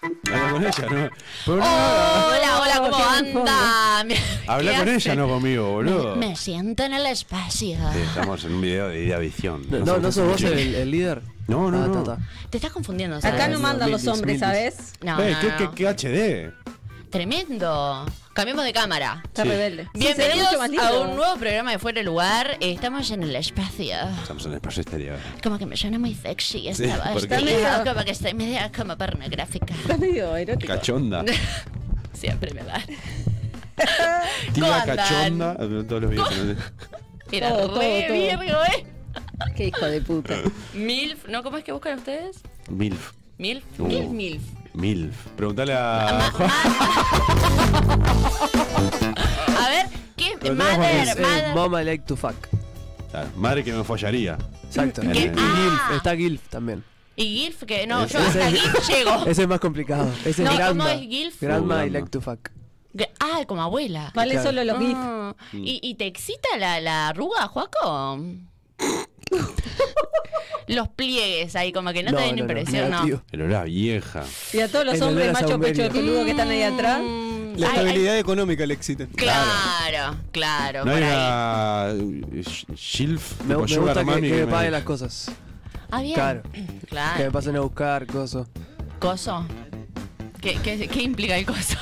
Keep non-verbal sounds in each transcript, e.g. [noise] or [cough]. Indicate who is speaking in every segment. Speaker 1: con ella, ¿no? Pero no,
Speaker 2: Hola, hola, ¿cómo
Speaker 3: Oh, qué [laughs]
Speaker 2: anda?
Speaker 1: Habla con ella, no conmigo, boludo.
Speaker 2: Me siento en el espacio.
Speaker 1: Sí, Estamos en un video de Ideavisión.
Speaker 4: No, no, no sos vos el, el líder.
Speaker 1: No, no,
Speaker 4: Ah,
Speaker 1: no.
Speaker 4: ta, ta.
Speaker 2: Te estás confundiendo, ¿sabes?
Speaker 3: Acá no mandan los
Speaker 4: Mildis,
Speaker 3: hombres,
Speaker 4: mildis.
Speaker 3: ¿sabes?
Speaker 2: No,
Speaker 1: Eh,
Speaker 2: no,
Speaker 1: ¿qué,
Speaker 2: no.
Speaker 1: qué- qué HD?
Speaker 2: Tremendo. Cambiemos de cámara.
Speaker 3: Está
Speaker 1: Sí.
Speaker 3: rebelde.
Speaker 2: Bienvenidos
Speaker 3: Sí, se ve mucho más
Speaker 2: a
Speaker 3: lindo.
Speaker 2: un nuevo programa de Fuera de Lugar. Estamos en el espacio.
Speaker 1: Estamos en el espacio exterior.
Speaker 2: Como que me suena muy sexy esta
Speaker 1: Sí,
Speaker 2: voz.
Speaker 1: porque-
Speaker 2: tío, Como que estoy media como
Speaker 3: [laughs]
Speaker 2: pornográfica.
Speaker 3: Está [laughs] medio erótico.
Speaker 1: Cachonda.
Speaker 2: Siempre me dan. ¿Cómo
Speaker 1: Tía
Speaker 2: andan?
Speaker 1: cachonda. Todos los videos.
Speaker 2: Era
Speaker 3: Todo, todo,
Speaker 2: re
Speaker 3: todo.
Speaker 2: virgo, ¿eh?
Speaker 3: Qué hijo de puta.
Speaker 2: Milf. ¿No? ¿Cómo es que buscan ustedes?
Speaker 1: Milf.
Speaker 2: Milf.
Speaker 1: Uh.
Speaker 2: ¿Qué es milf?
Speaker 1: Milf. Preguntale a.
Speaker 2: A ver, ¿qué es
Speaker 1: Lo tenemos
Speaker 2: mother?
Speaker 4: Es, eh,
Speaker 2: Mother.
Speaker 4: Mama like to fuck.
Speaker 1: Ah, Madre que me follaría.
Speaker 4: Exacto.
Speaker 1: ¿Qué?
Speaker 4: Y
Speaker 2: Ah.
Speaker 4: Gilf, está Gilf también.
Speaker 2: ¿Y gilf? Que no, yo
Speaker 4: Ese-
Speaker 2: hasta gilf llego.
Speaker 4: Ese es más complicado. Ese
Speaker 2: No,
Speaker 4: es
Speaker 2: ¿cómo
Speaker 4: Grandma.
Speaker 2: es Gilf?
Speaker 4: Grandma I
Speaker 1: Grandma.
Speaker 4: like to fuck.
Speaker 2: Ah, como abuela.
Speaker 3: Vale
Speaker 4: Claro.
Speaker 3: solo los gifs.
Speaker 2: Ah, ¿Y, y te excita la, la arruga, Juaco? Los pliegues ahí, como que no, te den impresión, ¿no?
Speaker 4: negativo.
Speaker 1: Pero era vieja.
Speaker 3: Y a todos los
Speaker 4: El olor
Speaker 3: hombres
Speaker 4: a
Speaker 3: machos
Speaker 4: saumerio.
Speaker 3: pecho de peludo que están ahí atrás.
Speaker 2: Mm,
Speaker 5: La
Speaker 2: ay, ay,
Speaker 5: estabilidad económica le excita.
Speaker 2: claro, claro,
Speaker 1: No
Speaker 2: por
Speaker 1: hay
Speaker 2: ahí.
Speaker 1: una. eh, Shilf.
Speaker 4: Me, me
Speaker 1: tipo Sugar
Speaker 4: gusta que,
Speaker 1: Mami
Speaker 4: que me
Speaker 1: me-
Speaker 4: paguen las cosas.
Speaker 2: Ah, bien.
Speaker 4: Claro. Que me
Speaker 2: Claro.
Speaker 4: pasen a buscar cosas.
Speaker 2: Coso. ¿Qué, qué, qué implica el coso?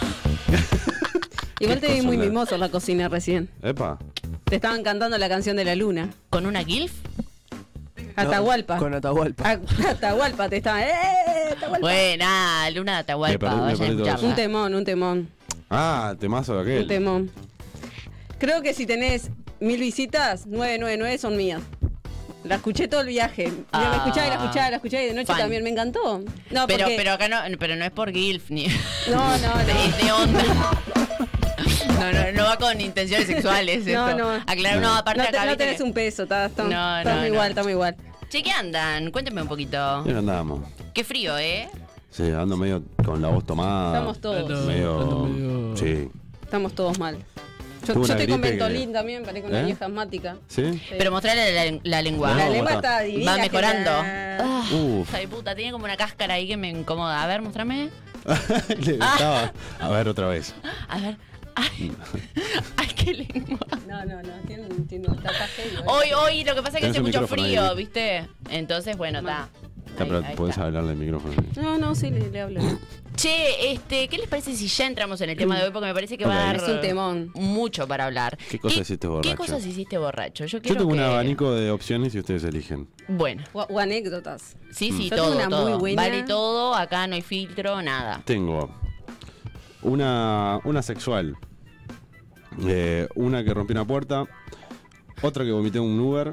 Speaker 3: Igual te
Speaker 1: Qué
Speaker 3: vi muy
Speaker 1: cosa, ¿no?
Speaker 3: mimoso en la cocina recién.
Speaker 1: Epa.
Speaker 3: Te estaban cantando la canción de la luna.
Speaker 2: ¿Con una gilf?
Speaker 3: Atahualpa.
Speaker 4: No, con
Speaker 2: Ah.
Speaker 4: Atahualpa.
Speaker 3: A- Atahualpa te estaban. ¡Eh! Atahualpa!
Speaker 2: Buena, Luna de
Speaker 1: Me
Speaker 2: Atahualpa.
Speaker 1: perdí- me
Speaker 2: vayan a
Speaker 1: perdí todo
Speaker 2: escucharla.
Speaker 3: Un temón, un temón.
Speaker 1: Ah, temazo de
Speaker 3: Un
Speaker 1: aquel.
Speaker 3: temón. Creo que si tenés mil visitas, 999 son mías. La escuché todo el viaje. Mira,
Speaker 2: Ah.
Speaker 3: la escuchaba y la escuchaba, la escuchaba y de noche
Speaker 2: Fan.
Speaker 3: también me encantó. No,
Speaker 2: pero,
Speaker 3: porque-
Speaker 2: pero acá no, pero no es por gilf ni [laughs] de,
Speaker 3: No, no, no.
Speaker 2: de onda. No, no, no va con intenciones sexuales.
Speaker 3: No,
Speaker 2: esto.
Speaker 3: no.
Speaker 2: Aclaro, no,
Speaker 1: No.
Speaker 2: aparte
Speaker 3: No, te-
Speaker 2: acá.
Speaker 3: no
Speaker 2: viste
Speaker 3: tenés
Speaker 2: que-
Speaker 3: un peso, estás
Speaker 2: No, no,
Speaker 3: muy
Speaker 2: no.
Speaker 3: igual, estás muy igual.
Speaker 1: Ah,
Speaker 2: Che, ¿qué andan? Cuéntenme un poquito.
Speaker 1: Y andábamos.
Speaker 2: Qué frío, ¿eh?
Speaker 1: Sí, ando medio con la voz tomada.
Speaker 3: Estamos todos,
Speaker 1: Medio. Sí.
Speaker 3: estamos todos mal. Yo,
Speaker 1: Tuve
Speaker 3: yo
Speaker 1: una
Speaker 3: estoy con
Speaker 1: gripe que-
Speaker 3: Ventolin también, paré con una
Speaker 1: ¿Eh?
Speaker 3: vieja asmática.
Speaker 1: ¿Sí?
Speaker 2: Pero mostrarle la, la lengua.
Speaker 3: La
Speaker 1: No, bota.
Speaker 3: lengua está divina.
Speaker 2: Va mejorando.
Speaker 3: que-
Speaker 2: Ah,
Speaker 1: Uf.
Speaker 3: [laughs]
Speaker 2: hija de puta, tiene como una cáscara ahí que me incomoda. A ver, mostrame.
Speaker 1: Le gustaba. Ah. A ver, otra vez.
Speaker 2: A ver.
Speaker 1: [laughs]
Speaker 2: Ay, ay qué lengua.
Speaker 3: No, no, no, tiene un- tiene un tatuaje. y-
Speaker 2: Hoy, hoy, lo que pasa es
Speaker 1: Tenés
Speaker 2: que hace
Speaker 1: un
Speaker 2: mucho
Speaker 1: micrófono
Speaker 2: frío,
Speaker 1: ahí.
Speaker 2: ¿viste? Entonces, bueno, está.
Speaker 1: Ya, pero podés hablarle al micrófono.
Speaker 3: No, no, sí, le, le hablo.
Speaker 2: Che, este, ¿qué les parece si ya entramos en el tema de hoy? Porque me parece que va a
Speaker 1: Ok.
Speaker 2: dar
Speaker 3: Es un temón.
Speaker 2: mucho para hablar.
Speaker 1: ¿Qué cosas hiciste
Speaker 2: ¿Qué
Speaker 1: borracho?
Speaker 2: cosas hiciste borracho? Yo,
Speaker 1: Yo
Speaker 2: quiero
Speaker 1: tengo un
Speaker 2: que-
Speaker 1: abanico de opciones y ustedes eligen.
Speaker 2: Bueno,
Speaker 3: O, o anécdotas.
Speaker 1: Mm.
Speaker 2: sí, sí,
Speaker 3: Yo tengo
Speaker 2: todo,
Speaker 3: una
Speaker 2: todo.
Speaker 3: muy buena.
Speaker 2: Vale todo, acá no hay filtro, nada.
Speaker 1: Tengo una, una sexual, eh, una que rompió una puerta, otra que vomité en un Uber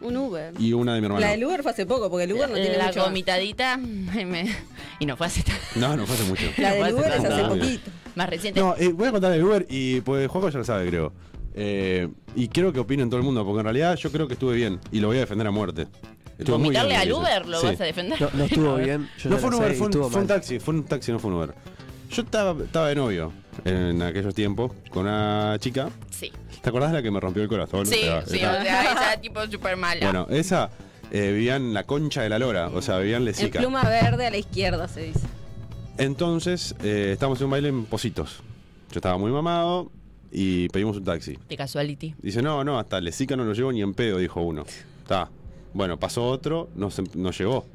Speaker 3: Un Uber.
Speaker 1: y una de mi hermano.
Speaker 3: La del Uber fue hace poco, porque el Uber no tiene
Speaker 2: la
Speaker 3: mucho.
Speaker 2: comitadita [laughs] me- y no fue hace tan-
Speaker 1: No, no fue hace mucho.
Speaker 3: La
Speaker 2: No,
Speaker 3: del
Speaker 2: fue
Speaker 3: Uber
Speaker 2: hace
Speaker 3: es hace
Speaker 1: tanto.
Speaker 3: poquito.
Speaker 2: [laughs] más reciente. [laughs]
Speaker 1: No, eh, voy a contar el Uber y pues Juanjo ya lo sabe, creo. Eh, y quiero que opinen todo el mundo, porque en realidad yo creo que estuve bien y lo voy a defender a muerte. Estuvo muy bien
Speaker 2: ¿Vomitarle
Speaker 1: lo que
Speaker 2: al
Speaker 1: hice.
Speaker 2: Uber lo
Speaker 1: Sí.
Speaker 2: vas [laughs] a defender?
Speaker 4: No, no estuvo bien. Yo
Speaker 1: No
Speaker 4: ya
Speaker 1: fue un
Speaker 4: lo
Speaker 1: Uber,
Speaker 4: sé,
Speaker 1: fue un,
Speaker 4: estuvo
Speaker 1: fue un
Speaker 4: mal.
Speaker 1: taxi, fue un taxi, no fue un Uber. Yo estaba, estaba de novio en aquellos tiempos con una chica.
Speaker 2: Sí.
Speaker 1: ¿Te acordás de la que me rompió el corazón?
Speaker 2: Sí,
Speaker 1: O sea,
Speaker 2: sí,
Speaker 1: esa-
Speaker 2: o sea, esa tipo súper mala.
Speaker 1: Bueno, esa eh, vivía en la concha de la lora, o sea, vivía en
Speaker 3: En
Speaker 1: Lesica.
Speaker 3: pluma verde a la izquierda se dice.
Speaker 1: Entonces, eh, estábamos en un baile en Positos. Yo estaba muy mamado y pedimos un taxi.
Speaker 2: De casuality.
Speaker 1: Dice, no, no, hasta Lesica no lo llevo ni en pedo, dijo uno. Está. Bueno, pasó otro, nos, em- nos llegó.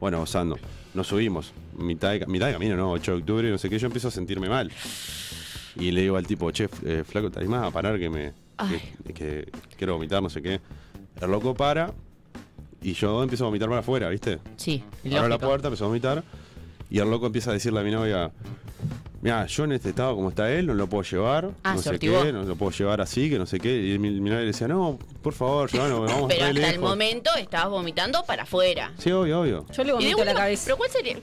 Speaker 1: Bueno, gozando. Nos subimos. Mitad de, ca- mitad de camino, ¿no? 8 de octubre, no sé qué. Yo empiezo a sentirme mal. Y le digo al tipo, che, eh, flaco, ¿te animás a parar que me... Que, que quiero vomitar, no sé qué. El loco para y yo empiezo a vomitar para afuera, ¿viste?
Speaker 2: Sí,
Speaker 1: Abro la
Speaker 2: lógico.
Speaker 1: puerta, empezó a vomitar. Y el loco empieza a decirle a mi novia: Mira, yo en este estado como está él, no lo puedo llevar.
Speaker 2: Ah,
Speaker 1: no
Speaker 2: se
Speaker 1: sé
Speaker 2: hortivó.
Speaker 1: qué, no lo puedo llevar así, que no sé qué. Y mi, mi novia le decía: No, por favor, llévalo,
Speaker 2: [laughs]
Speaker 1: vamos
Speaker 2: Pero
Speaker 1: re
Speaker 2: hasta el
Speaker 1: lejos".
Speaker 2: momento estabas vomitando para afuera.
Speaker 1: Sí, obvio, obvio.
Speaker 3: Yo le
Speaker 2: Y de
Speaker 3: vomito la
Speaker 2: última,
Speaker 3: cabeza.
Speaker 2: ¿Pero cuál sería?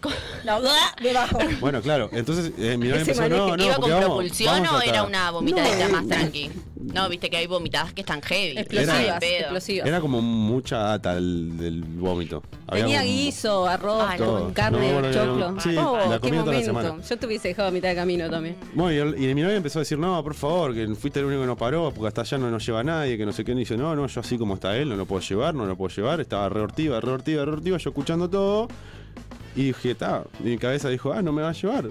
Speaker 3: La me bajo.
Speaker 1: Bueno, claro, entonces eh, mi novia
Speaker 3: Ese
Speaker 1: empezó:
Speaker 3: manejo
Speaker 1: No, no,
Speaker 2: ¿Iba
Speaker 1: porque
Speaker 2: con
Speaker 1: vamos,
Speaker 2: propulsión
Speaker 1: vamos
Speaker 2: o
Speaker 1: hasta-
Speaker 2: era una vomitadita
Speaker 1: No,
Speaker 2: más tranqui? No, viste que hay vomitadas que están heavy.
Speaker 3: Explosivas,
Speaker 2: Al pedo.
Speaker 3: explosivas.
Speaker 1: Era como mucha data el- del vómito. Había
Speaker 3: Tenía
Speaker 1: como-
Speaker 3: guiso, arroz,
Speaker 2: Ay,
Speaker 3: con
Speaker 1: no.
Speaker 3: carne,
Speaker 1: No, no, no,
Speaker 3: choclo.
Speaker 1: no. Sí,
Speaker 3: Ah, oh,
Speaker 1: la
Speaker 3: qué
Speaker 1: comí toda la
Speaker 3: momento.
Speaker 1: semana.
Speaker 3: Yo te hubiese dejado a mitad de camino también.
Speaker 1: Bueno, y, el- y mi novia empezó a decir, no, por favor, que fuiste el único que no paró, porque hasta allá no nos lleva nadie, que no sé qué. Y dice, no, no, yo así como está él, no lo puedo llevar, no lo puedo llevar. Estaba re hortiva, re hortiva, re hortiva, yo escuchando todo. Y dije, está. Y mi cabeza dijo, ah, no me va a llevar.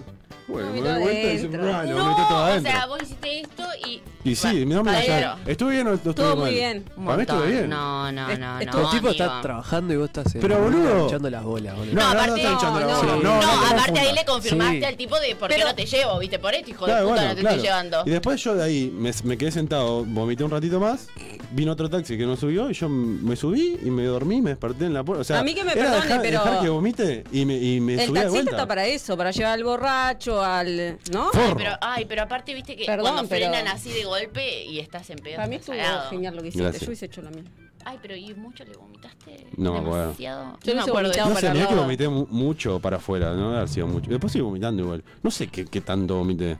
Speaker 1: Bueno,
Speaker 3: No,
Speaker 1: me
Speaker 3: mirá
Speaker 1: doy vuelta y se
Speaker 3: adentro.
Speaker 1: ah, lo
Speaker 2: No,
Speaker 1: meto todo
Speaker 2: o
Speaker 1: adentro.
Speaker 2: sea, vos hiciste esto y.
Speaker 1: y sí, no me la
Speaker 2: Pero-
Speaker 1: llevé. ¿Estuve bien o no estuve
Speaker 3: Todo muy
Speaker 1: mal?
Speaker 3: bien.
Speaker 6: Un
Speaker 1: Para mí estuvo
Speaker 6: montón.
Speaker 1: bien.
Speaker 6: No, no, no.
Speaker 3: Este
Speaker 6: no,
Speaker 4: Estos tipos están
Speaker 6: amigo.
Speaker 4: trabajando y vos estás eh,
Speaker 1: Pero, boludo.
Speaker 4: echando las bolas, boludo.
Speaker 1: No,
Speaker 2: No,
Speaker 1: no, no
Speaker 2: aparte,
Speaker 1: estoy
Speaker 2: no,
Speaker 1: echando la
Speaker 4: no,
Speaker 1: bola.
Speaker 4: no,
Speaker 1: No, no te
Speaker 2: aparte
Speaker 1: confundas.
Speaker 2: ahí le confirmaste
Speaker 4: Sí.
Speaker 2: al tipo de por qué
Speaker 3: Pero-
Speaker 2: no te llevo, viste, por esto, hijo de
Speaker 1: Claro,
Speaker 2: puta,
Speaker 1: bueno,
Speaker 2: no te
Speaker 1: claro.
Speaker 2: estoy llevando.
Speaker 1: Y después yo de ahí me, me quedé sentado, vomité un ratito más, vino otro taxi que no subió y yo me subí y me dormí, me desperté en la puerta. O sea,
Speaker 3: A mí que me
Speaker 1: era
Speaker 3: perdone,
Speaker 1: dejar,
Speaker 3: pero-
Speaker 1: dejar que vomite y me, y me
Speaker 3: El
Speaker 1: subí de
Speaker 3: taxista
Speaker 1: vuelta.
Speaker 3: está para eso, para llevar al borracho, al. ¿No?
Speaker 1: Forro.
Speaker 2: Pero, ay, pero aparte, viste que
Speaker 3: Perdón,
Speaker 2: cuando
Speaker 3: pero-
Speaker 2: frenan así de golpe y estás en pedo.
Speaker 3: Para mí
Speaker 2: estás
Speaker 3: estuvo
Speaker 2: salado.
Speaker 3: genial lo que hiciste.
Speaker 1: Gracias.
Speaker 3: Yo hubiese hecho la mía.
Speaker 2: Ay, pero ¿y mucho le vomitaste?
Speaker 1: No me acuerdo.
Speaker 2: Demasiado.
Speaker 3: Yo
Speaker 2: no me
Speaker 3: hubiese
Speaker 2: acuerdo.
Speaker 3: vomitado
Speaker 1: No
Speaker 2: de-
Speaker 1: sé,
Speaker 3: para
Speaker 1: mirá que
Speaker 3: nada.
Speaker 1: vomité mu- mucho para afuera, no debe haber sido mucho. Después sigo vomitando igual. No sé qué, qué tanto vomité.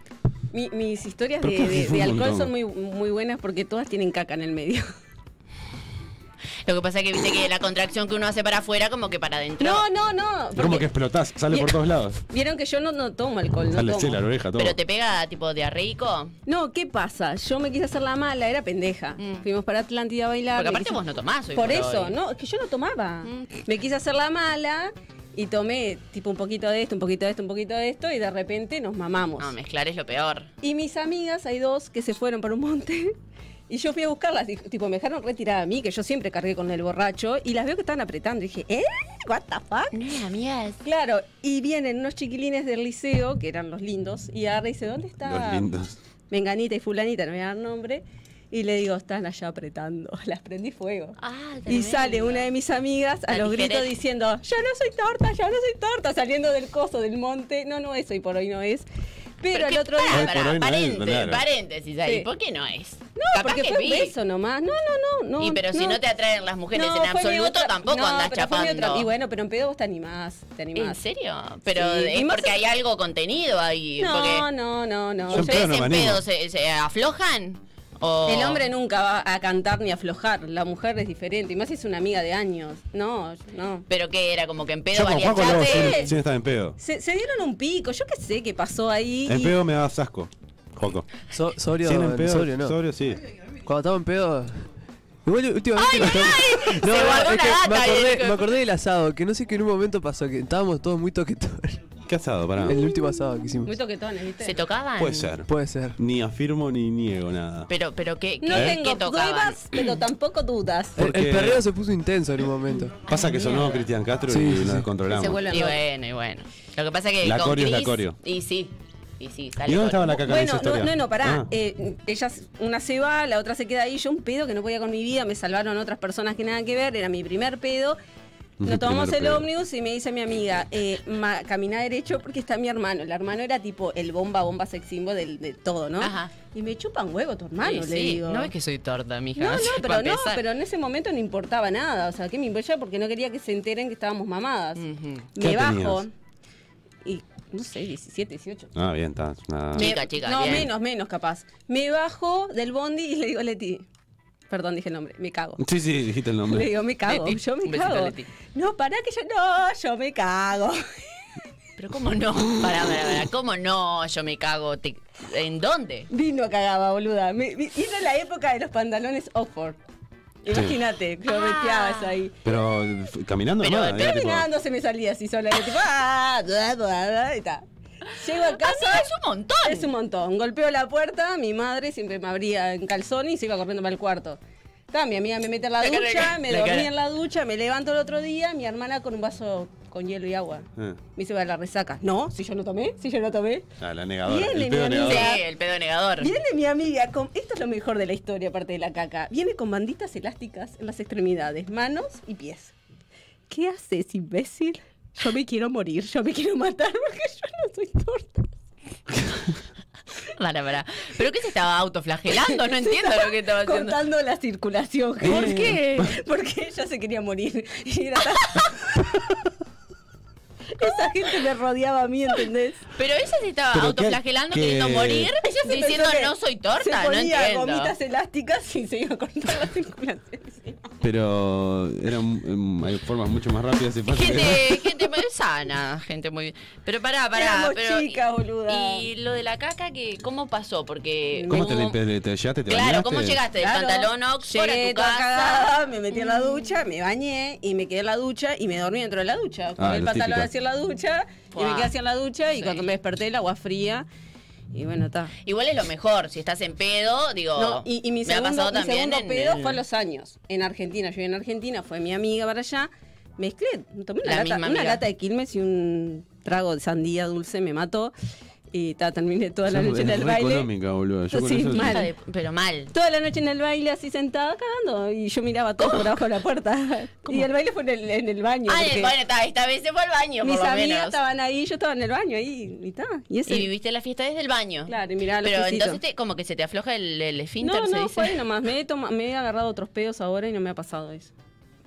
Speaker 3: Mi- mis historias
Speaker 1: Pero
Speaker 3: de,
Speaker 1: ¿por qué
Speaker 3: de-
Speaker 1: fue
Speaker 3: de
Speaker 1: un
Speaker 3: alcohol
Speaker 1: montón?
Speaker 3: son muy, muy buenas porque todas tienen caca en el medio.
Speaker 2: Lo que pasa es que viste que la contracción que uno hace para afuera, como que para adentro.
Speaker 3: [laughs] No, no, no.
Speaker 1: Como
Speaker 3: porque
Speaker 1: que explotás, sale por
Speaker 3: Mira.
Speaker 1: todos lados.
Speaker 3: Vieron que yo no, no tomo alcohol, no
Speaker 1: Sale
Speaker 3: tomo.
Speaker 1: chela, la oreja, todo.
Speaker 2: Pero te pega tipo diarreico.
Speaker 3: No, ¿qué pasa? Yo me quise hacer la mala, era pendeja.
Speaker 2: Mm.
Speaker 3: Fuimos para Atlántida a bailar.
Speaker 2: Porque
Speaker 3: me
Speaker 2: aparte
Speaker 3: quise-
Speaker 2: vos no tomás hoy
Speaker 3: Por
Speaker 2: por
Speaker 3: eso,
Speaker 2: hoy.
Speaker 3: no, es que yo no tomaba.
Speaker 2: Mm.
Speaker 3: Me quise hacer la mala y tomé tipo un poquito de esto, un poquito de esto, un poquito de esto y de repente nos mamamos.
Speaker 2: No, mezclar es lo peor.
Speaker 3: Y mis amigas, hay dos que se fueron para un monte. [laughs] Y yo fui a buscarlas, y, tipo, me dejaron retirada a mí, que yo siempre cargué con el borracho, y las veo que estaban apretando. Y dije, ¿eh? ¿What the fuck?
Speaker 2: No, amigas.
Speaker 3: Claro, y vienen unos chiquilines del liceo, que eran los lindos, y agarra y dice, ¿dónde está?
Speaker 1: Los lindos.
Speaker 3: Menganita y fulanita, no voy a dar nombre. Y le digo, están allá apretando, [laughs] las prendí fuego.
Speaker 2: Ah,
Speaker 3: Y
Speaker 2: tremendo.
Speaker 3: sale una de mis amigas a
Speaker 2: La
Speaker 3: los gritos
Speaker 2: tijereta.
Speaker 3: diciendo, yo no soy torta, yo no soy torta, saliendo del coso, del monte. No, no es hoy por hoy, no es. Pero, el
Speaker 2: qué-
Speaker 3: otro
Speaker 2: pará,
Speaker 3: día...
Speaker 1: Hoy por
Speaker 2: pará,
Speaker 1: hoy no es,
Speaker 2: paréntesis,
Speaker 1: claro.
Speaker 2: paréntesis ahí.
Speaker 3: Sí.
Speaker 2: ¿Por qué no es?
Speaker 3: No, porque
Speaker 2: que
Speaker 3: fue
Speaker 2: vi.
Speaker 3: un beso nomás. No, no, no. no
Speaker 2: y pero si no te atraen las mujeres en
Speaker 3: fue mi
Speaker 2: absoluto,
Speaker 3: otra-
Speaker 2: tampoco
Speaker 3: no,
Speaker 2: andas
Speaker 3: pero fue mi
Speaker 2: chapando.
Speaker 3: otra- Y bueno, pero en pedo vos te animás, te
Speaker 2: ¿En
Speaker 3: animás.
Speaker 2: serio? Pero
Speaker 3: Sí, y
Speaker 2: es
Speaker 3: más
Speaker 2: porque
Speaker 3: en-
Speaker 2: hay algo contenido ahí.
Speaker 3: No,
Speaker 2: porque
Speaker 3: no, no, no.
Speaker 1: Yo en pedo
Speaker 2: ¿Ustedes
Speaker 1: no me
Speaker 2: en
Speaker 1: animo.
Speaker 2: pedo se, se aflojan? O...
Speaker 3: El hombre nunca va a cantar ni a aflojar. La mujer es diferente. Y más si es una amiga de años. No, no.
Speaker 2: Pero que era como que en pedo
Speaker 1: Yo con
Speaker 2: valía
Speaker 1: Juaco lo hago
Speaker 2: chape.
Speaker 1: sin, sin estar en pedo.
Speaker 3: Se, se dieron un pico. Yo qué sé qué pasó ahí.
Speaker 1: En
Speaker 3: y-
Speaker 1: pedo me da asco. Joco.
Speaker 4: So- sobrio,
Speaker 1: Sin en pedo,
Speaker 4: sobrio no.
Speaker 1: sobrio sí.
Speaker 4: Cuando estaba en pedo. Igual últimamente lo estaba- No,
Speaker 2: Se
Speaker 4: no,
Speaker 2: guardó
Speaker 4: es
Speaker 2: una
Speaker 4: que
Speaker 2: data
Speaker 4: me,
Speaker 2: eh, ahí,
Speaker 4: acordé,
Speaker 2: dijo.
Speaker 4: me acordé del asado, que no sé qué en un momento pasó, que estábamos todos muy toquetones.
Speaker 1: ¿Qué asado? Pará.
Speaker 4: El último asado que hicimos.
Speaker 3: Muy toquetones, ¿viste?
Speaker 2: ¿Se tocaban?
Speaker 1: Puede ser.
Speaker 4: Puede ser.
Speaker 1: Ni afirmo ni niego nada.
Speaker 2: Pero, pero ¿qué, qué,
Speaker 3: no
Speaker 2: qué
Speaker 3: tengo
Speaker 2: tocaban?
Speaker 3: pruebas,
Speaker 2: [clears throat]
Speaker 3: pero tampoco dudas.
Speaker 4: El,
Speaker 1: Porque-
Speaker 4: el perreo se puso intenso en un momento.
Speaker 1: Pasa que sonó Cristian Castro
Speaker 4: Sí,
Speaker 1: y
Speaker 4: sí,
Speaker 1: nos
Speaker 4: sí.
Speaker 1: controlamos.
Speaker 3: Se vuelve-
Speaker 2: Y bueno, y bueno. Lo que pasa es que
Speaker 1: La
Speaker 2: con
Speaker 1: Corio es la
Speaker 2: Cris-
Speaker 1: Corio.
Speaker 2: Y sí, y sí, sale
Speaker 1: ¿Y dónde estaba
Speaker 2: Corio.
Speaker 1: la caca en esa
Speaker 3: Bueno,
Speaker 1: historia?
Speaker 3: no, no, no, pará.
Speaker 1: Ah.
Speaker 3: Eh, ellas, una se va, la otra se queda ahí. Yo un pedo que no podía con mi vida, me salvaron otras personas que nada que ver, era mi primer
Speaker 1: [laughs]
Speaker 3: pedo.
Speaker 1: Primer
Speaker 3: Nos tomamos el
Speaker 1: pedo.
Speaker 3: ómnibus y me dice mi amiga, eh, ma- caminá derecho porque está mi hermano. El hermano era tipo el bomba, bomba sex symbol del, de todo, ¿no?
Speaker 2: Ajá.
Speaker 3: Y me chupa un huevo tu hermano,
Speaker 2: Sí,
Speaker 3: le
Speaker 2: sí.
Speaker 3: digo.
Speaker 2: No es que soy torta, mija. [laughs]
Speaker 3: No, no,
Speaker 2: Para
Speaker 3: pero no,
Speaker 2: empezar.
Speaker 3: pero en ese momento no importaba nada. O sea, que me importaba porque no quería que se enteren que estábamos mamadas.
Speaker 2: Ujú.
Speaker 1: ¿Qué
Speaker 3: Me
Speaker 1: edad
Speaker 3: bajo.
Speaker 1: tenías?
Speaker 3: Y no sé, 17, 18.
Speaker 1: Ah, bien, está. nada.
Speaker 2: Me- Chica, chica,
Speaker 3: No,
Speaker 2: bien.
Speaker 3: menos, menos capaz. Me bajo del bondi y le digo a Leti. Perdón, dije el nombre, me cago.
Speaker 1: Sí, sí, dijiste el
Speaker 3: [laughs] Le
Speaker 1: nombre.
Speaker 3: digo, me cago,
Speaker 2: Leti,
Speaker 3: yo me
Speaker 2: un besito a
Speaker 3: cago.
Speaker 2: Leti.
Speaker 3: No, pará que yo no, yo me cago. [laughs]
Speaker 2: Pero cómo no, pará, pará, pará, cómo no, yo me cago, te- ¿en dónde?
Speaker 3: Vino cagaba, boluda. Me, me- y era la época de los pantalones Oxford. Imagínate, yo
Speaker 2: Ah.
Speaker 3: meteabas ahí.
Speaker 1: Pero f- caminando
Speaker 2: Pero,
Speaker 1: nomás, era Ah, tipo-
Speaker 3: Caminando se me salía así sola. era tipo, ah, bla, bla, bla, y ta. Llego a casa.
Speaker 2: Amiga, Ah, es un montón.
Speaker 3: Es un montón. Golpeo la puerta, mi madre siempre me abría en calzón y se iba corriendo para el cuarto. Ta, mi amiga me mete a
Speaker 2: La
Speaker 3: la
Speaker 2: cara, la
Speaker 3: ducha,
Speaker 2: cara,
Speaker 3: me
Speaker 2: la
Speaker 3: dormí
Speaker 2: cara.
Speaker 3: en la ducha, me levanto el otro día, mi hermana con un vaso con hielo y agua.
Speaker 1: Eh,
Speaker 3: Me dice, va la resaca. No, si yo no tomé, si yo no tomé.
Speaker 1: ah, la negadora.
Speaker 3: Viene
Speaker 1: el
Speaker 3: mi
Speaker 1: pedo
Speaker 3: amiga.
Speaker 1: negador.
Speaker 2: Sí, el pedo negador.
Speaker 3: Viene mi amiga con. Esto es lo mejor de la historia, aparte de la caca. Viene con banditas elásticas en las extremidades, manos y pies. ¿Qué haces, imbécil? Yo me quiero morir, yo me quiero matar [laughs] porque yo no soy torta.
Speaker 2: Pará, pará. ¿Pero qué se estaba autoflagelando?
Speaker 3: [laughs]
Speaker 2: No entiendo lo que estaba haciendo.
Speaker 3: cortando la circulación.
Speaker 2: ¿Por
Speaker 3: gente.
Speaker 2: qué?
Speaker 3: [laughs] Porque ella se quería morir. Y era
Speaker 2: [laughs]
Speaker 3: tan- Esa gente me rodeaba a mí, ¿entendés?
Speaker 2: Pero ella se estaba
Speaker 1: Pero qué-
Speaker 2: autoflagelando,
Speaker 1: qué-
Speaker 2: queriendo morir,
Speaker 3: Ella se
Speaker 2: diciendo
Speaker 3: pensó que
Speaker 2: no soy
Speaker 3: se
Speaker 2: torta, no
Speaker 3: ponía
Speaker 2: entiendo.
Speaker 3: gomitas elásticas y se iba cortando la circulación.
Speaker 1: Pero eran mm, hay formas mucho más rápidas y fáciles.
Speaker 2: Gente, gente muy sana, gente muy. Pero pará, pará.
Speaker 3: Éramos
Speaker 2: Pero,
Speaker 3: chicas, boluda.
Speaker 2: Y lo de la caca, que ¿cómo pasó? Porque.
Speaker 1: [laughs] ¿Cómo
Speaker 2: hubo-
Speaker 1: te limpiaste? ¿Te llegaste? ¿Te
Speaker 2: Claro,
Speaker 1: bañaste?
Speaker 2: ¿cómo llegaste? ¿Del
Speaker 3: Claro.
Speaker 2: pantalón Oxford a
Speaker 3: Llegué
Speaker 2: tu
Speaker 3: toda
Speaker 2: casa? Mm.
Speaker 3: cagada, me metí en la ducha, me bañé y me quedé en la ducha y me dormí dentro de la ducha. Con
Speaker 1: Ah,
Speaker 3: el
Speaker 1: lo
Speaker 3: pantalón
Speaker 1: típico.
Speaker 3: hacia la ducha y me
Speaker 2: Buah.
Speaker 3: quedé hacia la ducha y
Speaker 2: Sí.
Speaker 3: cuando me desperté el agua fría y bueno, está.
Speaker 2: Igual es lo mejor, si estás en pedo, digo.
Speaker 3: No, y, y mi
Speaker 2: Oh. me
Speaker 3: segundo,
Speaker 2: ha pasado
Speaker 3: mi
Speaker 2: también
Speaker 3: segundo
Speaker 2: en
Speaker 3: pedo
Speaker 2: el-
Speaker 3: fue a los años. En Argentina, yo viví en Argentina, fue mi amiga para allá. Mezclé, tomé
Speaker 2: La
Speaker 3: una,
Speaker 2: misma
Speaker 3: lata, una
Speaker 2: amiga.
Speaker 3: lata de Quilmes y un trago de sandía dulce, me mató. Y ta, terminé toda la noche en
Speaker 1: Es
Speaker 3: el
Speaker 1: re
Speaker 3: baile.
Speaker 1: económica, boludo. Yo con
Speaker 3: Sí,
Speaker 1: eso-
Speaker 3: mal.
Speaker 2: Hija de- Pero mal.
Speaker 3: Toda la noche en el baile, así sentada, cagando. Y yo miraba todo por abajo de la
Speaker 2: [laughs]
Speaker 3: puerta. Y el baile fue en el, en el baño.
Speaker 2: Ah,
Speaker 3: porque
Speaker 2: bueno, está, esta vez se fue al baño,
Speaker 3: mis
Speaker 2: por lo
Speaker 3: amigas
Speaker 2: menos.
Speaker 3: estaban ahí, yo estaba en el baño ahí. Y, ta, y ese.
Speaker 2: Y viviste la fiesta desde el baño.
Speaker 3: Claro, y miraba los
Speaker 2: Pero
Speaker 3: pisitos.
Speaker 2: entonces te- como que se te afloja el, el esfínter,
Speaker 3: no,
Speaker 2: se
Speaker 3: no,
Speaker 2: dice.
Speaker 3: fue ahí nomás. Me he, toma- me he agarrado otros pedos ahora y no me ha pasado eso.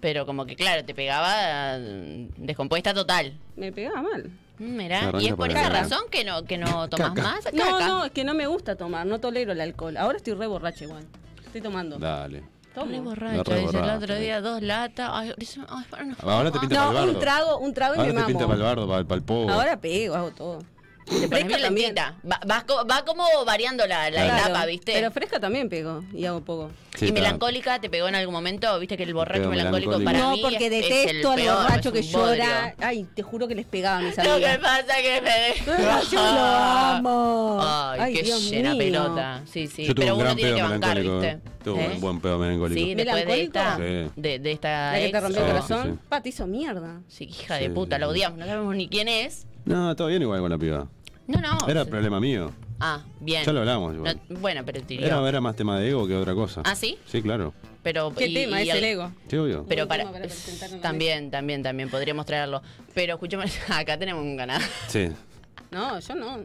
Speaker 2: Pero como que claro, te pegaba mm, descompuesta total.
Speaker 3: Me pegaba mal.
Speaker 2: Mm, Mirá,
Speaker 1: Arranca
Speaker 2: y es por
Speaker 1: para
Speaker 2: esa
Speaker 1: acá.
Speaker 2: razón que no, que no tomás
Speaker 1: Caca.
Speaker 2: más.
Speaker 3: No,
Speaker 2: Caca.
Speaker 3: no, es que no me gusta tomar, no tolero el alcohol. Ahora estoy re borracha igual. Estoy tomando.
Speaker 1: Dale.
Speaker 3: Tomo.
Speaker 2: Re
Speaker 1: No,
Speaker 2: borracha,
Speaker 1: re
Speaker 2: dice, el
Speaker 1: borracha.
Speaker 2: otro día dos latas. Ay, eso- ay, bueno, no. ah".
Speaker 1: Ahora te pinta para
Speaker 3: No,
Speaker 1: el
Speaker 3: un
Speaker 1: bardo.
Speaker 3: trago, un trago y
Speaker 1: Ahora
Speaker 3: me
Speaker 1: te pinta para el
Speaker 3: mamo.
Speaker 1: bardo, para el, para el pogo.
Speaker 3: Ahora pego, hago todo.
Speaker 2: Te pones
Speaker 3: Fresca también.
Speaker 2: violentita. Va, vas co- va como variando la, la
Speaker 1: Claro.
Speaker 2: etapa, ¿viste?
Speaker 3: Pero fresca también pego y hago poco.
Speaker 1: Sí,
Speaker 2: y
Speaker 1: está.
Speaker 2: melancólica te pegó en algún momento, viste que el borracho
Speaker 1: Pero
Speaker 2: melancólico
Speaker 1: melancólico.
Speaker 2: para
Speaker 3: no,
Speaker 2: mí
Speaker 3: porque
Speaker 2: es- es el
Speaker 3: detesto al
Speaker 2: peor,
Speaker 3: borracho
Speaker 2: es
Speaker 3: que
Speaker 2: un bodrio.
Speaker 3: llora. Ay, te juro que les pegaba a mis
Speaker 2: Lo que [laughs]
Speaker 3: amigas.
Speaker 2: pasa que me
Speaker 3: Ah,
Speaker 2: [laughs]
Speaker 3: yo lo amo.
Speaker 2: Ay,
Speaker 3: Ay,
Speaker 2: qué
Speaker 3: Dios
Speaker 2: llena
Speaker 3: mío.
Speaker 2: pelota. Sí, sí.
Speaker 1: Yo tuve
Speaker 2: pero
Speaker 1: un
Speaker 2: uno
Speaker 1: gran
Speaker 2: tiene
Speaker 1: pedo
Speaker 2: que bancar,
Speaker 1: melancólico.
Speaker 2: ¿viste?
Speaker 1: eh. Tuve
Speaker 2: ¿Eh?
Speaker 1: un buen pedo melancólico.
Speaker 2: Sí, después de
Speaker 3: ¿Melancólico?
Speaker 2: esta,
Speaker 1: Sí.
Speaker 2: de, de esta
Speaker 3: La que te
Speaker 2: ex.
Speaker 3: rompió el
Speaker 1: Sí,
Speaker 3: corazón.
Speaker 1: sí, sí.
Speaker 3: Pa, te hizo mierda.
Speaker 2: Sí, hija
Speaker 1: Sí,
Speaker 2: de puta,
Speaker 1: sí,
Speaker 2: la
Speaker 1: sí.
Speaker 2: odiamos, no sabemos ni quién es.
Speaker 1: No, todo bien igual con la piba.
Speaker 2: No, no.
Speaker 1: Era
Speaker 2: Oh, sí.
Speaker 1: problema mío.
Speaker 2: Ah, bien.
Speaker 1: Ya lo hablamos igual.
Speaker 2: No, bueno, pero te digo,
Speaker 1: Era, era más tema de ego que otra cosa.
Speaker 2: ¿Ah, sí?
Speaker 1: Sí, claro.
Speaker 2: Pero,
Speaker 3: ¿Qué
Speaker 2: y-
Speaker 3: tema
Speaker 2: y
Speaker 3: es
Speaker 2: al-
Speaker 3: el ego?
Speaker 1: Sí, obvio.
Speaker 2: Pero
Speaker 3: Un
Speaker 2: para,
Speaker 3: tema para presentar en la
Speaker 2: también, también, también podríamos traerlo. Pero escuchemos, [laughs] acá tenemos un ganado.
Speaker 1: Sí.
Speaker 3: No, yo [laughs] no.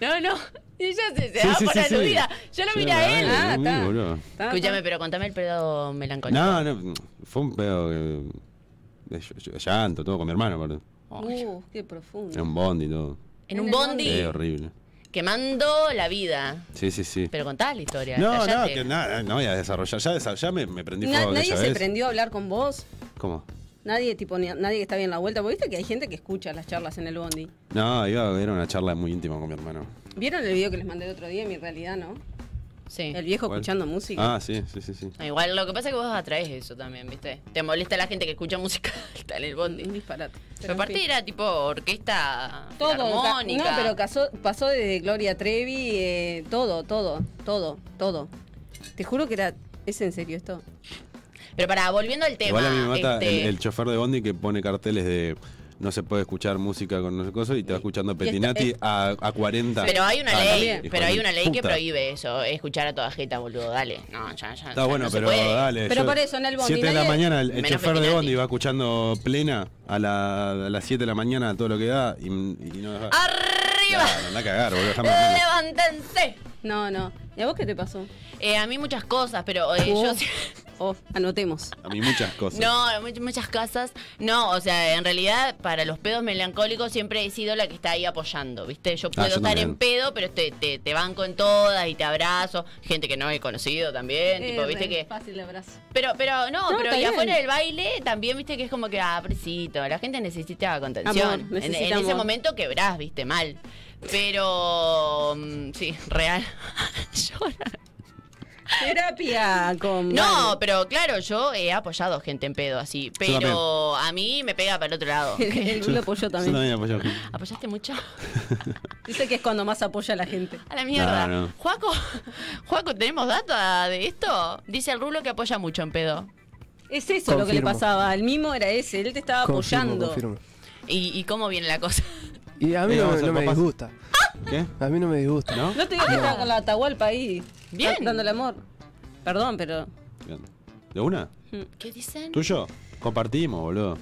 Speaker 2: No, no. Ella se, se
Speaker 1: Sí,
Speaker 2: da
Speaker 1: sí,
Speaker 2: por
Speaker 1: sí, sí.
Speaker 2: aludida. Yo lo
Speaker 1: Sí,
Speaker 2: miré a él.
Speaker 1: verdad,
Speaker 3: Ah,
Speaker 1: es muy
Speaker 3: está.
Speaker 1: boludo.
Speaker 3: Está,
Speaker 2: Escúchame,
Speaker 3: está.
Speaker 2: pero contame el pedo melancólico.
Speaker 1: No, no, fue un pedo que- de ll- ll- llanto, todo con mi hermano, aparte.
Speaker 3: Uh, qué
Speaker 1: En
Speaker 3: profundo.
Speaker 1: un bondi y todo.
Speaker 2: En un bondi
Speaker 1: Sí, horrible.
Speaker 2: quemando la vida.
Speaker 1: Sí, sí, sí.
Speaker 2: Pero contá la historia.
Speaker 1: No, no,
Speaker 2: callate.
Speaker 1: que nada, no voy a desarrollar. Ya, desa- ya me, me prendí
Speaker 3: Na-
Speaker 1: fuego
Speaker 3: nadie
Speaker 1: aquella
Speaker 3: se
Speaker 1: vez.
Speaker 3: prendió a hablar con vos.
Speaker 1: ¿Cómo?
Speaker 3: Nadie, tipo, ni- nadie que está bien la vuelta. Porque viste que hay gente que escucha las charlas en el bondi.
Speaker 1: No, iba, era una charla muy íntima con mi hermano.
Speaker 3: ¿Vieron el video que les mandé el otro día? Mi realidad, ¿no?
Speaker 2: Sí.
Speaker 3: El viejo
Speaker 1: ¿Cuál?
Speaker 3: escuchando música.
Speaker 1: Ah, sí, sí, sí, sí.
Speaker 2: No, Igual lo que pasa es que vos atraes eso también, ¿viste? Te molesta la gente que escucha música [laughs] alta en el bondi.
Speaker 3: Un disparate.
Speaker 2: Pero
Speaker 3: en
Speaker 2: aparte
Speaker 3: fin.
Speaker 2: era tipo orquesta
Speaker 3: todo. ca-
Speaker 2: armónica.
Speaker 3: No, pero casó- pasó desde Gloria Trevi, eh, todo, todo, todo, todo. Te juro que era. Es en serio esto.
Speaker 2: Pero para, volviendo al tema.
Speaker 1: Igual a mí me mata
Speaker 2: este,
Speaker 1: el, el chofer de Bondi que pone carteles de no se puede escuchar música con no sé cosa y te va escuchando
Speaker 2: [laughs]
Speaker 1: Petinati a, a 40.
Speaker 2: Pero hay una
Speaker 1: Ah,
Speaker 2: ley,
Speaker 1: hijo
Speaker 2: pero
Speaker 1: de
Speaker 2: hay una ley que
Speaker 1: puta.
Speaker 2: prohíbe eso, escuchar a toda jeta, boludo, dale. No, ya, ya.
Speaker 1: Está
Speaker 2: ya
Speaker 1: bueno,
Speaker 2: no se
Speaker 1: pero
Speaker 2: puede.
Speaker 1: dale.
Speaker 3: Pero
Speaker 1: yo-
Speaker 3: por eso, en el bondi,
Speaker 1: siete de la
Speaker 3: nadie-
Speaker 1: mañana, el, el
Speaker 2: Menos
Speaker 1: chofer de
Speaker 2: Petinati.
Speaker 1: Bondi va escuchando plena a, la- a las 7 de la mañana, todo lo que da, y, y no deja.
Speaker 2: ¡Arriba!
Speaker 1: Claro, anda a cagar, boludo, dejame en
Speaker 2: Eh,
Speaker 1: mano.
Speaker 2: [laughs] ¡Levántense!
Speaker 3: No, no. ¿Y a vos qué te pasó?
Speaker 2: Eh, a mí muchas cosas, pero eh,
Speaker 3: Oh.
Speaker 2: yo... sí-
Speaker 3: [laughs] Oh, anotemos.
Speaker 1: A mí muchas cosas.
Speaker 2: No, much- muchas casas. No, o sea, en realidad, para los pedos melancólicos siempre he sido la que está ahí apoyando, ¿viste?
Speaker 3: Ah,
Speaker 2: Yo puedo
Speaker 1: yo
Speaker 2: estar
Speaker 1: también.
Speaker 2: en pedo, pero te, te, te banco en todas y te abrazo. Gente que no he conocido también, tipo,
Speaker 3: Eh,
Speaker 2: ¿viste?
Speaker 3: re
Speaker 2: que
Speaker 3: Fácil el abrazo.
Speaker 2: Pero, pero, no,
Speaker 3: No,
Speaker 2: pero
Speaker 3: está
Speaker 2: y
Speaker 3: bien.
Speaker 2: afuera del baile también, viste que es como que, ah, pobrecito, la gente necesita contención.
Speaker 3: Amor,
Speaker 2: En-
Speaker 3: necesita
Speaker 2: en, ese
Speaker 3: amor.
Speaker 2: momento quebrás, viste, mal. Pero, mm, sí, real. [laughs] Llora.
Speaker 3: Terapia con.
Speaker 2: No,
Speaker 3: Vale.
Speaker 2: pero claro, yo he apoyado gente en pedo así,
Speaker 1: también.
Speaker 2: pero a mí me pega para el
Speaker 1: [laughs]
Speaker 2: otro lado.
Speaker 3: [laughs] El, el Blue apoyó
Speaker 1: Yo
Speaker 3: también.
Speaker 1: apoyo.
Speaker 2: ¿Apoyaste mucho?
Speaker 3: Dice que es cuando más apoya a la gente.
Speaker 2: A la mierda.
Speaker 1: No, no.
Speaker 2: Juaco, [laughs] Juaco, ¿tenemos data de esto? Dice el rulo que apoya mucho en pedo.
Speaker 3: Es eso lo que le
Speaker 4: Confirmo.
Speaker 3: pasaba. El mimo era ese. Él te estaba apoyando.
Speaker 4: confirmo.
Speaker 2: ¿Y, y cómo viene la
Speaker 1: [laughs]
Speaker 2: cosa?
Speaker 4: Y a mí
Speaker 1: Eh,
Speaker 4: no,
Speaker 1: vamos a
Speaker 4: no
Speaker 1: ser
Speaker 4: me
Speaker 1: papás.
Speaker 4: disgusta.
Speaker 1: ¿Qué?
Speaker 4: A mí no me disgusta.
Speaker 1: ¿No?
Speaker 3: No te digas que
Speaker 4: Ah.
Speaker 3: estaba con la Atahualpa ahí.
Speaker 2: Bien.
Speaker 3: da- Dándole amor. Perdón, pero.
Speaker 1: Bien. ¿De una?
Speaker 2: ¿Qué dicen?
Speaker 1: ¿Tuyo? Compartimos, boludo.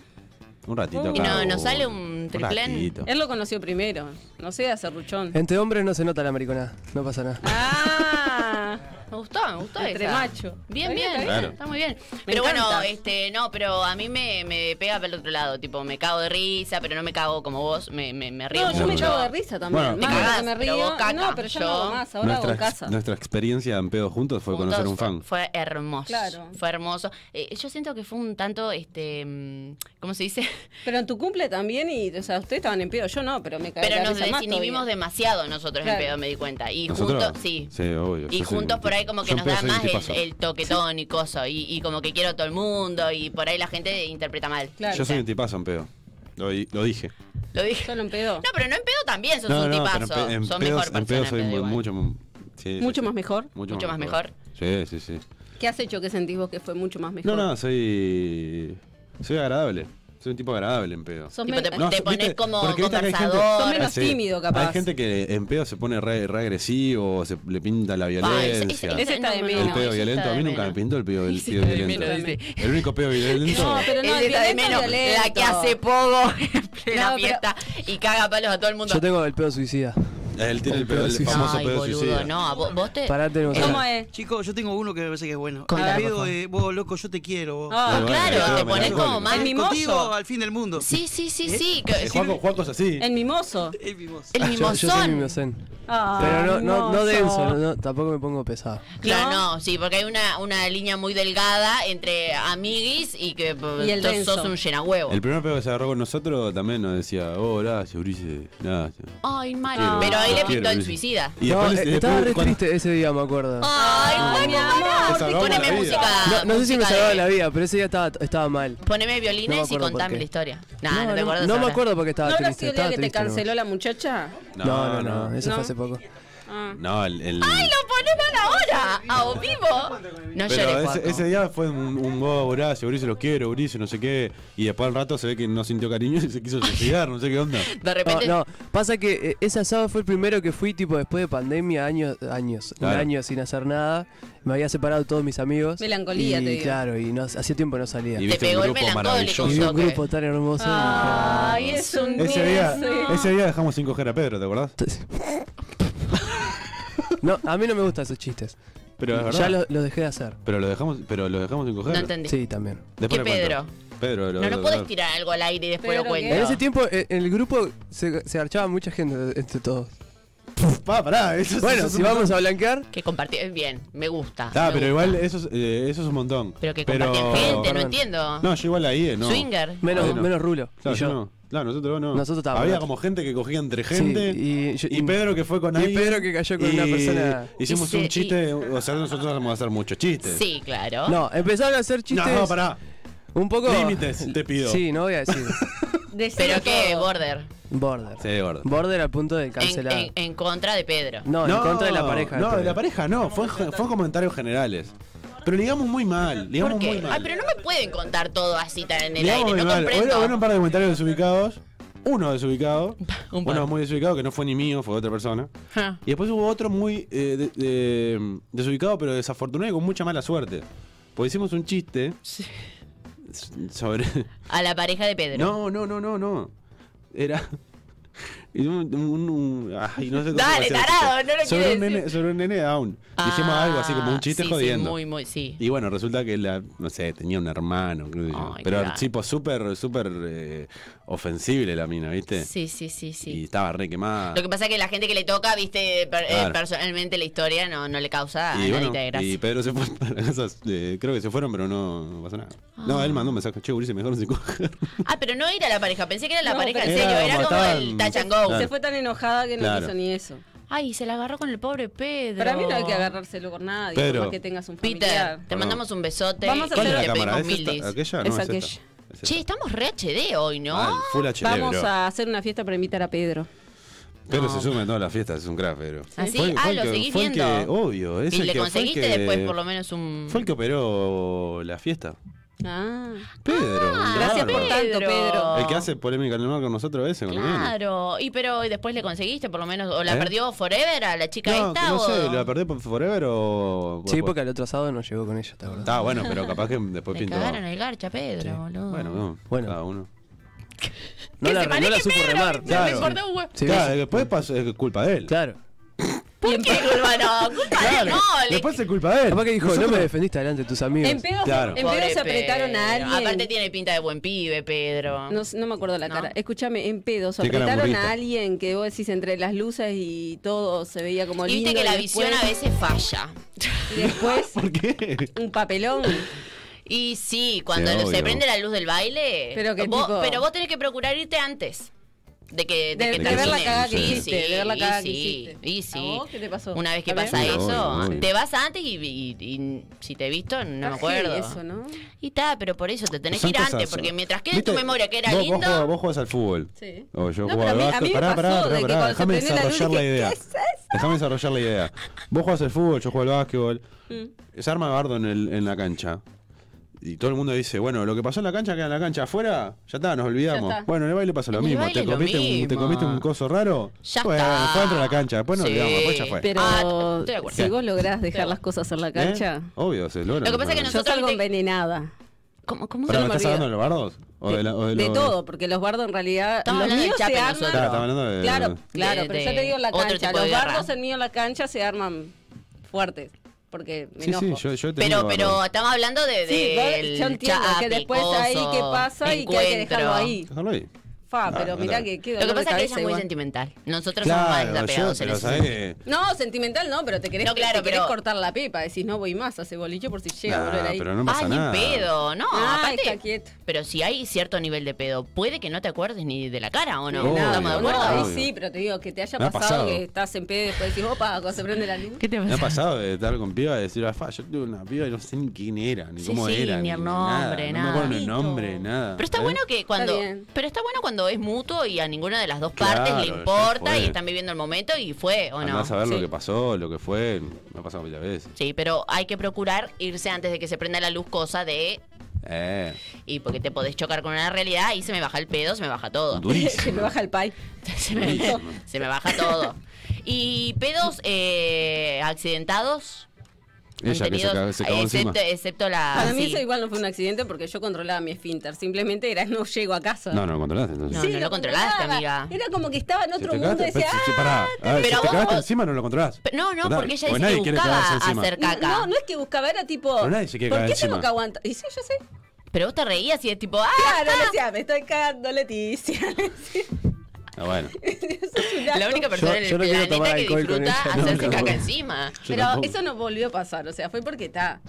Speaker 1: Un ratito
Speaker 2: Uy,
Speaker 1: acá,
Speaker 2: no, ¿no
Speaker 1: boludo.
Speaker 2: sale un triplén?
Speaker 1: ratito.
Speaker 3: Él lo conoció primero. No seas serruchón.
Speaker 4: Entre hombres no se nota la mariconada, no pasa nada.
Speaker 3: Ah.
Speaker 2: Me gustó, me gustó
Speaker 3: Entre
Speaker 2: esa.
Speaker 3: macho.
Speaker 2: Bien,
Speaker 3: Está bien,
Speaker 2: bien,
Speaker 3: está
Speaker 2: está,
Speaker 1: bien. Claro.
Speaker 2: muy bien. pero bueno,
Speaker 3: encanta.
Speaker 2: este, no, pero a mí me, me pega para el otro lado, tipo, me cago de risa, pero no me cago como vos, me, me, me [laughs] río
Speaker 3: No, yo
Speaker 2: mucho.
Speaker 3: me cago de risa también.
Speaker 1: Bueno, Te
Speaker 3: más de lo que
Speaker 2: cagás,
Speaker 3: me
Speaker 2: pero
Speaker 3: río.
Speaker 2: vos caca.
Speaker 3: no, pero yo no hago
Speaker 2: Yo-
Speaker 3: más, ahora
Speaker 1: Nuestra,
Speaker 3: hago casa.
Speaker 1: ex- nuestra experiencia de pedo juntos fue
Speaker 2: Juntos
Speaker 1: conocer un fan.
Speaker 2: Fue hermoso.
Speaker 3: Claro.
Speaker 2: Fue hermoso. Eh, yo siento que fue un tanto, este, mm, ¿cómo se dice?
Speaker 3: Pero en tu cumple también, y, o sea, ustedes estaban en pedo, yo no, pero me caí
Speaker 2: Pero
Speaker 3: la
Speaker 2: nos
Speaker 3: risa más
Speaker 2: desinhibimos
Speaker 3: todavía.
Speaker 2: demasiado nosotros
Speaker 3: Claro.
Speaker 2: en pedo, me di cuenta. Y
Speaker 1: ¿Nosotros?
Speaker 2: juntos, sí.
Speaker 1: obvio.
Speaker 2: Y
Speaker 1: yo soy
Speaker 2: juntos
Speaker 1: un-
Speaker 2: por ahí como que
Speaker 1: yo
Speaker 2: nos
Speaker 1: en pedo
Speaker 2: da
Speaker 1: soy un
Speaker 2: más el,
Speaker 1: tipazo.
Speaker 2: el toquetón y coso. Y, y como que quiero a todo el mundo y por ahí la gente interpreta mal.
Speaker 3: Claro.
Speaker 1: Yo soy un tipazo en pedo. Lo, di- lo dije.
Speaker 2: Lo dije.
Speaker 3: Solo en pedo.
Speaker 2: No, pero no en pedo también sos un
Speaker 1: pero
Speaker 2: tipazo.
Speaker 1: en, pe- en
Speaker 2: Sos
Speaker 1: pedo,
Speaker 2: mejor
Speaker 1: en pedo
Speaker 2: persona
Speaker 1: soy
Speaker 2: en pedo
Speaker 1: mu-
Speaker 2: igual.
Speaker 1: mucho, mu- sí, sí,
Speaker 3: ¿Mucho
Speaker 1: sí.
Speaker 3: más mejor?
Speaker 2: Mucho más
Speaker 1: Sí, sí, sí.
Speaker 3: ¿Qué has hecho que sentís vos que fue mucho más
Speaker 1: No,
Speaker 3: mejor?
Speaker 1: no, soy. Soy agradable. Soy un tipo agradable en pedo.
Speaker 3: Sos
Speaker 2: Tipo,
Speaker 3: men-
Speaker 2: te,
Speaker 1: No,
Speaker 2: te
Speaker 1: so-
Speaker 2: pones
Speaker 1: viste,
Speaker 2: como
Speaker 1: porque viste que hay gente-
Speaker 2: conversador.
Speaker 3: Son menos
Speaker 1: Sí.
Speaker 3: tímido, capaz.
Speaker 1: Hay gente que en pedo se pone re, re agresivo, se le pinta la
Speaker 2: Ah, ese- ese-
Speaker 1: violencia.
Speaker 3: ese está de menos.
Speaker 1: el pedo
Speaker 2: ese
Speaker 1: violento,
Speaker 2: está
Speaker 1: a mí
Speaker 2: de
Speaker 1: nunca me
Speaker 2: menos.
Speaker 1: pintó el
Speaker 2: [laughs]
Speaker 1: pedo, el
Speaker 2: Ese
Speaker 1: pedo
Speaker 2: está de
Speaker 1: violento.
Speaker 2: menos, dice.
Speaker 1: El único pedo violento.
Speaker 3: No, pero no,
Speaker 2: Ese
Speaker 3: el
Speaker 2: está de
Speaker 3: violento
Speaker 2: menos.
Speaker 3: es violento.
Speaker 2: La que hace pogo [laughs] en plena
Speaker 3: No, pero-
Speaker 2: fiesta y caga a palos a todo el mundo.
Speaker 4: Yo tengo el pedo suicida.
Speaker 1: Él tiene el, pedo, el
Speaker 4: suicida.
Speaker 1: famoso
Speaker 2: Ay,
Speaker 1: pedo
Speaker 2: boludo,
Speaker 1: suicida.
Speaker 2: no, a vos, vos te...
Speaker 4: Pará, tenemos
Speaker 2: Eh,
Speaker 4: que
Speaker 3: ¿Cómo
Speaker 4: hablar.
Speaker 3: es?
Speaker 7: Chicos, yo tengo uno que me parece que es bueno.
Speaker 2: Contá, por
Speaker 7: El pedo
Speaker 2: favor.
Speaker 7: de vos, loco, yo te quiero. Vos. Eh,
Speaker 3: Ah,
Speaker 1: Pero bueno,
Speaker 2: claro,
Speaker 1: el pedo
Speaker 2: te pones
Speaker 1: melancólico.
Speaker 2: Oh, como más-
Speaker 3: El mimoso.
Speaker 7: Contigo al fin del mundo.
Speaker 2: Sí, sí, sí, sí.
Speaker 1: Eh,
Speaker 2: que-
Speaker 1: Juaco, Juaco es así.
Speaker 3: El mimoso.
Speaker 7: El mimoso.
Speaker 2: El
Speaker 4: Yo, yo soy
Speaker 2: mimosón.
Speaker 4: mimosén.
Speaker 3: Ah,
Speaker 4: Pero no, no, no
Speaker 3: mimoso.
Speaker 4: denso, no- no, tampoco me pongo pesado.
Speaker 2: Claro,
Speaker 3: ¿No?
Speaker 2: ¿no? sí, porque hay una, una línea muy delgada entre amiguis y que eh,
Speaker 3: Y el
Speaker 2: sos
Speaker 3: denso.
Speaker 2: sos un llenahuevo.
Speaker 1: El primer pedo que se agarró con nosotros también nos decía, oh, gracias, Ulises, gracias.
Speaker 2: Ay, mal.
Speaker 1: Quiero,
Speaker 2: Pero
Speaker 1: Ulises,
Speaker 2: ahí le
Speaker 1: quiero,
Speaker 2: pintó el
Speaker 1: Ulises".
Speaker 2: suicida.
Speaker 1: Y
Speaker 4: no,
Speaker 1: después,
Speaker 4: eh,
Speaker 1: y
Speaker 4: estaba
Speaker 1: después
Speaker 4: re
Speaker 1: cuando-
Speaker 4: triste ese día, me acuerdo.
Speaker 2: Ay,
Speaker 3: mi
Speaker 2: Juaco,
Speaker 3: amor,
Speaker 1: te
Speaker 2: pará.
Speaker 1: salvamos
Speaker 2: Poneme
Speaker 1: la vida.
Speaker 2: música.
Speaker 4: No, no sé si me
Speaker 2: Ah, música
Speaker 4: salvaba
Speaker 2: de-
Speaker 4: la vida, pero ese día estaba, estaba mal.
Speaker 2: Poneme
Speaker 4: No me
Speaker 2: violines y
Speaker 4: acuerdo por
Speaker 2: contame
Speaker 4: qué.
Speaker 2: la historia. Nah, no, te acuerdas
Speaker 4: no me
Speaker 2: ahora.
Speaker 4: acuerdo porque estaba
Speaker 3: ¿No habrá
Speaker 4: triste.
Speaker 3: sido el día
Speaker 4: estaba
Speaker 3: que te
Speaker 4: triste nomás.
Speaker 3: canceló la muchacha?
Speaker 4: No, no, no, eso
Speaker 3: No.
Speaker 4: fue hace poco.
Speaker 1: No, el... el-
Speaker 2: ¡Ay, lo ponemos
Speaker 1: Ah,
Speaker 2: ahora! ¡A o vivo! No
Speaker 1: Pero
Speaker 2: llores, Juaco.
Speaker 1: ese, ese día fue un, un oh, gracias, Ulises, lo quiero, Ulises, no sé qué. Y después al rato se ve que no sintió cariño y se quiso suicidar, no sé qué
Speaker 2: [laughs]
Speaker 1: onda.
Speaker 2: De
Speaker 4: No,
Speaker 3: [laughs]
Speaker 2: repente...
Speaker 4: no, pasa que eh, ese asado fue el primero que fui, tipo, después de pandemia, años, años,
Speaker 1: Claro.
Speaker 4: un año sin hacer nada. Me había separado todos mis amigos.
Speaker 3: Melancolía,
Speaker 4: y,
Speaker 3: te digo.
Speaker 4: Claro, y no, hacía tiempo que no salía.
Speaker 1: Y
Speaker 4: Y,
Speaker 1: viste
Speaker 2: pegó
Speaker 1: un
Speaker 2: el
Speaker 1: grupo
Speaker 2: melancólico,
Speaker 1: maravilloso.
Speaker 4: vi un
Speaker 2: que-
Speaker 4: grupo tan hermoso.
Speaker 3: Ah. Ay, es un
Speaker 1: Ese día,
Speaker 3: beso.
Speaker 1: ese día dejamos sin coger a Pedro, ¿te acordás?
Speaker 4: No, a mí no me gustan esos chistes.
Speaker 1: Pero es verdad.
Speaker 4: Ya los los dejé de hacer.
Speaker 1: Pero lo dejamos, pero lo dejamos sin coger.
Speaker 2: No entendí.
Speaker 4: Sí, también.
Speaker 1: Después
Speaker 2: ¿Qué
Speaker 1: le
Speaker 2: Pedro?
Speaker 1: cuento. Pedro, lo,
Speaker 2: No, no
Speaker 1: lo-
Speaker 2: puedes
Speaker 1: lo-
Speaker 2: tirar algo al aire y después
Speaker 3: Pero
Speaker 2: lo
Speaker 3: que-
Speaker 2: cuento.
Speaker 4: En ese tiempo, eh, en el grupo se, se garchaba mucha gente
Speaker 1: [laughs]
Speaker 4: entre todos.
Speaker 1: Pa, pará, eso es- eso
Speaker 4: Bueno,
Speaker 1: es
Speaker 4: si
Speaker 1: un
Speaker 4: vamos
Speaker 1: montón.
Speaker 4: a blanquear,
Speaker 2: Que compartir... Bien, me gusta.
Speaker 1: Está,
Speaker 2: me
Speaker 1: Ah, pero
Speaker 2: gusta.
Speaker 1: igual eso es, eh, eso es un montón.
Speaker 2: Pero que compartían gente, no
Speaker 4: Perdón.
Speaker 2: entiendo.
Speaker 1: No, yo igual ahí, eh, no.
Speaker 2: Swinger.
Speaker 4: menos,
Speaker 1: Bueno.
Speaker 4: menos rulo.
Speaker 1: Claro,
Speaker 4: y
Speaker 1: yo
Speaker 4: yo.
Speaker 1: no. Claro, nosotros no.
Speaker 4: Nosotros estábamos
Speaker 1: Había
Speaker 4: acá.
Speaker 1: como gente que cogía entre gente.
Speaker 4: Sí,
Speaker 1: y,
Speaker 4: y yo-
Speaker 1: Pedro que fue con
Speaker 4: y
Speaker 1: alguien.
Speaker 4: Pedro que cayó con una
Speaker 1: y
Speaker 4: persona-
Speaker 1: Hicimos
Speaker 2: Y se-
Speaker 1: un chiste. O sea, nosotros vamos a hacer muchos chistes.
Speaker 2: Ah, Sí, claro.
Speaker 4: No, empezaron a hacer
Speaker 1: No,
Speaker 4: chistes.
Speaker 1: no, pará.
Speaker 4: Un poco.
Speaker 1: Límites, te pido.
Speaker 4: Sí, no voy a
Speaker 1: [laughs]
Speaker 4: decir.
Speaker 3: Decilo
Speaker 2: Pero qué,
Speaker 3: todo.
Speaker 2: border.
Speaker 4: Border.
Speaker 1: Sí, gordo.
Speaker 4: Border al punto de
Speaker 2: En,
Speaker 4: cancelar.
Speaker 2: en- en contra de Pedro.
Speaker 4: No, en contra de la pareja.
Speaker 1: No, de
Speaker 4: Pedro.
Speaker 1: la pareja no. Fue, fue comentarios generales. Pero ligamos muy mal. Ligamos
Speaker 2: ¿Por
Speaker 1: muy
Speaker 2: qué?
Speaker 1: mal.
Speaker 2: Ay, pero no me pueden contar todo así tan en el
Speaker 1: Mirá,
Speaker 2: aire.
Speaker 1: muy
Speaker 2: No
Speaker 1: mal. Hoy
Speaker 2: comprendo.
Speaker 1: hubo un par de comentarios desubicados. Uno desubicado.
Speaker 2: [laughs] Un par.
Speaker 1: uno muy desubicado, que no fue ni mío, fue de otra persona.
Speaker 2: Ja.
Speaker 1: Y después hubo otro muy eh, de- de- desubicado, pero desafortunado y con mucha mala suerte. Porque hicimos un chiste s- sobre.
Speaker 2: A la pareja de Pedro.
Speaker 1: No, no, no, no, no. Era. [laughs] y un- un- un- ay, no sé cómo
Speaker 2: Dale,
Speaker 1: hacer el
Speaker 2: tarado,
Speaker 1: chiste.
Speaker 2: no lo
Speaker 1: sobre
Speaker 2: quiere
Speaker 1: un, nene,
Speaker 2: decir.
Speaker 1: sobre un nene down.
Speaker 2: Ah,
Speaker 1: Hicimos algo así como un chiste
Speaker 2: sí,
Speaker 1: jodiendo.
Speaker 2: Sí, muy, muy, sí.
Speaker 1: Y bueno, resulta que la, no sé, tenía un hermano, creo yo.
Speaker 2: Ay,
Speaker 1: Pero
Speaker 2: claro.
Speaker 1: tipo súper, súper eh, ofensible la mina, ¿viste?
Speaker 2: Sí, sí, sí, sí.
Speaker 1: Y estaba re quemada.
Speaker 2: Lo que pasa es que la gente que le toca, viste, per- eh,
Speaker 1: Ah. Claro.
Speaker 2: personalmente la historia no, no le causa a
Speaker 1: y, bueno,
Speaker 2: nadie Ah, de gracia.
Speaker 1: y Pedro se fue [laughs] para la casa, eh, creo que se fueron, pero no, no pasó nada. No, él mandó un mensaje, che, Ulises, mejor no se
Speaker 2: [laughs]
Speaker 1: coger.
Speaker 2: Ah, pero no era la pareja, pensé que era la
Speaker 3: No,
Speaker 2: pareja en
Speaker 1: pero-
Speaker 2: serio, era
Speaker 1: Era
Speaker 2: como
Speaker 1: como
Speaker 2: el
Speaker 1: estaban-
Speaker 2: touch and
Speaker 1: Claro.
Speaker 2: go.
Speaker 3: Se fue tan enojada que no
Speaker 1: Claro.
Speaker 3: hizo ni eso.
Speaker 2: Ay, se la agarró con el pobre Pedro.
Speaker 3: Para mí no hay que agarrárselo con nadie,
Speaker 1: Pero-
Speaker 3: por más que tengas un
Speaker 2: Peter,
Speaker 3: familiar.
Speaker 2: te
Speaker 1: Perdón.
Speaker 2: mandamos un besote.
Speaker 3: Vamos a
Speaker 2: y
Speaker 1: ¿Cuál
Speaker 3: hacer-
Speaker 1: es
Speaker 2: te
Speaker 1: la cámara?
Speaker 2: pedimos
Speaker 1: ¿Es
Speaker 2: mil
Speaker 1: esta?
Speaker 2: dis.
Speaker 1: ¿Aquella? No,
Speaker 3: Es
Speaker 1: es, esta.
Speaker 3: aquella.
Speaker 1: Es esta.
Speaker 2: Che, estamos re HD hoy, ¿no?
Speaker 1: Mal, full HD,
Speaker 3: Vamos
Speaker 1: bro.
Speaker 3: a hacer una fiesta para invitar a Pedro.
Speaker 1: Pero
Speaker 2: No.
Speaker 1: se sumen todas las fiestas, es un craft, pero.
Speaker 2: ¿Ah, sí? Ah, lo seguís
Speaker 1: fue el que-
Speaker 2: viendo.
Speaker 1: obvio, es
Speaker 2: y
Speaker 1: el
Speaker 2: le
Speaker 1: que- fue el
Speaker 2: conseguiste
Speaker 1: que-
Speaker 2: después por lo menos un...
Speaker 1: Fue el que operó la fiesta.
Speaker 3: Ah.
Speaker 1: Pedro.
Speaker 2: Ah,
Speaker 1: qué
Speaker 3: Gracias
Speaker 1: bárbaro.
Speaker 3: por tanto, Pedro.
Speaker 1: El que hace polémica en el mar con nosotros ese, con el nene.
Speaker 2: Claro, y pero ¿y después le conseguiste por lo menos, o la
Speaker 1: ¿Eh?
Speaker 2: perdió Forever a la chica
Speaker 1: No,
Speaker 2: esta
Speaker 1: no
Speaker 2: o...
Speaker 1: sé, ¿la perdí por Forever o...?
Speaker 4: Sí, porque al otro asado no llegó con ella, ¿te acordás?
Speaker 1: Está bueno, pero capaz que después
Speaker 2: Le
Speaker 1: pintó...
Speaker 2: cagaron el garcha, Pedro, boludo.
Speaker 1: Bueno, no,
Speaker 4: Bueno.
Speaker 1: cada uno.
Speaker 4: No
Speaker 2: Que
Speaker 4: la,
Speaker 2: se
Speaker 4: no la
Speaker 2: maneje
Speaker 4: supo
Speaker 2: Pedro,
Speaker 4: remar.
Speaker 2: no le
Speaker 1: Claro.
Speaker 2: importa un hue-
Speaker 4: Sí,
Speaker 1: claro,
Speaker 4: sí.
Speaker 1: después pasó, es culpa de él.
Speaker 4: Claro.
Speaker 2: ¿Por qué culpa no? Culpa de él,
Speaker 8: Claro.
Speaker 2: no. le-
Speaker 8: Después es culpa de él.
Speaker 4: Capaz que dijo, no me
Speaker 8: Nosotros-
Speaker 4: defendiste delante de tus amigos.
Speaker 3: En pedo,
Speaker 1: Claro.
Speaker 3: en pedo
Speaker 2: Pobre
Speaker 3: se apretaron a
Speaker 2: Pedro.
Speaker 3: alguien.
Speaker 2: Aparte tiene pinta de buen pibe, Pedro.
Speaker 3: No, no me acuerdo la
Speaker 2: ¿No?
Speaker 3: cara. Escúchame, en pedo, se
Speaker 1: Qué cara
Speaker 3: apretaron
Speaker 1: burrita.
Speaker 3: a alguien que vos decís entre las luces y todo se veía como
Speaker 2: Y
Speaker 3: lindo.
Speaker 2: viste que la
Speaker 3: y
Speaker 2: visión a
Speaker 3: después-
Speaker 2: veces falla.
Speaker 3: Y después,
Speaker 1: [laughs] [laughs] ¿Por qué?
Speaker 3: un papelón.
Speaker 2: Y sí, cuando
Speaker 1: Sí,
Speaker 2: lo- se
Speaker 1: obvio.
Speaker 2: prende la luz del baile.
Speaker 3: Pero que
Speaker 2: vos,
Speaker 3: tipo-
Speaker 2: pero vos tenés que procurar irte antes. De que,
Speaker 1: de
Speaker 2: que
Speaker 3: De-
Speaker 2: termine.
Speaker 1: ver la cagada que
Speaker 2: Sí,
Speaker 3: hiciste,
Speaker 2: sí,
Speaker 3: de ver la
Speaker 2: y
Speaker 3: cagada que
Speaker 2: sí,
Speaker 3: hiciste.
Speaker 2: Y
Speaker 3: ¿A
Speaker 2: sí.
Speaker 3: vos qué te pasó?
Speaker 2: Una vez que
Speaker 3: ¿A ver?
Speaker 2: pasa
Speaker 1: Sí,
Speaker 2: eso,
Speaker 1: obvio, obvio.
Speaker 2: te vas antes y, y- y si te he visto, no me
Speaker 3: Está heavy
Speaker 2: acuerdo.
Speaker 3: Eso, ¿no?
Speaker 2: Y está, pero por eso te tenés que
Speaker 1: Son
Speaker 2: ir
Speaker 1: cosas,
Speaker 2: antes,
Speaker 1: son-
Speaker 2: porque mientras quede en tu
Speaker 1: ¿Viste?
Speaker 2: memoria que era
Speaker 1: vos, Vos
Speaker 2: lindo.
Speaker 1: jugás, vos jugás al fútbol.
Speaker 3: Sí.
Speaker 1: O yo jugaba
Speaker 3: No,
Speaker 1: al
Speaker 3: pero a mí- a mí
Speaker 1: básquet.
Speaker 3: me
Speaker 1: Pará, pará,
Speaker 3: pasó
Speaker 1: pará,
Speaker 3: de que
Speaker 1: pará.
Speaker 3: cuando se
Speaker 1: Déjame
Speaker 3: prendió la luz
Speaker 1: desarrollar la
Speaker 3: dije,
Speaker 1: idea.
Speaker 3: ¿qué es eso?
Speaker 1: Déjame desarrollar la idea. Vos jugás al fútbol, yo juego al básquetbol.
Speaker 2: Mm.
Speaker 1: Se arma bardo en, el- en la cancha. Y todo el mundo dice, bueno, lo que pasó en la cancha queda en la cancha. Afuera, ya está, nos olvidamos.
Speaker 3: Ya está.
Speaker 1: Bueno, en el baile pasa lo
Speaker 2: En el
Speaker 1: mismo.
Speaker 2: baile
Speaker 1: Te
Speaker 2: lo
Speaker 1: comiste, Un, te
Speaker 2: mismo.
Speaker 1: comiste un coso raro.
Speaker 2: Ya
Speaker 1: bueno,
Speaker 2: está.
Speaker 1: fue dentro de la cancha. Después nos
Speaker 2: Sí.
Speaker 1: olvidamos, después ya fue.
Speaker 3: Pero
Speaker 2: Ah, estoy de acuerdo.
Speaker 3: si vos lográs dejar
Speaker 2: Sí.
Speaker 3: las cosas en la
Speaker 1: ¿Eh?
Speaker 3: cancha,
Speaker 1: Obvio, se logra.
Speaker 2: Lo que pasa es que
Speaker 3: yo
Speaker 2: Nosotros
Speaker 3: salgo
Speaker 2: te-
Speaker 3: envenenada.
Speaker 2: ¿Cómo, cómo
Speaker 1: Pará,
Speaker 2: se
Speaker 1: ¿me
Speaker 2: llama?
Speaker 1: estás hablando
Speaker 3: olvido.
Speaker 1: de los bardos? ¿O de, la- o de
Speaker 3: de
Speaker 1: los-
Speaker 3: todo, porque los bardos en realidad.
Speaker 2: Estamos
Speaker 3: los
Speaker 2: hablando del
Speaker 3: míos
Speaker 2: chape
Speaker 3: se arman.
Speaker 2: nosotros.
Speaker 1: Claro, estamos hablando de-
Speaker 3: Claro, claro,
Speaker 2: de-
Speaker 3: pero yo
Speaker 2: de
Speaker 3: te digo en la
Speaker 2: otro
Speaker 3: cancha.
Speaker 2: tipo de
Speaker 3: Los
Speaker 2: guerra.
Speaker 3: bardos en mío en la cancha se arman fuertes. Porque me
Speaker 1: Sí,
Speaker 3: enojo.
Speaker 1: sí, yo, yo he tenido
Speaker 2: Pero, pero
Speaker 1: bardos.
Speaker 2: estamos hablando de,
Speaker 3: Sí,
Speaker 2: del
Speaker 3: yo entiendo
Speaker 2: chat,
Speaker 3: que después ahí
Speaker 2: coso,
Speaker 3: qué pasa y que hay que dejarlo
Speaker 2: encuentro.
Speaker 3: ahí.
Speaker 1: Déjalo ahí.
Speaker 3: Fa,
Speaker 1: Ah,
Speaker 3: pero
Speaker 1: no te
Speaker 3: mirá
Speaker 1: hagas.
Speaker 3: que qué
Speaker 2: Lo que
Speaker 3: dolor de
Speaker 2: pasa es que ella
Speaker 3: cabeza
Speaker 2: es muy
Speaker 3: igual.
Speaker 2: sentimental. Nosotros somos más
Speaker 1: Claro, yo,
Speaker 2: desapegados en
Speaker 1: pero
Speaker 2: ese
Speaker 1: sabés
Speaker 2: sentido.
Speaker 1: que...
Speaker 3: No, sentimental no, pero te querés,
Speaker 2: No, claro,
Speaker 3: te querés
Speaker 2: pero-
Speaker 3: cortar la pepa. Decís, no voy más a ese boliche por si llega a volver
Speaker 1: Nah,
Speaker 3: ahí.
Speaker 1: pero no pasa
Speaker 2: Ay, ni
Speaker 1: nada.
Speaker 2: pedo, no,
Speaker 3: Ah,
Speaker 2: aparte-
Speaker 3: está quieto.
Speaker 2: Pero si hay cierto nivel de pedo, puede que no te acuerdes ni de la cara o no.
Speaker 1: Obvio,
Speaker 2: ¿Estamos de
Speaker 3: No,
Speaker 2: acuerdo?
Speaker 3: ahí
Speaker 1: Obvio.
Speaker 3: sí, pero te digo que te haya
Speaker 1: Me ha
Speaker 3: pasado,
Speaker 1: pasado.
Speaker 3: que estás en pedo y después decís, opa, cuando se prende la luz.
Speaker 2: ¿Qué te
Speaker 1: Me ha
Speaker 2: pasa?
Speaker 1: pasado de estar con piba y decir, "Afa, yo tuve una piba y no sé ni quién era, ni
Speaker 2: Sí,
Speaker 1: cómo
Speaker 2: sí,
Speaker 1: era.
Speaker 2: ni el nombre,
Speaker 1: No me acuerdo ni el
Speaker 2: nada.
Speaker 1: nombre, nada.
Speaker 2: Pero está
Speaker 1: ¿Eh?
Speaker 2: bueno que cuando
Speaker 3: bien.
Speaker 2: pero está bueno cuando es mutuo y a ninguna de las dos
Speaker 1: Claro,
Speaker 2: partes le
Speaker 1: ya
Speaker 2: importa
Speaker 1: fue.
Speaker 2: y están viviendo el momento y fue o
Speaker 1: Andá
Speaker 2: no.
Speaker 1: a saber lo
Speaker 2: Sí.
Speaker 1: que pasó, lo que fue. Me ha pasado muchas veces.
Speaker 2: Sí, pero hay que procurar irse antes de que se prenda la luz cosa de
Speaker 1: Eh,
Speaker 2: y porque te podés chocar con una realidad y se me baja el pedo, se me baja todo.
Speaker 1: [laughs]
Speaker 3: [laughs] Se me
Speaker 1: durísimo.
Speaker 3: baja el pie.
Speaker 2: [laughs] se, me, se me baja todo. Y pedos eh, accidentados. han
Speaker 1: Ella que se,
Speaker 2: tenido,
Speaker 1: cagó- se cagó encima.
Speaker 2: excepto, excepto la.
Speaker 3: Para mí
Speaker 2: Ah, sí.
Speaker 3: eso igual no fue un accidente porque yo controlaba mi esfínter. Simplemente era, no llego a casa.
Speaker 1: No, no lo controlaste entonces.
Speaker 2: No, no lo controlaste,
Speaker 3: controlaba.
Speaker 2: amiga.
Speaker 3: Era como que estaba en
Speaker 1: Si
Speaker 3: otro
Speaker 1: te
Speaker 3: mundo y
Speaker 1: cagaste,
Speaker 3: decía,
Speaker 1: si- si-
Speaker 3: ah,
Speaker 1: pará, a ver,
Speaker 2: Pero
Speaker 1: si te
Speaker 2: vos-
Speaker 1: cagaste
Speaker 2: vos-
Speaker 1: encima no lo controlás.
Speaker 2: Pero no, no,
Speaker 1: Total,
Speaker 2: porque ella
Speaker 1: porque
Speaker 2: dice
Speaker 1: nadie
Speaker 2: que
Speaker 1: quiere
Speaker 2: buscaba
Speaker 1: cagarse encima.
Speaker 2: hacer caca.
Speaker 3: "Ah, No, no es que buscaba, era tipo,
Speaker 1: Pero nadie se quiere
Speaker 3: ¿por
Speaker 1: cagar
Speaker 3: qué tengo
Speaker 1: encima.
Speaker 3: que aguantar? Y sí, yo sé.
Speaker 2: Pero vos te reías y es tipo, ¡ah!
Speaker 3: Claro, le decía, me estoy cagando, Leticia. [laughs] Le decía,
Speaker 1: Ah, bueno.
Speaker 3: "Eso es un asco".
Speaker 2: La única persona
Speaker 4: Yo-
Speaker 2: en el
Speaker 4: yo no quiero tomar
Speaker 2: planeta que
Speaker 4: alcohol con
Speaker 2: disfruta
Speaker 4: ella, no,
Speaker 2: hacerse
Speaker 4: no.
Speaker 2: caca encima.
Speaker 3: Pero
Speaker 1: tampoco.
Speaker 3: eso no volvió a pasar, o sea, fue porque está.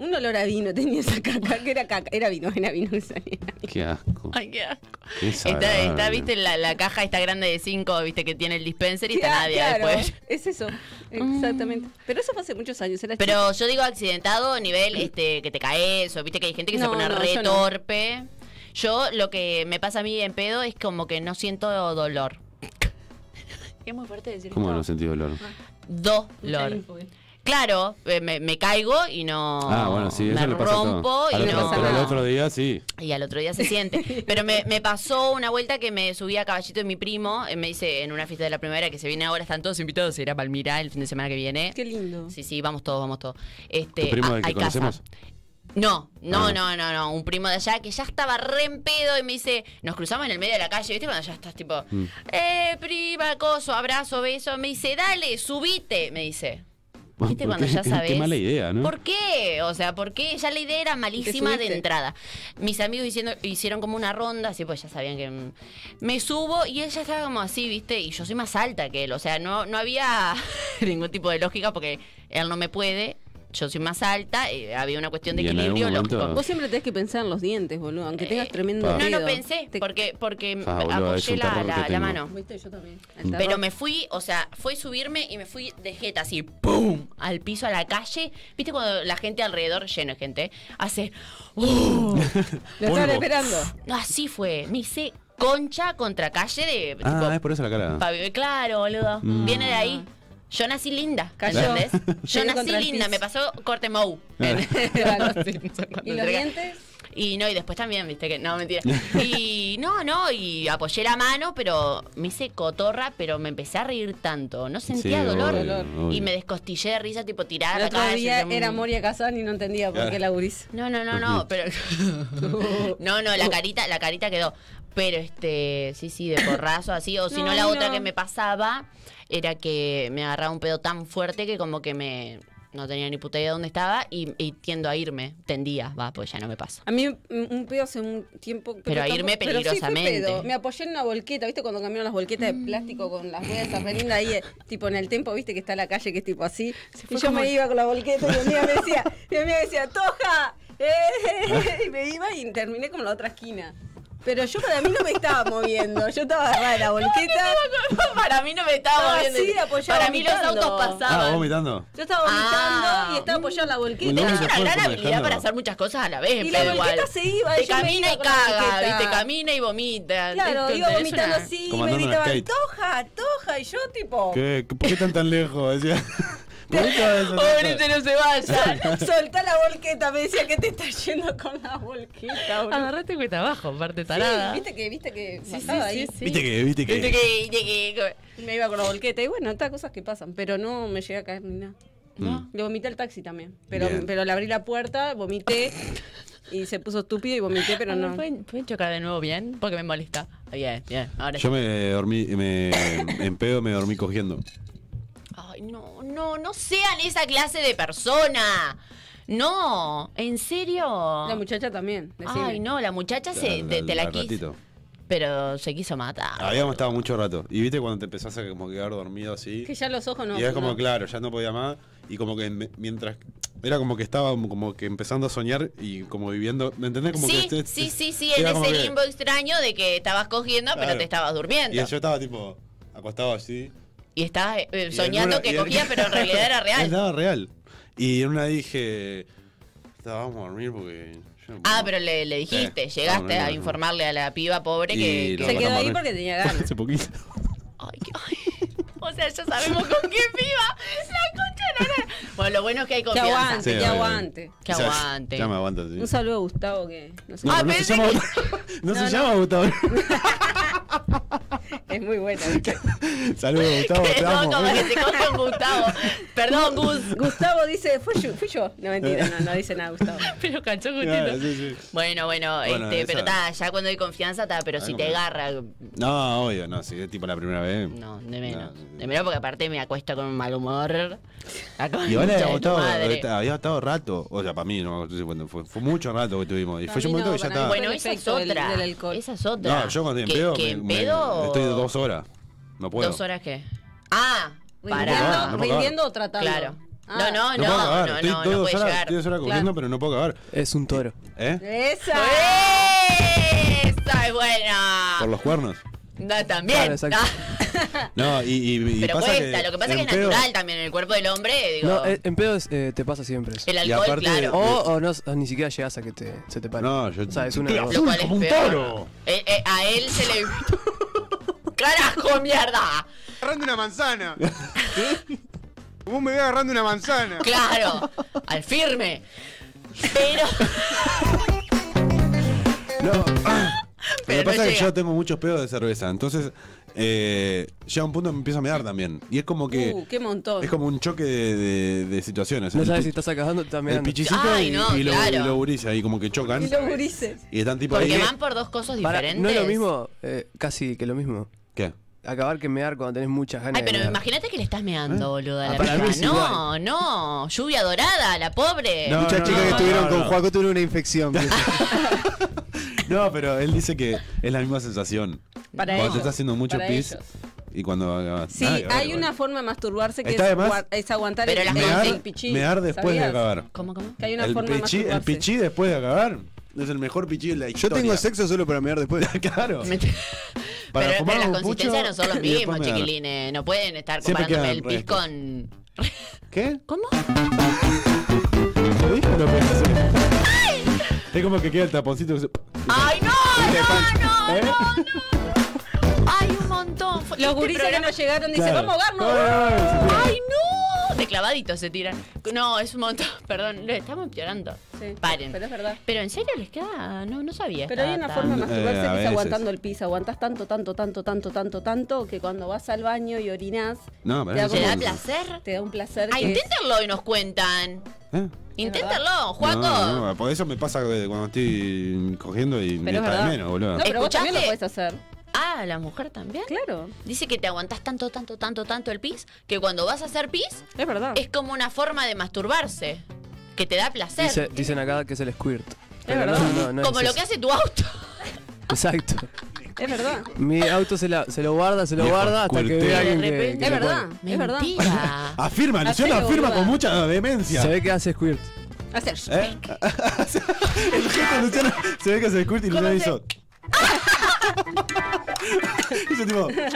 Speaker 3: Un olor a vino tenía esa caca, que era caca, era vino, era vino que salía.
Speaker 1: Qué asco.
Speaker 2: Ay, qué asco.
Speaker 1: Qué ah,
Speaker 2: Está, está,
Speaker 1: desagradable.
Speaker 2: viste, la, la caja está grande de 5, viste, que tiene el dispenser y está
Speaker 3: Ah,
Speaker 2: nadie
Speaker 3: claro,
Speaker 2: después. Mm.
Speaker 3: Es eso, exactamente. Pero eso fue hace muchos años, era chica.
Speaker 2: Pero yo digo accidentado a nivel este, que te caes, o viste que hay gente que se
Speaker 3: No,
Speaker 2: pone
Speaker 3: no,
Speaker 2: re
Speaker 3: yo no.
Speaker 2: torpe. Yo lo que me pasa a mí en pedo es como que no siento dolor. Es muy fuerte decir
Speaker 1: ¿Cómo no sentí dolor?
Speaker 2: Dolor. Claro, eh, me, me caigo y no.
Speaker 1: Ah, bueno, sí, eso
Speaker 2: me
Speaker 1: le pasa a todo.
Speaker 2: rompo
Speaker 1: Al
Speaker 2: y
Speaker 1: otro-
Speaker 2: no.
Speaker 1: Pero el otro día sí.
Speaker 2: Y al otro día se siente. Pero me, me pasó una vuelta que me subí a caballito de mi primo. eh, Me dice en una fiesta de la primavera que se viene ahora, están todos invitados. Será Palmira el fin de semana que viene.
Speaker 3: Qué lindo.
Speaker 2: Sí, sí, vamos todos, vamos todos. Este,
Speaker 1: ¿Tu primo
Speaker 2: ah,
Speaker 1: del que
Speaker 2: hay casa.
Speaker 1: conocemos?
Speaker 2: No, no,
Speaker 1: Ah.
Speaker 2: no, no, no. Un primo de allá que ya estaba re en pedo y me dice, nos cruzamos en el medio de la calle, ¿viste? Cuando ya estás tipo, eh, prima, coso, abrazo, beso. Me dice, dale, subite, me dice. ¿Viste
Speaker 1: [laughs] ¿Por
Speaker 2: cuando
Speaker 1: Pues, qué?
Speaker 2: ya
Speaker 1: Qué-
Speaker 2: sabes?
Speaker 1: Qué mala idea, ¿no?
Speaker 2: ¿Por qué? O sea, ¿por qué? Ya la idea era malísima de
Speaker 3: subiste.
Speaker 2: entrada. Mis amigos hicieron, hicieron como una ronda, así pues ya sabían que mm, me subo y él ya estaba como así, ¿viste? Y yo soy más alta que él, o sea, no, no había [laughs] ningún tipo de lógica porque él no me puede, yo soy más alta, y había una cuestión de
Speaker 1: Y en
Speaker 2: equilibrio
Speaker 1: algún momento-
Speaker 2: lógico. Eh,
Speaker 3: Vos siempre tenés que pensar en los dientes, boludo, aunque tengas tremendo
Speaker 1: Eh, pa.
Speaker 2: No, no
Speaker 3: dedo.
Speaker 2: pensé,
Speaker 3: Te-
Speaker 2: porque, porque
Speaker 1: Ah, boludo, es
Speaker 2: apoyé
Speaker 1: un
Speaker 2: la,
Speaker 1: terror que
Speaker 2: la- la
Speaker 1: tengo.
Speaker 2: mano.
Speaker 3: Viste, yo también.
Speaker 2: Pero me fui, o sea, fue subirme y me fui de jeta así, ¡pum! al piso, a la calle. ¿Viste cuando la gente alrededor, lleno de gente, hace.
Speaker 1: [laughs]
Speaker 2: ¡uh!
Speaker 3: Lo estaban
Speaker 1: polvo. [laughs]
Speaker 3: esperando.
Speaker 2: Así fue. Me hice concha contra calle de.
Speaker 1: Ah, es
Speaker 2: tipo,
Speaker 1: por eso Mm. la cara.
Speaker 2: Fabio- Claro, boludo. Viene de ahí. Yo nací linda.
Speaker 3: Cayó.
Speaker 2: ¿Entendés?
Speaker 3: [laughs]
Speaker 2: Yo
Speaker 3: Cayó
Speaker 2: nací
Speaker 3: contra el
Speaker 2: linda.
Speaker 3: piso.
Speaker 2: Me pasó corte Mou. [laughs]
Speaker 3: Claro.
Speaker 2: Sí, no sé cuándo
Speaker 3: ¿Y los
Speaker 2: entrega.
Speaker 3: dientes?
Speaker 2: Y no, y después también, viste que.
Speaker 1: [laughs]
Speaker 2: No, mentira. Y no, no, y apoyé la mano, pero me hice cotorra, pero me empecé a reír tanto. No sentía
Speaker 1: Sí,
Speaker 2: dolor.
Speaker 1: obvio,
Speaker 2: Y
Speaker 1: obvio.
Speaker 2: me descostillé de risa, tipo tirada.
Speaker 3: El
Speaker 2: la
Speaker 3: otro
Speaker 2: calle,
Speaker 3: día
Speaker 2: como-
Speaker 3: era Moria Kazan y no entendía por qué la gurisa.
Speaker 1: [laughs]
Speaker 3: [laughs]
Speaker 2: No, no, no, no, pero. no, no, la carita, la carita quedó. Pero este, sí, sí, de porrazo así. O si no,
Speaker 3: No,
Speaker 2: la
Speaker 3: no.
Speaker 2: otra que me pasaba era que me agarraba un pedo tan fuerte que como que me. No tenía ni puta idea de dónde estaba y, y tiendo a irme. Tendía, va, pues ya no me pasa.
Speaker 3: A mí mm, un pedo hace un tiempo.
Speaker 2: Pero a
Speaker 3: tampoco-
Speaker 2: irme
Speaker 3: pero sí fue
Speaker 2: peligrosamente.
Speaker 3: pedo. Me apoyé en una volqueta, ¿viste? Cuando cambiaron las volquetas de plástico con las ruedas esas re lindas ahí, eh, tipo en el tempo, ¿viste? Que está la calle que es tipo así. Y yo me iba con la volqueta y mi amiga me decía, mi amiga decía, ¡Toja! ¡Eh! [laughs] Y me iba y terminé como en la otra esquina. Pero yo para mí no me estaba moviendo, yo estaba agarrada de la volqueta.
Speaker 2: [laughs] Para mí no me
Speaker 3: Estaba
Speaker 2: estaba moviendo.
Speaker 3: así, apoyada,
Speaker 2: Para mí los
Speaker 3: vomitando.
Speaker 2: autos
Speaker 1: Ah,
Speaker 2: pasaban. [laughs]
Speaker 1: vomitando.
Speaker 3: Yo estaba vomitando
Speaker 2: Ah.
Speaker 3: y estaba apoyada en la volqueta.
Speaker 1: No,
Speaker 2: Tenés
Speaker 1: se
Speaker 2: una
Speaker 1: puede
Speaker 2: gran
Speaker 1: comer,
Speaker 2: habilidad
Speaker 1: Alejandro.
Speaker 2: para hacer muchas cosas a la vez,
Speaker 3: Y la
Speaker 2: pero
Speaker 3: volqueta
Speaker 2: igual.
Speaker 3: se iba,
Speaker 2: Te
Speaker 3: yo me
Speaker 2: camina
Speaker 3: iba
Speaker 2: y
Speaker 3: con la
Speaker 2: caga,
Speaker 3: volqueta.
Speaker 2: te camina y vomita.
Speaker 3: Claro,
Speaker 2: Te-
Speaker 3: iba
Speaker 2: tenés
Speaker 3: vomitando
Speaker 2: una-
Speaker 3: así,
Speaker 1: Como
Speaker 3: me
Speaker 1: andando en
Speaker 3: gritaban,
Speaker 1: skate.
Speaker 3: toja, toja, y yo tipo,
Speaker 1: ¿Qué? ¿Por qué están tan lejos?
Speaker 2: [laughs]
Speaker 1: Decía. ¿Por qué todas esas
Speaker 2: Pobrete,
Speaker 1: cosas?
Speaker 2: no se vaya. [laughs]
Speaker 3: [laughs] soltá la volqueta, me decía que te está yendo con la volqueta, boludo.
Speaker 2: Agarrate cuesta abajo, parte
Speaker 3: Sí,
Speaker 2: tarada.
Speaker 3: viste que, viste que
Speaker 2: Sí, sí,
Speaker 3: pasaba
Speaker 2: sí,
Speaker 3: ahí.
Speaker 2: sí.
Speaker 1: Viste que, viste
Speaker 2: Viste
Speaker 1: que.
Speaker 2: que- viste que-
Speaker 3: Y me iba con la volqueta, y bueno, estas cosas que pasan, pero no me llegué a caer ni nada.
Speaker 1: mm.
Speaker 2: ¿No?
Speaker 3: Le vomité al taxi también, pero,
Speaker 1: Bien.
Speaker 3: pero le abrí la puerta, vomité, y se puso estúpido y vomité, pero no.
Speaker 2: ¿Pueden, pueden chocar de nuevo bien? Porque me molesta. Bien, bien. Ahora
Speaker 1: Yo
Speaker 2: sí.
Speaker 1: me dormí, me, en pedo me dormí cogiendo.
Speaker 2: Ay, no, no, no sean esa clase de persona. No, en serio.
Speaker 3: La muchacha también, decime.
Speaker 2: Ay, no, la muchacha se,
Speaker 1: Al-
Speaker 2: te,
Speaker 1: al-
Speaker 2: te la
Speaker 1: al
Speaker 2: quiso.
Speaker 1: ratito. Ah,
Speaker 2: Pero se quiso matar.
Speaker 1: Habíamos estado mucho rato. Y viste cuando te empezás a como quedar dormido así.
Speaker 3: Que ya los ojos no...
Speaker 1: y es como,
Speaker 3: no.
Speaker 1: claro, ya no podía más. Y como que me- mientras. Era como que estaba como que empezando a soñar y como viviendo. ¿Me entendés? Como
Speaker 2: sí,
Speaker 1: que este-
Speaker 2: sí, sí, sí, en
Speaker 1: era como
Speaker 2: ese
Speaker 1: que-
Speaker 2: limbo extraño de que estabas cogiendo, pero
Speaker 1: Claro.
Speaker 2: te estabas durmiendo.
Speaker 1: Y yo estaba tipo acostado así.
Speaker 2: Y estabas eh, eh,
Speaker 1: Y
Speaker 2: soñando
Speaker 1: alguna-
Speaker 2: que
Speaker 1: y-
Speaker 2: cogías, pero
Speaker 1: [laughs]
Speaker 2: en realidad era real.
Speaker 1: Estaba real. Y en una dije. "Ta, Vamos a dormir porque. yo no puedo
Speaker 2: Ah,
Speaker 1: más". [laughs]
Speaker 2: pero le, le dijiste,
Speaker 1: Sí.
Speaker 2: llegaste
Speaker 1: No, no, no,
Speaker 2: a
Speaker 1: no.
Speaker 2: informarle a la piba pobre que...
Speaker 1: Y
Speaker 2: que-
Speaker 1: lo
Speaker 3: Se quedó ahí
Speaker 1: agarramos.
Speaker 3: porque tenía
Speaker 2: [laughs]
Speaker 3: ganas.
Speaker 1: Hace poquito.
Speaker 2: Ay, qué- ay. O sea, ya sabemos con qué piba. La concha de la lora. Bueno, lo bueno es que hay
Speaker 3: Que
Speaker 2: confianza.
Speaker 3: aguante,
Speaker 1: Sí,
Speaker 3: que
Speaker 1: obvio.
Speaker 3: aguante.
Speaker 1: [laughs]
Speaker 2: Que
Speaker 1: O sea,
Speaker 2: aguante.
Speaker 1: Ya me aguanta, sí.
Speaker 3: Un saludo a Gustavo que no sé,
Speaker 1: No,
Speaker 2: Ah,
Speaker 1: no se
Speaker 2: pensé
Speaker 1: llama,
Speaker 2: que-
Speaker 1: [laughs] no
Speaker 3: No,
Speaker 1: se
Speaker 3: no.
Speaker 1: llama Gustavo. [laughs]
Speaker 3: es muy bueno. ¿viste?
Speaker 1: Saludos, Gustavo, te
Speaker 2: [laughs] No,
Speaker 1: [laughs] amo.
Speaker 2: como que se coge un Gustavo.
Speaker 1: [laughs]
Speaker 2: Perdón, Gus.
Speaker 3: Gustavo dice, fue yo, fui yo. No, mentira, no, no dice nada Gustavo.
Speaker 2: Pero cachó
Speaker 1: Claro,
Speaker 2: justito.
Speaker 1: sí, sí.
Speaker 2: Bueno, bueno,
Speaker 1: Bueno,
Speaker 2: este, pero
Speaker 1: esa-
Speaker 2: está, ya cuando hay confianza, está, pero
Speaker 1: Ah,
Speaker 2: si
Speaker 1: no,
Speaker 2: te
Speaker 1: pero-
Speaker 2: agarra,
Speaker 1: No, obvio, no, si es tipo la primera vez.
Speaker 2: no, de menos.
Speaker 1: No, sí, sí.
Speaker 2: De menos porque aparte me acuesto con un mal humor. La
Speaker 1: Y ahora
Speaker 2: concha de
Speaker 1: había
Speaker 2: tu
Speaker 1: estado,
Speaker 2: madre.
Speaker 1: había estado rato, o sea, para mí, no, me acuerdo si fue- fue, fue mucho rato que tuvimos. Y
Speaker 3: No,
Speaker 1: fue
Speaker 3: a
Speaker 1: un
Speaker 3: mí
Speaker 1: momento
Speaker 3: no,
Speaker 1: que ya
Speaker 3: para
Speaker 1: estaba.
Speaker 3: mí
Speaker 2: Bueno, esa
Speaker 3: el
Speaker 2: es
Speaker 3: efecto del-
Speaker 2: otra.
Speaker 3: del alcohol.
Speaker 2: Esa es otra.
Speaker 1: No, yo cuando estoy
Speaker 2: Que-
Speaker 1: en pedo,
Speaker 2: que
Speaker 1: me-
Speaker 2: en
Speaker 1: me-
Speaker 2: pedo-
Speaker 1: estoy dos horas. No puedo.
Speaker 2: ¿Dos horas qué? Ah,
Speaker 1: acabar,
Speaker 2: para.
Speaker 1: no
Speaker 3: ¿Rindiendo,
Speaker 1: puedo
Speaker 3: rindiendo
Speaker 1: acabar.
Speaker 3: o tratando?
Speaker 2: Claro.
Speaker 3: Ah.
Speaker 2: No, no,
Speaker 1: puedo
Speaker 2: no,
Speaker 1: acabar.
Speaker 2: no,
Speaker 1: estoy
Speaker 2: no,
Speaker 1: dos
Speaker 2: no puede
Speaker 1: horas,
Speaker 2: llegar.
Speaker 1: estoy dos horas cogiendo, pero no puedo acabar.
Speaker 4: Es un toro.
Speaker 1: ¿Eh?
Speaker 3: ¡Esa!
Speaker 2: ¡Esa es
Speaker 1: Por
Speaker 2: buena!
Speaker 1: los cuernos.
Speaker 2: No, también.
Speaker 4: Claro, exacto.
Speaker 2: Ah,
Speaker 1: No, y, y, y
Speaker 2: [laughs] pero
Speaker 1: pasa
Speaker 2: cuesta, lo que pasa es que
Speaker 1: en
Speaker 2: es
Speaker 1: pedo-
Speaker 2: natural también en el cuerpo del hombre. Digo,
Speaker 4: No, eh, en pedo es, eh, te pasa siempre. eso.
Speaker 2: el
Speaker 1: y
Speaker 2: alcohol,
Speaker 1: aparte- oh,
Speaker 2: claro.
Speaker 4: O, o no, o ni siquiera llegas a que te, se te pare.
Speaker 1: No, yo-
Speaker 4: O sea, es una de
Speaker 1: Claro.
Speaker 4: dos.
Speaker 2: Lo cual
Speaker 1: como un
Speaker 2: es peor.
Speaker 1: toro.
Speaker 2: Eh, eh, a él se le. [laughs] ¡Carajo, mierda!
Speaker 8: agarrando una
Speaker 2: [laughs]
Speaker 8: manzana. Como un bebé agarrando una manzana.
Speaker 2: Claro, al firme.
Speaker 1: [laughs]
Speaker 2: Pero.
Speaker 1: No. ah, Pero
Speaker 2: [laughs] Pero
Speaker 1: lo que pasa
Speaker 2: no
Speaker 1: es que
Speaker 2: llega.
Speaker 1: yo tengo muchos pedos de cerveza, entonces eh, llega un punto que me empiezo a mear también. Y es como que.
Speaker 3: Uh, qué montón.
Speaker 1: Es como un choque de, de- de situaciones. ¿eh?
Speaker 4: No
Speaker 1: El
Speaker 4: sabes
Speaker 1: pi-
Speaker 4: si estás acabando, estás
Speaker 1: El
Speaker 4: mirando.
Speaker 1: pichicito
Speaker 2: Ay,
Speaker 1: y,
Speaker 2: no,
Speaker 1: y lo,
Speaker 2: claro.
Speaker 1: y lo gurises ahí, como que chocan.
Speaker 3: Y los gurises.
Speaker 1: Y están tipo
Speaker 2: Porque
Speaker 1: ahí.
Speaker 2: van por dos cosas
Speaker 4: Pará,
Speaker 2: diferentes.
Speaker 4: no es lo mismo, eh, casi que lo mismo.
Speaker 1: ¿Qué?
Speaker 4: Acabar que mear cuando tenés muchas ganas
Speaker 2: Ay, pero
Speaker 4: de mear.
Speaker 2: imagínate que le estás
Speaker 1: ¿Eh?
Speaker 2: meando, boluda.
Speaker 4: Ah,
Speaker 2: La
Speaker 4: para
Speaker 2: piba.
Speaker 4: mí es
Speaker 2: no,
Speaker 4: igual.
Speaker 2: no. Lluvia dorada, la pobre.
Speaker 1: No,
Speaker 8: Muchas
Speaker 1: no,
Speaker 8: chicas
Speaker 1: no,
Speaker 8: que estuvieron
Speaker 1: no,
Speaker 8: con
Speaker 1: no.
Speaker 8: Juaco tuvieron una
Speaker 4: [laughs]
Speaker 8: infección.
Speaker 1: No, pero él dice que es la misma sensación.
Speaker 3: Para
Speaker 1: cuando
Speaker 3: ellos,
Speaker 1: te está haciendo mucho
Speaker 3: para
Speaker 1: pis
Speaker 3: ellos.
Speaker 1: y cuando acabas.
Speaker 3: Sí,
Speaker 1: Nada que ver,
Speaker 3: hay
Speaker 1: igual.
Speaker 3: una forma de masturbarse que es,
Speaker 1: Está de más-
Speaker 3: guar- es aguantar
Speaker 2: Pero
Speaker 3: el,
Speaker 2: las
Speaker 3: el-
Speaker 2: cosas-
Speaker 3: el pichí.
Speaker 1: Mear después
Speaker 3: ¿sabías?
Speaker 1: de acabar.
Speaker 2: ¿Cómo, cómo?
Speaker 3: Que hay una
Speaker 1: el,
Speaker 3: forma de
Speaker 1: pichí, el
Speaker 3: masturbarse.
Speaker 1: pichí después de acabar es el mejor pichí de la
Speaker 8: Yo
Speaker 1: historia.
Speaker 8: tengo sexo solo para mirar después.
Speaker 1: Claro.
Speaker 2: Me- [laughs]
Speaker 1: Para
Speaker 2: pero,
Speaker 1: fumar
Speaker 2: pero
Speaker 1: un
Speaker 2: las
Speaker 1: pucho
Speaker 2: consistencias no son los
Speaker 1: y después
Speaker 2: mismos,
Speaker 1: mear.
Speaker 2: chiquilines. No pueden estar
Speaker 1: Siempre
Speaker 2: comparándome el
Speaker 1: quedan
Speaker 2: pis
Speaker 1: restos.
Speaker 2: con.
Speaker 1: ¿Qué?
Speaker 2: ¿Cómo?
Speaker 1: ¿Lo dije o lo pensé? Es como que queda el taponcito. que se-
Speaker 2: ¡Ay, no! ¡No, no!
Speaker 1: ¿Eh?
Speaker 2: ¡Ay, un montón! Fue-
Speaker 3: Los
Speaker 2: este
Speaker 3: gurises que
Speaker 2: programa-
Speaker 3: no llegaron dicen,
Speaker 1: Claro.
Speaker 3: vamos a ahogarnos.
Speaker 1: Ay, ay, ay.
Speaker 2: ¡Ay, no! de clavadito se tiran. No, es un montón. [laughs] Perdón, lo estamos empeorando.
Speaker 3: Sí,
Speaker 2: Paren.
Speaker 3: Pero es verdad.
Speaker 2: Pero en serio les queda. No, no sabía.
Speaker 3: Pero
Speaker 2: esta
Speaker 3: hay una
Speaker 2: data.
Speaker 3: forma de
Speaker 1: Eh,
Speaker 3: masturbarse
Speaker 1: a
Speaker 3: que es
Speaker 1: veces.
Speaker 3: aguantando el piso. Aguantas tanto, tanto, tanto, tanto, tanto, tanto, que cuando vas al baño y orinás,
Speaker 1: No,
Speaker 3: Te
Speaker 1: pero
Speaker 3: da
Speaker 1: eso
Speaker 2: ¿Te
Speaker 1: es
Speaker 2: da
Speaker 1: un-
Speaker 2: placer?
Speaker 3: te da un placer.
Speaker 2: Ah,
Speaker 3: que-
Speaker 2: inténtenlo y nos cuentan.
Speaker 1: ¿Eh?
Speaker 2: Inténtenlo, Juaco.
Speaker 1: No, no, por eso me pasa que cuando estoy cogiendo y me
Speaker 3: Pero es
Speaker 1: está
Speaker 3: verdad.
Speaker 1: de menos, boludo.
Speaker 3: No, pero vos también lo
Speaker 2: ¿Escuchaste?
Speaker 3: puedes hacer.
Speaker 2: Ah, la mujer también.
Speaker 3: Claro,
Speaker 2: Dice que te aguantás tanto, tanto, tanto, tanto el pis que cuando vas a hacer pis
Speaker 3: es verdad.
Speaker 2: es como una forma de masturbarse. Que te da placer.
Speaker 4: Dice- dicen acá que es el squirt. Pero
Speaker 3: verdad.
Speaker 4: No, no, no
Speaker 2: como
Speaker 4: es
Speaker 2: lo
Speaker 4: eso.
Speaker 2: que hace tu auto.
Speaker 4: Exacto.
Speaker 3: Es verdad.
Speaker 4: Mi auto se, la, se lo guarda, se lo
Speaker 1: Viejo
Speaker 4: guarda hasta que
Speaker 1: squirtero.
Speaker 2: De
Speaker 4: vea alguien que- que.
Speaker 2: repente-
Speaker 4: lo
Speaker 3: Es verdad,
Speaker 4: pone.
Speaker 3: es
Speaker 1: [laughs]
Speaker 3: verdad.
Speaker 2: Mentira.
Speaker 1: Afirma, Luciano
Speaker 3: Hacelo,
Speaker 1: afirma
Speaker 3: boluda.
Speaker 1: con mucha vehemencia. [laughs]
Speaker 4: Se ve que hace squirt.
Speaker 3: Hacer.
Speaker 1: ¿Eh? El gesto de Luciano se ve que se descubre y Luciano hizo. hizo [laughs] tipo.
Speaker 3: Es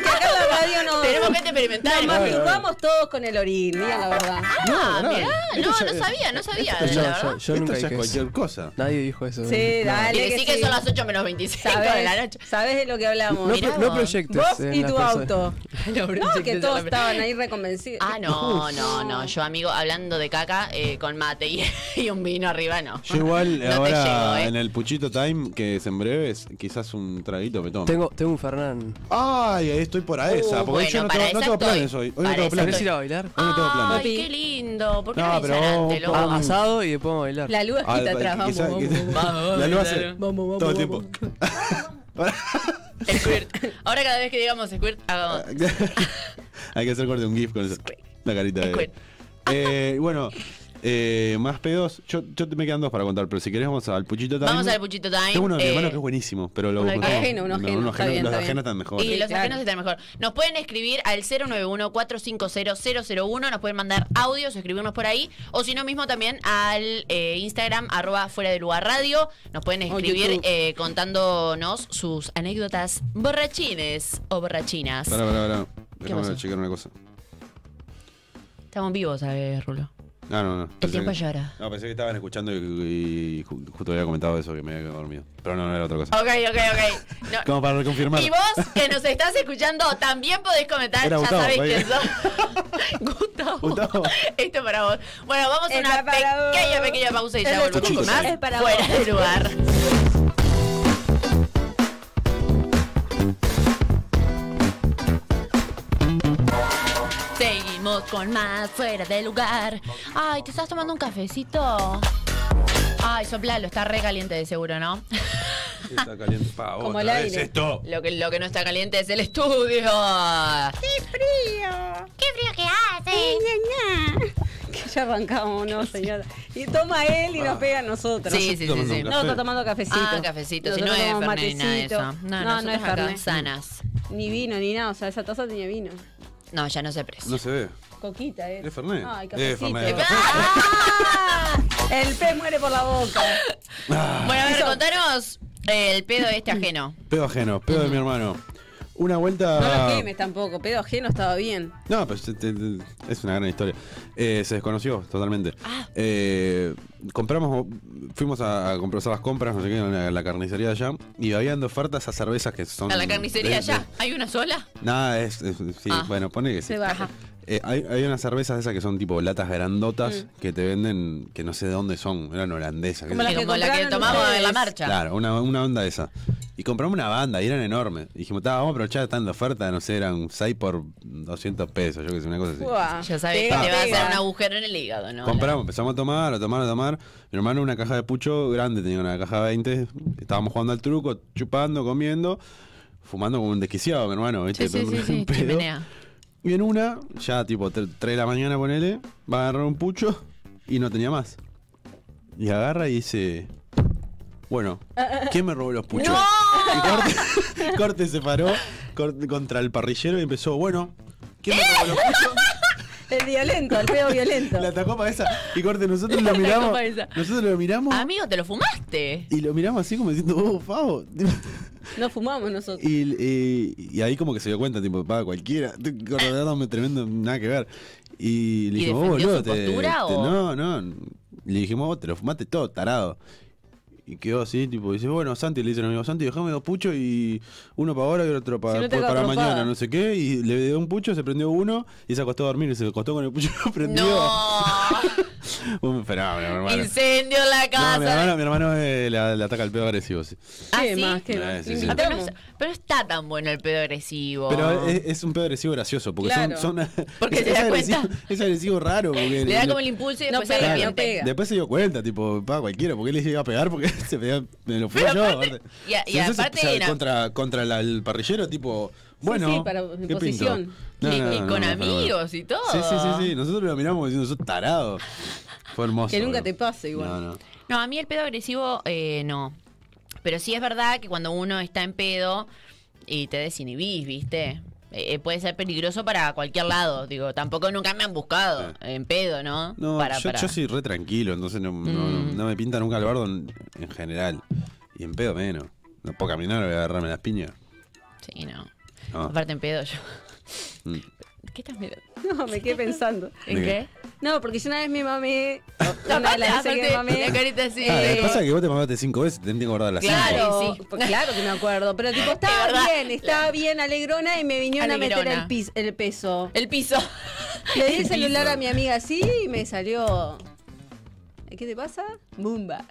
Speaker 3: que acá en la radio no.
Speaker 2: Tenemos que experimentar.
Speaker 3: Nos masturbamos todos con el orín, digan la verdad.
Speaker 2: Ah,
Speaker 1: No,
Speaker 2: mirá.
Speaker 1: esto
Speaker 2: No,
Speaker 1: ya-
Speaker 2: no sabía, no sabía.
Speaker 4: Yo,
Speaker 2: la verdad.
Speaker 4: yo, yo
Speaker 1: Esto ya
Speaker 4: nunca
Speaker 1: es
Speaker 4: dije eso.
Speaker 1: cualquier cosa.
Speaker 4: Nadie dijo eso.
Speaker 3: Sí,
Speaker 4: No.
Speaker 2: Y
Speaker 3: dale.
Speaker 2: decí que
Speaker 3: sí.
Speaker 2: son las 8 menos 25 de la
Speaker 3: Sabés,
Speaker 2: noche.
Speaker 3: sabés de lo que hablamos.
Speaker 4: No,
Speaker 2: Mirá
Speaker 4: pro- no
Speaker 2: vos.
Speaker 4: proyectes.
Speaker 3: Vos
Speaker 4: en
Speaker 3: y
Speaker 4: las
Speaker 3: tu
Speaker 4: personas. [laughs]
Speaker 3: auto.
Speaker 2: No,
Speaker 3: No, que todos estaban ahí reconvencidos.
Speaker 2: Ah, no, no, no. Yo, amigo, hablando de caca, eh, con mate y, [laughs] y un vino arriba, no.
Speaker 1: Yo igual
Speaker 2: No te
Speaker 1: ahora
Speaker 2: llego, eh.
Speaker 1: en el Puchito Time, que es en breves, quizás un traguito me tomo.
Speaker 4: Tengo, tengo un Fernán.
Speaker 1: Ay, estoy por a esa,
Speaker 2: Uh,
Speaker 1: porque
Speaker 2: bueno,
Speaker 1: yo no
Speaker 2: para
Speaker 1: tengo, no
Speaker 2: esa
Speaker 1: tengo
Speaker 2: estoy.
Speaker 1: planes hoy. Hoy
Speaker 2: Para
Speaker 1: no tengo
Speaker 2: esa
Speaker 1: planes.
Speaker 4: ¿Querés
Speaker 2: estoy.
Speaker 4: ir a bailar?
Speaker 1: Hoy no tengo planes.
Speaker 2: Ay, qué lindo. ¿Por qué no,
Speaker 1: No,
Speaker 2: avisan
Speaker 1: pero
Speaker 2: antes,
Speaker 1: vos-
Speaker 2: loco?
Speaker 4: A- Ah, asado y después vamos a bailar.
Speaker 3: La luz
Speaker 1: Ah,
Speaker 3: agita atrás, vamos,
Speaker 1: quizá-
Speaker 3: vamos.
Speaker 1: quizá-
Speaker 3: [laughs] vamos.
Speaker 1: [laughs]
Speaker 2: vamos.
Speaker 1: La luz hace
Speaker 2: Claro.
Speaker 3: Vamos, vamos,
Speaker 1: todo el
Speaker 3: vamos.
Speaker 1: tiempo.
Speaker 2: [laughs] El squirt. Ahora cada vez que digamos squirt, hagamos.
Speaker 1: [laughs] Hay que hacer corte un GIF con eso. La carita de.
Speaker 2: Squirt.
Speaker 1: Eh, bueno, eh, más pedos. Yo, yo te- me quedan dos para contar, pero si querés vamos al Puchito Time.
Speaker 2: Vamos al Puchito Time.
Speaker 1: Tengo uno de mi
Speaker 2: Eh,
Speaker 1: hermano que es buenísimo, pero lo
Speaker 2: uno de-
Speaker 1: contamos.
Speaker 3: ajeno, uno
Speaker 1: No,
Speaker 3: ajeno, está
Speaker 1: ajeno, Los
Speaker 3: bien, está bien.
Speaker 1: ajenos están mejor.
Speaker 2: Y
Speaker 3: Sí,
Speaker 2: los
Speaker 3: claro.
Speaker 2: ajenos están mejor. Nos pueden escribir al 091-450-001. Nos pueden mandar audios, escribirnos por ahí. O si no, mismo también al eh, Instagram, arroba fuera de lugar radio. Nos pueden
Speaker 3: O
Speaker 2: escribir
Speaker 3: YouTube.
Speaker 2: eh, contándonos sus anécdotas borrachines o borrachinas.
Speaker 1: Pará, pará, pará.
Speaker 2: pasó?
Speaker 1: Déjame checar una cosa.
Speaker 2: Estamos vivos, ¿sabes, Rulo?
Speaker 1: Ah, no, no.
Speaker 2: El
Speaker 1: Pensé
Speaker 2: tiempo
Speaker 1: que-
Speaker 2: llora.
Speaker 1: No, pensé que estaban escuchando y, y ju- justo había comentado eso que me había quedado dormido. Pero no, no era otra cosa.
Speaker 2: Ok, ok, ok. No.
Speaker 1: Como para reconfirmar.
Speaker 2: Y vos, que nos estás escuchando, también podés comentar.
Speaker 1: Era
Speaker 2: ya
Speaker 1: Gustavo,
Speaker 2: sabés quién
Speaker 1: está [laughs]
Speaker 2: sos. Gustavo.
Speaker 1: Gustavo.
Speaker 2: Esto es para vos. Bueno, vamos a
Speaker 3: Era
Speaker 2: una
Speaker 3: para vos.
Speaker 2: pequeña, pequeña pausa y ya
Speaker 3: Era
Speaker 2: volvemos
Speaker 1: Chuchito,
Speaker 2: con más.
Speaker 3: es para
Speaker 2: Fuera
Speaker 3: vos.
Speaker 2: de lugar. Seguimos con más fuera de lugar. Ay, ¿te estás tomando un cafecito? Ay, soplalo, está re caliente de seguro, ¿no?
Speaker 1: Está caliente. Pa,
Speaker 2: [laughs]
Speaker 3: Como
Speaker 1: otra
Speaker 3: el
Speaker 1: vez
Speaker 3: aire.
Speaker 1: esto.
Speaker 2: Lo que, lo que no está caliente es el estudio. ¡Qué frío! ¡Qué frío que hace!
Speaker 3: Que ya arrancamos, no, señora. Y toma él y nos pega a nosotros.
Speaker 2: Ah. Sí, sí, sí. sí.
Speaker 1: No,
Speaker 3: No, está tomando cafecito.
Speaker 2: Ah, cafecito. Si no
Speaker 3: Nosotros
Speaker 2: es
Speaker 3: tomamos
Speaker 2: Fernet ni nada de eso.
Speaker 3: matecito.
Speaker 2: No,
Speaker 3: no, no es
Speaker 2: carne.
Speaker 3: Fernet.
Speaker 2: sanas.
Speaker 3: Ni vino, ni nada. O sea, esa taza tenía vino.
Speaker 2: No, ya no se precio.
Speaker 1: No se ve.
Speaker 3: Coquita, ¿eh?
Speaker 1: Es Fernet.
Speaker 3: Ay,
Speaker 1: Es
Speaker 3: cafecito.
Speaker 1: Fernet.
Speaker 3: [laughs]
Speaker 2: ¡Ah!
Speaker 3: El pez muere por la boca.
Speaker 1: Ah.
Speaker 2: Bueno, a ver, contanos el pedo este
Speaker 1: [laughs]
Speaker 2: ajeno.
Speaker 1: Pedo ajeno, pedo de mi hermano. Una vuelta.
Speaker 3: No lo quemes tampoco. Pedo ajeno estaba bien.
Speaker 1: No, pero se- te- te- es una gran historia. Eh, se desconoció totalmente. Eh, compramos, fuimos a, a comprar hacer las compras, no sé qué, en la, en la carnicería allá, y habían de ofertas a cervezas que son.
Speaker 2: A la carnicería
Speaker 1: de- de-
Speaker 2: ya. ¿Hay una sola?
Speaker 1: Nada, es, es- sí,
Speaker 2: Ah.
Speaker 1: bueno, pone que sí.
Speaker 3: Se baja.
Speaker 2: Ajá.
Speaker 1: Eh, hay, hay unas cervezas esas que son tipo latas grandotas que te venden, que no sé de dónde son, eran holandesas. qué
Speaker 3: Como
Speaker 1: sé
Speaker 3: las
Speaker 1: yo.
Speaker 3: que
Speaker 2: Como la que
Speaker 3: compraron
Speaker 2: tomamos en la
Speaker 3: ustedes.
Speaker 2: marcha.
Speaker 1: Claro, una, una onda de esa. Y compramos una banda y eran enormes. Y dijimos, "Ta, vamos a aprovechar, están de oferta, no sé, eran 6 por 200 pesos, yo que sé, una cosa así.
Speaker 3: Buah,
Speaker 2: Ya sabes que
Speaker 3: pega,
Speaker 2: te va a hacer
Speaker 3: pega.
Speaker 2: un agujero en el hígado, ¿no?
Speaker 1: Compramos, empezamos a tomar, a tomar, a tomar. Mi hermano una caja de pucho grande, tenía una caja de 20. Estábamos jugando al truco, chupando, comiendo, fumando como un desquiciado, mi hermano. ¿viste?
Speaker 2: Sí, sí, sí,
Speaker 1: Un
Speaker 2: sí.
Speaker 1: [laughs] pedo.
Speaker 2: Chimenea.
Speaker 1: Y en una, ya tipo 3 de la mañana, ponele, va a agarrar un pucho y no tenía más. Y agarra y dice, bueno, ¿quién me robó los puchos? Y corte, [laughs] corte se paró corte contra el parrillero y empezó, bueno, ¿quién me robó los puchos?
Speaker 3: El violento, el pedo violento.
Speaker 1: La tacó para esa. Y corte, nosotros
Speaker 2: [laughs]
Speaker 1: lo miramos.
Speaker 2: para esa.
Speaker 1: Nosotros lo miramos.
Speaker 2: [laughs] Amigo, te lo fumaste.
Speaker 1: Y lo miramos así como diciendo, oh, pavo.
Speaker 3: No fumamos nosotros.
Speaker 1: Y, eh, y ahí como que se dio cuenta, tipo, pa, cualquiera, tú, cortándome tremendo, nada que ver. Y le
Speaker 2: ¿Y
Speaker 1: dijimos, vos,
Speaker 2: defendió
Speaker 1: boludo,
Speaker 2: su
Speaker 1: te,
Speaker 2: postura
Speaker 1: te-
Speaker 2: o?
Speaker 1: No, no. Le dijimos, vos te lo fumaste todo, tarado. Y quedó así, tipo, dice, bueno, Santi, le dice al amigo, Santi, déjame dos puchos y uno para ahora y otro para,
Speaker 3: Si no
Speaker 1: pa-
Speaker 3: tengo
Speaker 1: para
Speaker 3: atropada.
Speaker 1: mañana, no sé qué. Y le dio un pucho, se prendió uno y se acostó a dormir y se acostó con el pucho [laughs] prendido. [laughs]
Speaker 2: No.
Speaker 1: Un fenómeno, mi hermano.
Speaker 2: Incendio en Ah, la
Speaker 1: No, mi
Speaker 2: casa.
Speaker 1: hermano, mi hermano eh, le, le ataca el pedo agresivo, sí.
Speaker 2: ¿Ah,
Speaker 3: ¿Qué
Speaker 2: sí?
Speaker 3: más? ¿Qué
Speaker 1: Ah,
Speaker 3: más?
Speaker 1: sí, sí.
Speaker 2: Ah, pero, no
Speaker 3: Invitamos.
Speaker 2: es- pero está tan bueno el pedo agresivo.
Speaker 1: Pero eh, es, es un pedo agresivo gracioso, porque
Speaker 3: Claro.
Speaker 1: son, son [laughs]
Speaker 2: Porque
Speaker 1: es,
Speaker 2: te das
Speaker 1: agresivo,
Speaker 2: cuenta.
Speaker 1: es agresivo raro, porque
Speaker 2: Le da como el impulso y
Speaker 3: No
Speaker 2: después se
Speaker 3: pega, no
Speaker 2: arrepiente.
Speaker 3: pega.
Speaker 1: Después se dio cuenta, tipo, pa, cualquiera, porque él les iba a pegar porque [laughs] se pegaba, me lo fui
Speaker 2: Pero
Speaker 1: yo.
Speaker 2: aparte-
Speaker 1: aparte.
Speaker 2: y a- y
Speaker 1: Si nosotros
Speaker 2: aparte
Speaker 1: se-
Speaker 2: era-
Speaker 1: contra, contra la- el parrillero, tipo,
Speaker 3: Sí,
Speaker 1: bueno,
Speaker 3: sí, para- en
Speaker 1: ¿qué pinto?
Speaker 3: posición.
Speaker 1: No,
Speaker 2: y,
Speaker 1: no,
Speaker 2: y
Speaker 1: no,
Speaker 2: con
Speaker 1: no, pero bueno.
Speaker 2: amigos y todo.
Speaker 1: Sí, sí, sí, sí, nosotros lo miramos diciendo, sos tarado. Fue hermoso.
Speaker 3: Que nunca
Speaker 1: boludo.
Speaker 3: te pase igual.
Speaker 1: No, no.
Speaker 2: No, a mí el pedo agresivo eh, no. Pero sí es verdad que cuando uno está en pedo y te desinhibís, ¿viste? Eh, eh, puede ser peligroso para cualquier lado. Digo, tampoco nunca me han buscado
Speaker 1: Sí.
Speaker 2: en pedo, ¿no?
Speaker 1: No,
Speaker 2: para,
Speaker 1: yo,
Speaker 2: para.
Speaker 1: yo soy re tranquilo, entonces no, no-
Speaker 2: Mm.
Speaker 1: no me pinta nunca el bardo en, en general. Y en pedo menos. No puedo caminar, voy a agarrarme las piñas.
Speaker 2: Sí, no.
Speaker 1: No.
Speaker 2: Aparte en pedo yo.
Speaker 1: Ah. Mm.
Speaker 2: ¿Qué estás mirando? [laughs]
Speaker 3: No, me quedé pensando.
Speaker 2: ¿En
Speaker 1: ¿De
Speaker 2: qué?
Speaker 1: qué?
Speaker 3: No, porque yo una vez me mamé. Una de
Speaker 2: Aparte,
Speaker 3: las veces que
Speaker 2: aparte,
Speaker 3: me
Speaker 2: la
Speaker 3: mamé.
Speaker 2: carita así.
Speaker 1: Ah, eh, pasa que vos te mamaste cinco veces, te tenés que guardar las cinco.
Speaker 3: Claro,
Speaker 2: Sí, sí.
Speaker 3: pues claro que me acuerdo.
Speaker 2: [laughs]
Speaker 3: Pero tipo,
Speaker 2: Es
Speaker 3: estaba
Speaker 2: verdad.
Speaker 3: bien, estaba bien, alegrona, y me vinieron a meter
Speaker 2: Alegrona.
Speaker 3: el, pis- el peso.
Speaker 2: El piso.
Speaker 3: Le di el celular a mi amiga así y me salió. ¿Qué te pasa? Bumba.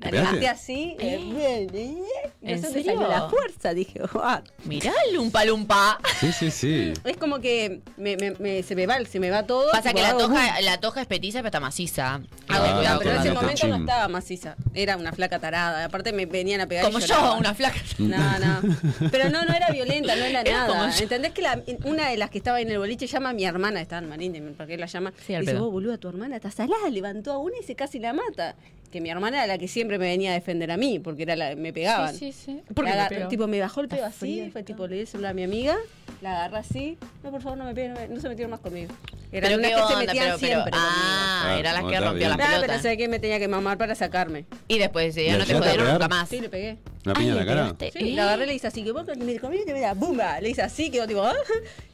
Speaker 1: ¿Te
Speaker 3: Le metí
Speaker 1: pegaste?
Speaker 3: así. eh, bien, eh, y
Speaker 2: ¿En
Speaker 3: eso te
Speaker 2: serio?
Speaker 3: salió la fuerza, dije. "Ah".
Speaker 2: Mirá el lumpa lumpa.
Speaker 1: Sí, sí, sí.
Speaker 3: Es como que me, me- me- se me va, se me va todo.
Speaker 2: Pasa
Speaker 3: tipo,
Speaker 2: que la
Speaker 3: hago bum.
Speaker 2: toja, la toja es petiza, pero está maciza.
Speaker 1: Ah,
Speaker 2: Hago-
Speaker 3: Ah,
Speaker 2: hago-
Speaker 3: pero en
Speaker 1: con
Speaker 3: ese
Speaker 1: la
Speaker 3: momento no
Speaker 1: chin.
Speaker 3: estaba maciza. Era una flaca tarada. Aparte me venían a pegar. y
Speaker 2: como yo,
Speaker 3: lloraba.
Speaker 2: una flaca.
Speaker 3: No, no. [laughs] Pero no, no era violenta, no
Speaker 2: [laughs]
Speaker 3: era
Speaker 2: Era
Speaker 3: nada.
Speaker 2: como yo.
Speaker 3: ¿Entendés que la- una de las que estaba en el boliche llama a mi hermana? Estaba en Marín, ¿para qué la llama?
Speaker 2: Sí, al
Speaker 3: dice,
Speaker 2: pedo.
Speaker 3: vos, boludo, tu hermana está salada. Levantó a una y se casi la mata. Que mi hermana era la que siempre me venía a defender a mí, porque era la me pegaban.
Speaker 2: sí.
Speaker 3: La agarré- tipo, me bajó el pedo así, fue tipo, le di el celular a mi amiga, la agarré así, no, por favor, no me peguen, no, me- no se metieron más conmigo. Era
Speaker 2: Pero
Speaker 3: una
Speaker 2: qué
Speaker 3: que se
Speaker 2: onda, pero,
Speaker 3: metían
Speaker 2: pero-
Speaker 3: siempre conmigo.
Speaker 2: ah,
Speaker 1: Ah,
Speaker 2: era la
Speaker 1: bueno,
Speaker 2: que
Speaker 1: está
Speaker 2: rompió las
Speaker 1: bien.
Speaker 3: Nah, pero
Speaker 2: pelotas.
Speaker 3: sé que me tenía que mamar para sacarme.
Speaker 2: Y después ya
Speaker 1: ¿Le
Speaker 2: no te
Speaker 1: llegaste a
Speaker 2: jodieron
Speaker 1: pegar?
Speaker 2: nunca más.
Speaker 3: Sí, le pegué.
Speaker 1: ¿Una piña en la cara?
Speaker 2: pegaste.
Speaker 3: Sí, la agarré Eh, y le hice así, que vos me comí y te me da ¡bumba! Le hice así, quedó tipo, [laughs] ¡ah!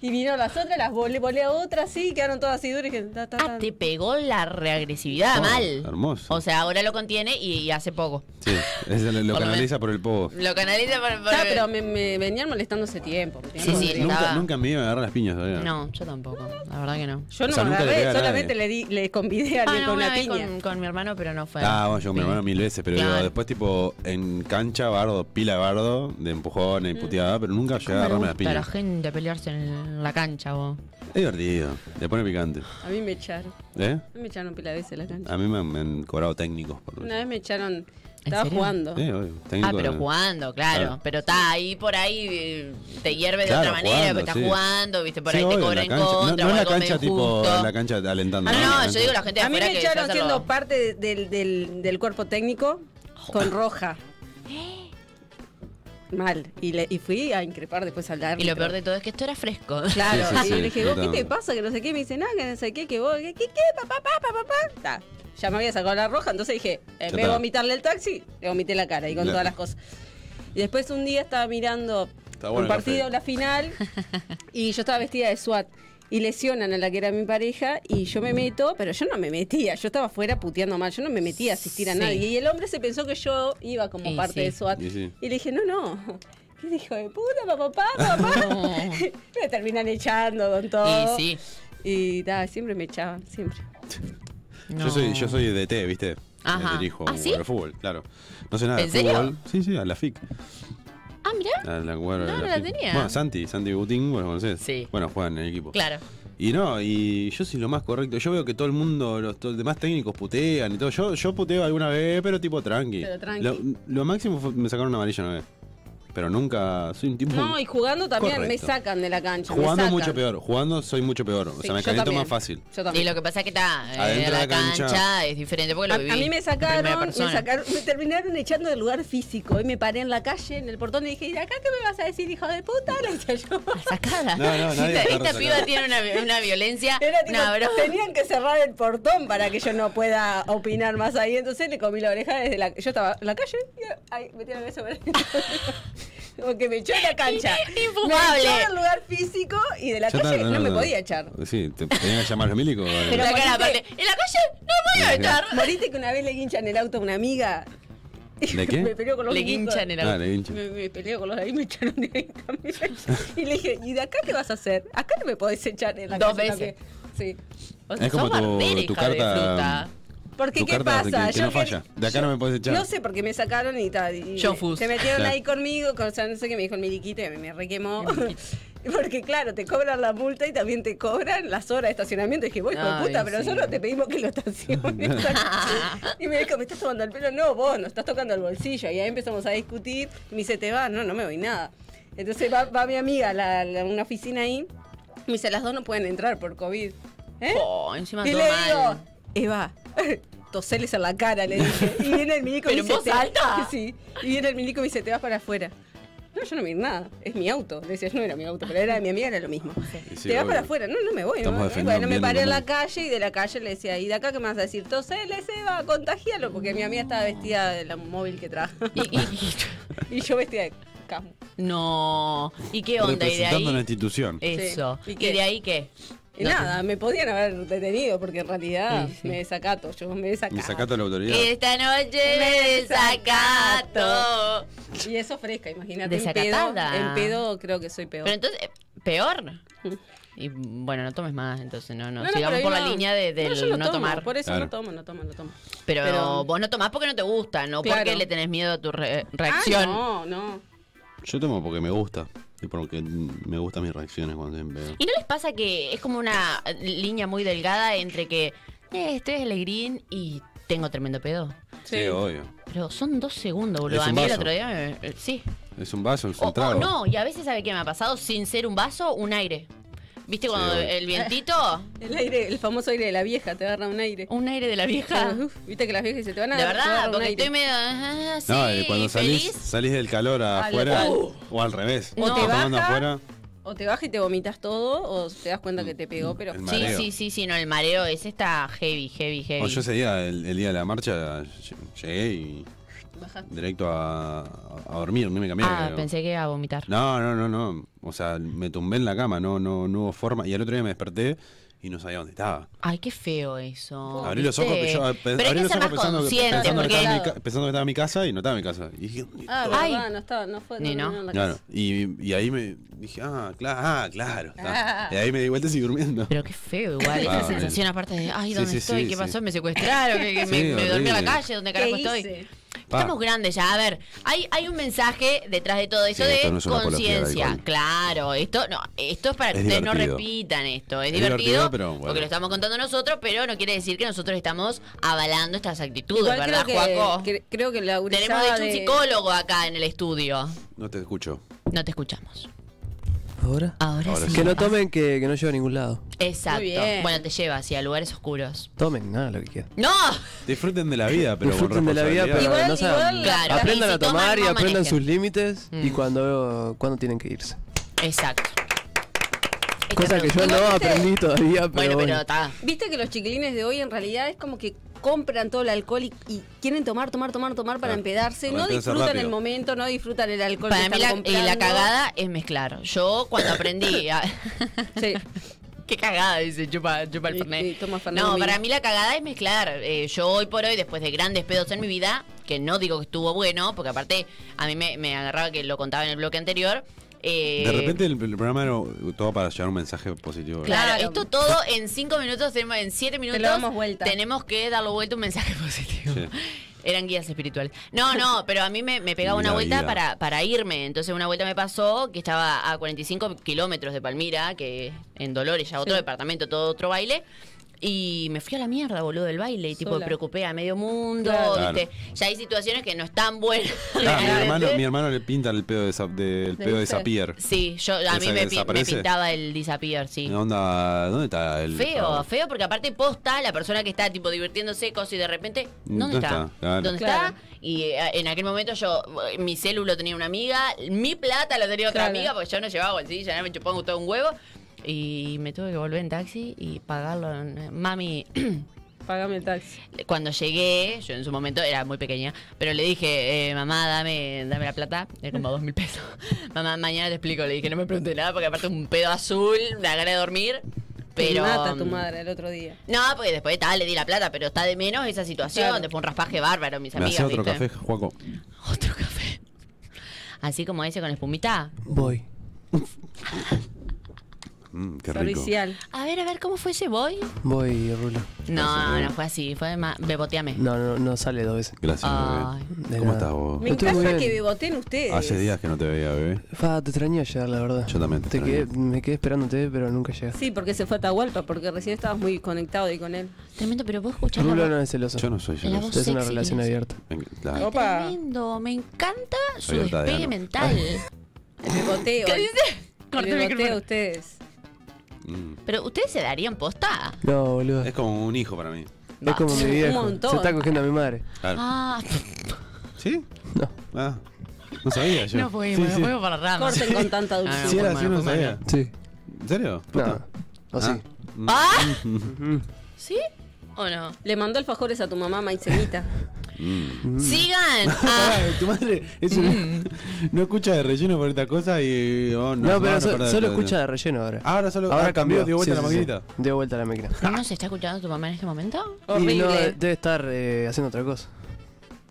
Speaker 3: Y vinieron las otras, las volé, volé a otras así, quedaron todas así duras y dije, ta, ta,
Speaker 2: Ah,
Speaker 3: ta.
Speaker 2: te pegó la reagresividad
Speaker 1: Oh,
Speaker 2: mal.
Speaker 1: hermoso.
Speaker 2: O sea, ahora lo contiene y, y hace poco.
Speaker 1: Sí, ese lo, lo
Speaker 2: Por lo
Speaker 1: canaliza por el povo.
Speaker 2: Lo canaliza por. por-
Speaker 3: Ya, pero me, me venían molestando ese tiempo. me
Speaker 2: Sí,
Speaker 3: tenían
Speaker 2: sí,
Speaker 3: podrido.
Speaker 2: estaba-
Speaker 1: nunca, nunca me iba a agarrar las piñas todavía.
Speaker 2: No, yo tampoco. La verdad que no.
Speaker 3: Yo no
Speaker 1: O sea,
Speaker 3: me
Speaker 1: nunca le pegué
Speaker 3: agarré,
Speaker 1: a
Speaker 3: solamente
Speaker 1: nadie.
Speaker 3: le, di, le convidé
Speaker 2: Ah,
Speaker 3: a alguien
Speaker 2: no,
Speaker 3: con
Speaker 2: una
Speaker 3: una
Speaker 2: vez
Speaker 3: piña.
Speaker 2: con, con mi hermano, pero no fue.
Speaker 1: Ah, bueno, yo con mi
Speaker 2: Piña.
Speaker 1: hermano mil veces, pero
Speaker 2: Claro.
Speaker 1: después, tipo, en cancha, bardo, pila de bardo, de empujones y puteada, pero nunca llegué
Speaker 2: ¿Cómo
Speaker 1: a
Speaker 2: le
Speaker 1: agarrarme las
Speaker 2: gusta a la
Speaker 1: piñas.
Speaker 2: gente pelearse en la cancha, vos.
Speaker 1: Es divertido, le pone picante.
Speaker 3: A mí me echaron.
Speaker 1: ¿Eh?
Speaker 3: A mí me echaron pila de veces a la cancha.
Speaker 1: A mí me, me han cobrado técnicos. Por...
Speaker 3: Una vez me echaron, estaba
Speaker 2: serio?
Speaker 3: jugando.
Speaker 1: Eh, obvio, técnico
Speaker 2: Ah, pero
Speaker 1: de-
Speaker 2: jugando, claro.
Speaker 1: Claro.
Speaker 2: Pero está ahí por ahí, eh, te hierve de
Speaker 1: Claro,
Speaker 2: otra manera,
Speaker 1: jugando,
Speaker 2: pero estás
Speaker 1: sí.
Speaker 2: jugando, viste, por
Speaker 1: Sí,
Speaker 2: ahí te
Speaker 1: obvio, en la
Speaker 2: cobran en
Speaker 1: cancha. No-
Speaker 2: contra.
Speaker 1: No,
Speaker 2: o
Speaker 1: en la
Speaker 2: algo
Speaker 1: cancha,
Speaker 2: medio
Speaker 1: tipo,
Speaker 2: justo.
Speaker 1: en la cancha alentando.
Speaker 2: Ah, no,
Speaker 1: en
Speaker 2: no, yo
Speaker 1: cancha.
Speaker 2: digo la gente de
Speaker 3: A mí
Speaker 2: afuera
Speaker 3: me
Speaker 2: que
Speaker 3: echaron
Speaker 2: se hace
Speaker 3: siendo
Speaker 2: lo-
Speaker 3: parte de- del, del- del cuerpo técnico
Speaker 2: [gasps]
Speaker 3: con roja. Mal. Y, le, y fui a increpar después al
Speaker 2: Y
Speaker 3: árbitro.
Speaker 2: lo peor de todo es que esto era fresco. [laughs]
Speaker 3: Claro,
Speaker 1: [laughs] Sí, sí,
Speaker 3: y
Speaker 1: sí,
Speaker 3: le dije, ¿vos qué
Speaker 1: totalmente.
Speaker 3: te pasa? Que no sé qué, me dice, nada, que no sé qué, que vos, que qué, qué, papá, papá, papá. Ta, Ya me había sacado la roja, entonces dije,
Speaker 1: Ya
Speaker 3: en vez de
Speaker 1: está.
Speaker 3: vomitarle el taxi, le vomité la cara y con
Speaker 1: Ya.
Speaker 3: todas las cosas. Y después un día estaba mirando
Speaker 1: Está bueno
Speaker 3: un
Speaker 1: el
Speaker 3: partido,
Speaker 1: café.
Speaker 3: la final, y yo estaba vestida de SWAT. Y lesionan a la que era mi pareja, y yo me meto, pero yo no me metía, yo estaba fuera puteando mal, yo no me metía a asistir a
Speaker 2: Sí.
Speaker 3: nadie. Y el hombre se pensó que yo iba como
Speaker 2: Y
Speaker 3: parte
Speaker 2: sí.
Speaker 3: de SWAT.
Speaker 1: Y sí.
Speaker 3: Y le dije, no, no. [laughs] ¿Qué dijo de puta, papá, papá?
Speaker 2: No.
Speaker 3: papá? [laughs] me terminan echando con todo.
Speaker 2: Y sí.
Speaker 3: Y da, siempre me echaban, siempre.
Speaker 2: No.
Speaker 1: Yo soy, yo soy DT, ¿viste?
Speaker 2: Ajá.
Speaker 1: Me dirijo
Speaker 2: ¿Ah, sí?
Speaker 1: al fútbol, claro. No sé nada
Speaker 2: ¿En
Speaker 1: de
Speaker 2: serio?
Speaker 1: fútbol. Sí, sí, a la FIC.
Speaker 2: Ah, mirá.
Speaker 1: A la, jugar a
Speaker 2: No, no la
Speaker 1: FIC.
Speaker 2: tenía.
Speaker 1: Bueno, Santi, Santi Butín, vos lo conocés.
Speaker 2: Sí.
Speaker 1: Bueno, juegan en el equipo.
Speaker 2: Claro.
Speaker 1: Y no, y yo soy lo más correcto. Yo veo que todo el mundo, los, to- demás técnicos putean y todo. Yo, yo puteo alguna vez, pero tipo tranqui.
Speaker 3: Pero tranqui.
Speaker 1: Lo, lo máximo fue, me sacaron una amarilla una vez. Pero nunca soy un tipo.
Speaker 3: No, y jugando también me
Speaker 1: Correcto.
Speaker 3: sacan de la cancha. me
Speaker 1: Jugando
Speaker 3: sacan.
Speaker 1: mucho peor. Jugando soy mucho peor. O
Speaker 3: Sí,
Speaker 1: sea, me
Speaker 3: yo
Speaker 1: caliento
Speaker 3: también.
Speaker 1: más fácil.
Speaker 3: Yo
Speaker 2: Y
Speaker 3: también.
Speaker 2: lo que pasa es que está eh,
Speaker 1: Adentro de
Speaker 2: la
Speaker 1: la cancha.
Speaker 2: cancha, es diferente porque lo
Speaker 3: A, a
Speaker 2: viví
Speaker 3: mí me
Speaker 2: en primera
Speaker 3: sacaron, me
Speaker 2: persona.
Speaker 3: sacaron, me terminaron echando del lugar físico. Y me paré en la calle, en el portón, y dije, ¿y de acá qué me vas a decir, hijo de puta? [laughs] Le decía yo.
Speaker 2: [laughs] Sacada.
Speaker 1: No, no, nadie
Speaker 2: esta
Speaker 1: está
Speaker 2: esta
Speaker 1: resacada.
Speaker 2: piba tiene una, una violencia.
Speaker 3: Era
Speaker 2: [laughs]
Speaker 3: tipo,
Speaker 2: no, bro.
Speaker 3: tenían que cerrar el portón para que yo no pueda opinar más ahí. Entonces le comí la oreja desde la. Yo estaba en la calle y ahí metí la cabeza por ahí. [laughs] Como que me echó de
Speaker 2: [laughs]
Speaker 3: la cancha.
Speaker 2: Infumable.
Speaker 3: Me echó del lugar físico y de la
Speaker 1: Ya está,
Speaker 3: calle no, me podía echar.
Speaker 1: Sí, te tenía que llamar a los
Speaker 3: [laughs]
Speaker 1: milicos. vale.
Speaker 2: Sacar aparte. En la calle no voy a
Speaker 1: Imagínate.
Speaker 2: estar.
Speaker 3: Moriste que una vez le guinchan el auto a una amiga.
Speaker 1: ¿De
Speaker 3: [laughs] Me
Speaker 1: qué?
Speaker 3: peleó con los
Speaker 2: Le
Speaker 3: milicos.
Speaker 2: guinchan el
Speaker 1: Ah,
Speaker 2: auto.
Speaker 1: le hincha.
Speaker 3: Me, me peleó con los de ahí, me echaron
Speaker 1: [laughs]
Speaker 3: directamente. Y le dije, ¿y de acá qué vas a hacer? Acá no me podés echar en la
Speaker 2: Dos
Speaker 3: casa
Speaker 2: veces.
Speaker 3: también". Sí. O sea,
Speaker 1: Es como
Speaker 2: Sos
Speaker 1: tu,
Speaker 2: barbera,
Speaker 1: tu
Speaker 2: hija de
Speaker 1: carta. mm,
Speaker 2: fruta.
Speaker 3: Porque
Speaker 1: Tu
Speaker 3: qué
Speaker 1: carta
Speaker 3: pasa,
Speaker 1: que- que no falla. De acá no me podés echar.
Speaker 3: No sé porque me sacaron y tal. y
Speaker 2: Yo
Speaker 3: me-
Speaker 2: fus.
Speaker 3: Se metieron
Speaker 1: Claro.
Speaker 3: ahí conmigo, con- o sea, no sé qué me dijo el miliquito y me, me requemó. [laughs] Porque claro, te cobran la multa y también te cobran las horas de estacionamiento. Y dije, voy con
Speaker 4: Ay,
Speaker 3: puta, pero
Speaker 4: sí.
Speaker 3: nosotros te pedimos que
Speaker 4: [laughs]
Speaker 3: lo estaciones. y me dijo, ¿me estás tomando el pelo? No, vos, no estás tocando el bolsillo. Y ahí empezamos a discutir. Y me dice, te vas, no, no me voy nada. Entonces va, va mi amiga a la, la- una oficina ahí. Me dice, las dos no pueden entrar por COVID. ¿Eh?
Speaker 2: Oh, encima
Speaker 3: Y
Speaker 2: todo
Speaker 3: le digo,
Speaker 2: mal.
Speaker 3: Eva, [laughs] toseles en la cara, le dije. Y viene el milico y me
Speaker 2: ¿Pero en
Speaker 3: dice.
Speaker 2: voz
Speaker 3: "Te-
Speaker 2: alta?
Speaker 3: [laughs] Sí. Y viene el milico y me dice, te vas para afuera. No, yo no vi nada. Es mi auto. Le decía, yo no era mi auto, pero era de mi amiga, era lo mismo.
Speaker 1: Y sí,
Speaker 3: te vas
Speaker 1: obvio.
Speaker 3: para afuera. No, no me voy.
Speaker 1: Estamos
Speaker 3: no, me voy.
Speaker 1: defendiendo
Speaker 3: Bueno, me
Speaker 1: bien
Speaker 3: paré
Speaker 1: lo
Speaker 3: en la
Speaker 1: común.
Speaker 3: calle y de la calle le decía, ¿y de acá qué me vas a decir? Toseles, Eva, contagialo. Porque mi amiga estaba vestida de la móvil que trajo. [laughs]
Speaker 2: Y- y-
Speaker 3: y yo vestida de camo.
Speaker 2: y- no. ¿Y qué onda? ¿Y de
Speaker 1: Representando una
Speaker 2: ahí?
Speaker 1: institución.
Speaker 3: Eh,
Speaker 2: Eso.
Speaker 3: Sí. ¿Y
Speaker 2: ¿Y,
Speaker 3: qué?
Speaker 2: de ahí qué?
Speaker 3: Y
Speaker 2: No.
Speaker 3: nada, me podían haber detenido porque en realidad
Speaker 2: Sí, sí.
Speaker 3: me desacato. Yo me desacato.
Speaker 1: Me sacaste a la autoridad.
Speaker 3: Eh.
Speaker 2: Esta noche me desacato.
Speaker 3: Y eso fresca, imagínate. En pedo,
Speaker 2: Desacatada.
Speaker 3: en pedo creo que soy peor.
Speaker 2: Pero entonces, eh, peor. Y bueno, no tomes más, entonces no, no.
Speaker 3: No, no,
Speaker 2: Sigamos
Speaker 3: pero
Speaker 2: por la
Speaker 3: digo,
Speaker 2: línea de, del
Speaker 3: yo
Speaker 2: no,
Speaker 3: tomo,
Speaker 2: tomar.
Speaker 3: Por eso
Speaker 1: Claro.
Speaker 3: no tomo, no tomo, no tomo.
Speaker 2: Pero,
Speaker 3: pero-
Speaker 2: vos no tomás porque no te gusta, no
Speaker 3: Claro.
Speaker 2: porque le tenés miedo a tu re-
Speaker 3: Ah,
Speaker 2: reacción.
Speaker 3: no, no.
Speaker 1: Yo tomo porque me gusta. Y porque me gustan mis reacciones cuando estoy en pedo.
Speaker 2: ¿Y no les pasa que es como una línea muy delgada entre que eh, estoy alegrín y tengo tremendo pedo?
Speaker 1: Sí, obvio.
Speaker 2: Pero son dos segundos, boludo.
Speaker 1: Es
Speaker 2: A
Speaker 1: un
Speaker 2: mí el
Speaker 1: vaso.
Speaker 2: otro día me- eh, Sí.
Speaker 1: Es un vaso, es
Speaker 2: O,
Speaker 1: un
Speaker 2: o
Speaker 1: trago.
Speaker 2: no, y a veces, ¿sabe qué me ha pasado? Sin ser un vaso, un aire. ¿Viste cuando
Speaker 1: obvio.
Speaker 2: el vientito?
Speaker 3: El aire, el famoso aire de la vieja, te agarra un aire.
Speaker 2: Un aire de la
Speaker 3: [laughs]
Speaker 2: vieja.
Speaker 3: Uf, Viste que las viejas se te van a
Speaker 2: De
Speaker 3: agarrar, te
Speaker 2: verdad,
Speaker 3: agarra un
Speaker 2: porque
Speaker 3: aire.
Speaker 2: estoy medio. ah, sí,
Speaker 1: No, eh, cuando salís,
Speaker 2: feliz.
Speaker 1: salís del calor afuera
Speaker 3: cual.
Speaker 1: o al revés.
Speaker 2: O te
Speaker 1: Estás tomando
Speaker 3: baja,
Speaker 1: afuera.
Speaker 3: O te bajas y te vomitas todo, o te das cuenta que te pegó, pero.
Speaker 1: El
Speaker 2: Sí,
Speaker 1: mareo.
Speaker 2: sí, sí, sí, no, el mareo es está heavy, heavy, heavy.
Speaker 1: O yo ese día, el, el día de la marcha, ll- llegué y
Speaker 3: Bajaste.
Speaker 1: directo a, a dormir, no me cambié.
Speaker 2: ah,
Speaker 1: creo.
Speaker 2: pensé que iba a vomitar.
Speaker 1: No, no, no, no. O sea, me tumbé en la cama, no, no, no hubo forma. Y al otro día me desperté y no sabía dónde estaba.
Speaker 2: Ay, qué feo eso.
Speaker 1: Abrí los ojos,
Speaker 2: Oh, ¿viste?
Speaker 1: yo, ah, pe-
Speaker 2: Pero hay
Speaker 1: abrí
Speaker 2: que
Speaker 1: los
Speaker 2: ser
Speaker 1: ojos
Speaker 2: más
Speaker 1: pensando, que-
Speaker 2: consciente,
Speaker 1: pensando que
Speaker 2: porque
Speaker 1: estaba en mi ca- pensando que estaba en mi casa y no estaba en mi casa. Y dije, ¿dónde
Speaker 3: Ah,
Speaker 1: estoy?
Speaker 3: verdad, no estaba, no fue.
Speaker 2: Ni no.
Speaker 3: durmieron en la
Speaker 1: Claro,
Speaker 3: casa.
Speaker 1: y, y ahí me dije, ah, claro, ah, claro.
Speaker 2: [laughs]
Speaker 1: está. Y ahí me di vuelta y seguí durmiendo.
Speaker 2: Pero qué feo igual,
Speaker 1: Ah,
Speaker 2: esa
Speaker 1: bien.
Speaker 2: sensación aparte de, ay,
Speaker 1: Sí,
Speaker 2: ¿dónde
Speaker 1: sí,
Speaker 2: estoy?
Speaker 1: sí,
Speaker 2: ¿Qué
Speaker 1: sí.
Speaker 2: pasó? ¿Me secuestraron? ¿Qué- qué-
Speaker 1: Sí,
Speaker 2: me, me dormí
Speaker 1: horrible.
Speaker 2: en la calle? ¿Dónde
Speaker 3: ¿Qué
Speaker 2: carajo estoy?
Speaker 3: hice?
Speaker 1: Pa.
Speaker 2: Estamos grandes ya. A ver, hay, hay un mensaje detrás de todo eso
Speaker 1: Sí,
Speaker 2: de
Speaker 1: esto no es una apología del
Speaker 2: conciencia.
Speaker 1: alcohol.
Speaker 2: Claro, esto no, esto es para que
Speaker 1: Es
Speaker 2: ustedes no
Speaker 1: divertido.
Speaker 2: repitan esto. Es,
Speaker 1: Es
Speaker 2: divertido,
Speaker 1: divertido, pero bueno.
Speaker 2: porque lo estamos contando nosotros, pero no quiere decir que nosotros estamos avalando estas actitudes,
Speaker 3: Igual creo
Speaker 2: ¿verdad, Juaco?
Speaker 3: que, cre- creo que la
Speaker 2: Tenemos de
Speaker 3: gurizada
Speaker 2: hecho un psicólogo acá en el estudio.
Speaker 1: No te escucho.
Speaker 2: No te escuchamos.
Speaker 4: ¿Ahora?
Speaker 2: Ahora,
Speaker 1: Ahora
Speaker 2: Ah, sí.
Speaker 1: sí.
Speaker 4: Que no tomen, que, que no lleva a ningún lado.
Speaker 2: Exacto.
Speaker 3: Muy bien.
Speaker 2: Bueno, te lleva hacia lugares oscuros.
Speaker 4: Tomen, nada, lo que quieran.
Speaker 2: ¡No!
Speaker 1: Disfruten de la vida, pero
Speaker 4: Disfruten de la vida, pero
Speaker 1: responsabilidad.
Speaker 3: Igual-
Speaker 4: no sean-
Speaker 3: igual la-
Speaker 2: Claro.
Speaker 4: aprendan
Speaker 2: Y si
Speaker 4: a tomar
Speaker 2: toman,
Speaker 4: y
Speaker 2: no
Speaker 4: aprendan
Speaker 2: manejen.
Speaker 4: sus límites y
Speaker 2: Mm.
Speaker 4: cuando, cuando tienen que irse.
Speaker 2: Exacto. Esta
Speaker 4: Cosa que yo
Speaker 2: producción-
Speaker 4: no
Speaker 3: Igual viste-
Speaker 4: aprendí todavía, pero
Speaker 2: Bueno,
Speaker 4: bueno.
Speaker 2: pero está.
Speaker 3: Viste que los chiquilines de hoy en realidad es como que compran todo el alcohol y, y quieren tomar, tomar, tomar, tomar para
Speaker 1: Ah,
Speaker 3: empedarse.
Speaker 1: para
Speaker 3: No
Speaker 1: empedarse
Speaker 3: disfrutan
Speaker 1: rápido.
Speaker 3: el momento, no disfrutan el alcohol.
Speaker 2: Para
Speaker 3: que
Speaker 2: mí la,
Speaker 3: están
Speaker 2: y la
Speaker 3: comprando.
Speaker 2: cagada es mezclar. Yo cuando aprendí... a- [laughs]
Speaker 3: Sí.
Speaker 2: Qué cagada, dice, chupa, chupa el
Speaker 3: Sí,
Speaker 2: Fernet.
Speaker 3: sí, toma Fernet
Speaker 2: no,
Speaker 3: conmigo.
Speaker 2: para mí la cagada es mezclar. Eh, yo hoy por hoy, después de grandes pedos en mi vida, que no digo que estuvo bueno, porque aparte a mí me, me agarraba que lo contaba en el bloque anterior. eh,
Speaker 1: De repente el, el programa era todo para llevar un mensaje positivo.
Speaker 2: Claro,
Speaker 3: Claro.
Speaker 2: esto todo en cinco minutos, en en siete minutos.
Speaker 3: damos vuelta.
Speaker 2: Tenemos que darlo vuelta un mensaje [laughs] positivo.
Speaker 1: Sí.
Speaker 2: Eran guías espirituales. No, no, pero a mí me, me pegaba una
Speaker 1: La
Speaker 2: vuelta
Speaker 1: vida.
Speaker 2: para, para irme. Entonces una vuelta me pasó que estaba a 45 kilómetros de Palmira, que en Dolores, ya otro departamento, todo otro baile. Y me fui a la mierda, boludo, del baile. Y tipo,
Speaker 3: Sola.
Speaker 2: preocupé a medio mundo.
Speaker 1: Claro.
Speaker 2: ¿viste? Ya hay situaciones que no están buenas.
Speaker 1: Ah, mi hermano, mi hermano le pinta el pedo de, Sa- de- el pedo de Sapier.
Speaker 2: Sí, yo, a mí
Speaker 1: Esa que
Speaker 2: me, pi- me
Speaker 1: desaparece.
Speaker 2: pintaba el disappear, sí.
Speaker 1: Onda, ¿dónde está el Ah,
Speaker 2: Feo, feo, porque aparte posta, la persona que está tipo divirtiéndose, cosas y de repente, ¿dónde
Speaker 1: ¿Dónde
Speaker 2: está?
Speaker 1: está? Claro.
Speaker 2: ¿Dónde
Speaker 3: Claro.
Speaker 2: está? Y eh, en aquel momento yo, eh, mi celu lo tenía una amiga, mi plata lo tenía otra
Speaker 3: Claro.
Speaker 2: amiga, porque yo no llevaba bolsilla, no me chupaba todo un huevo. Y me tuve que volver en taxi y pagarlo. en- eh, Mami, [clears throat]
Speaker 3: Págame el taxi.
Speaker 2: cuando llegué, yo en su momento era muy pequeña, pero le dije, eh, mamá, dame, dame la plata, era como dos mil pesos. [laughs] mamá, mañana te explico, le dije, no me pregunté nada, porque aparte un pedo azul, la gana de dormir. Pero.
Speaker 3: Te mata tu
Speaker 2: mm,
Speaker 3: madre el otro día.
Speaker 2: No, porque después tal, le di la plata, pero está de menos esa situación.
Speaker 3: Claro.
Speaker 2: Después un raspaje bárbaro, mis
Speaker 1: ¿Me
Speaker 2: amigas.
Speaker 1: hace otro
Speaker 2: ¿viste?
Speaker 1: café, Juaco?
Speaker 2: Otro café. Así como ese con espumita.
Speaker 4: Voy.
Speaker 1: Mm, qué rico.
Speaker 3: Servicial.
Speaker 2: A ver, a ver, ¿cómo fue ese boy?
Speaker 4: Voy, Rulo.
Speaker 2: No, no fue así, fue más. Beboteame.
Speaker 4: No, no, no sale dos veces.
Speaker 1: Gracias,
Speaker 2: Ay.
Speaker 1: bebé.
Speaker 4: De
Speaker 1: ¿Cómo
Speaker 4: nada.
Speaker 1: estás vos?
Speaker 3: Me
Speaker 4: Estuvo
Speaker 3: encanta
Speaker 4: bien.
Speaker 3: que beboten ustedes.
Speaker 1: Hace días que no te veía, bebé.
Speaker 4: Fa, te extrañé ayer, la verdad.
Speaker 1: Yo también te
Speaker 4: Te quedé-
Speaker 1: extrañé.
Speaker 4: me quedé esperándote, pero nunca llegaste.
Speaker 3: Sí, porque se fue a Atahualpa, porque recién estabas muy conectado ahí con él.
Speaker 2: Tremendo, pero vos escuchás la
Speaker 4: Rulo
Speaker 2: voz-
Speaker 4: no es celoso.
Speaker 1: Yo no soy
Speaker 2: La
Speaker 1: celoso.
Speaker 2: voz-
Speaker 4: Es una
Speaker 2: Sexy,
Speaker 4: relación
Speaker 2: es.
Speaker 4: abierta.
Speaker 1: En-
Speaker 2: Qué
Speaker 1: la-
Speaker 3: Opa.
Speaker 2: Tremendo, me encanta su
Speaker 1: Soy alta de
Speaker 2: despegue
Speaker 1: ano.
Speaker 2: mental. [laughs]
Speaker 3: El beboteo.
Speaker 2: ¿Qué dice? Corta
Speaker 3: El
Speaker 2: el
Speaker 3: beboteo a
Speaker 2: micrófono.
Speaker 3: ustedes.
Speaker 1: Mm.
Speaker 2: Pero ustedes se darían posta.
Speaker 4: No, boludo.
Speaker 1: Es como un hijo para mí.
Speaker 2: Va.
Speaker 4: Es como mi viejo.
Speaker 3: montón.
Speaker 4: Se está cogiendo a mi madre.
Speaker 1: Claro.
Speaker 2: Ah,
Speaker 1: ¿Sí?
Speaker 4: No.
Speaker 1: Ah, no sabía yo.
Speaker 2: no podemos,
Speaker 1: Sí,
Speaker 2: Ah, no
Speaker 1: sí.
Speaker 2: podemos para ramas.
Speaker 3: Corten con tanta dulzura.
Speaker 2: Ah,
Speaker 1: Si era
Speaker 2: fue
Speaker 1: así,
Speaker 2: malo,
Speaker 1: no
Speaker 2: fue
Speaker 1: sabía.
Speaker 4: Sí.
Speaker 1: ¿En serio?
Speaker 4: No. O sí.
Speaker 1: Mm.
Speaker 2: ¿Ah?
Speaker 1: Mm-hmm.
Speaker 2: ¿Sí o no?
Speaker 3: Le mandó alfajores a tu mamá, maicenita.
Speaker 1: Mm.
Speaker 2: Sigan.
Speaker 1: [laughs]
Speaker 2: Ah. a-
Speaker 1: Ah. tu madre es una-
Speaker 2: Mm.
Speaker 1: no escucha de relleno por esta cosa y. oh,
Speaker 4: No, pero
Speaker 1: no,
Speaker 4: so-
Speaker 1: perdón,
Speaker 4: solo
Speaker 1: perdón.
Speaker 4: escucha de relleno ahora.
Speaker 1: Ahora solo- ah, cambió, dio vuelta la maquinita.
Speaker 4: Dio vuelta a la máquina.
Speaker 2: ¿No nos está escuchando tu mamá en este momento?
Speaker 4: Y no,
Speaker 3: Horrible.
Speaker 4: debe estar eh, haciendo otra cosa.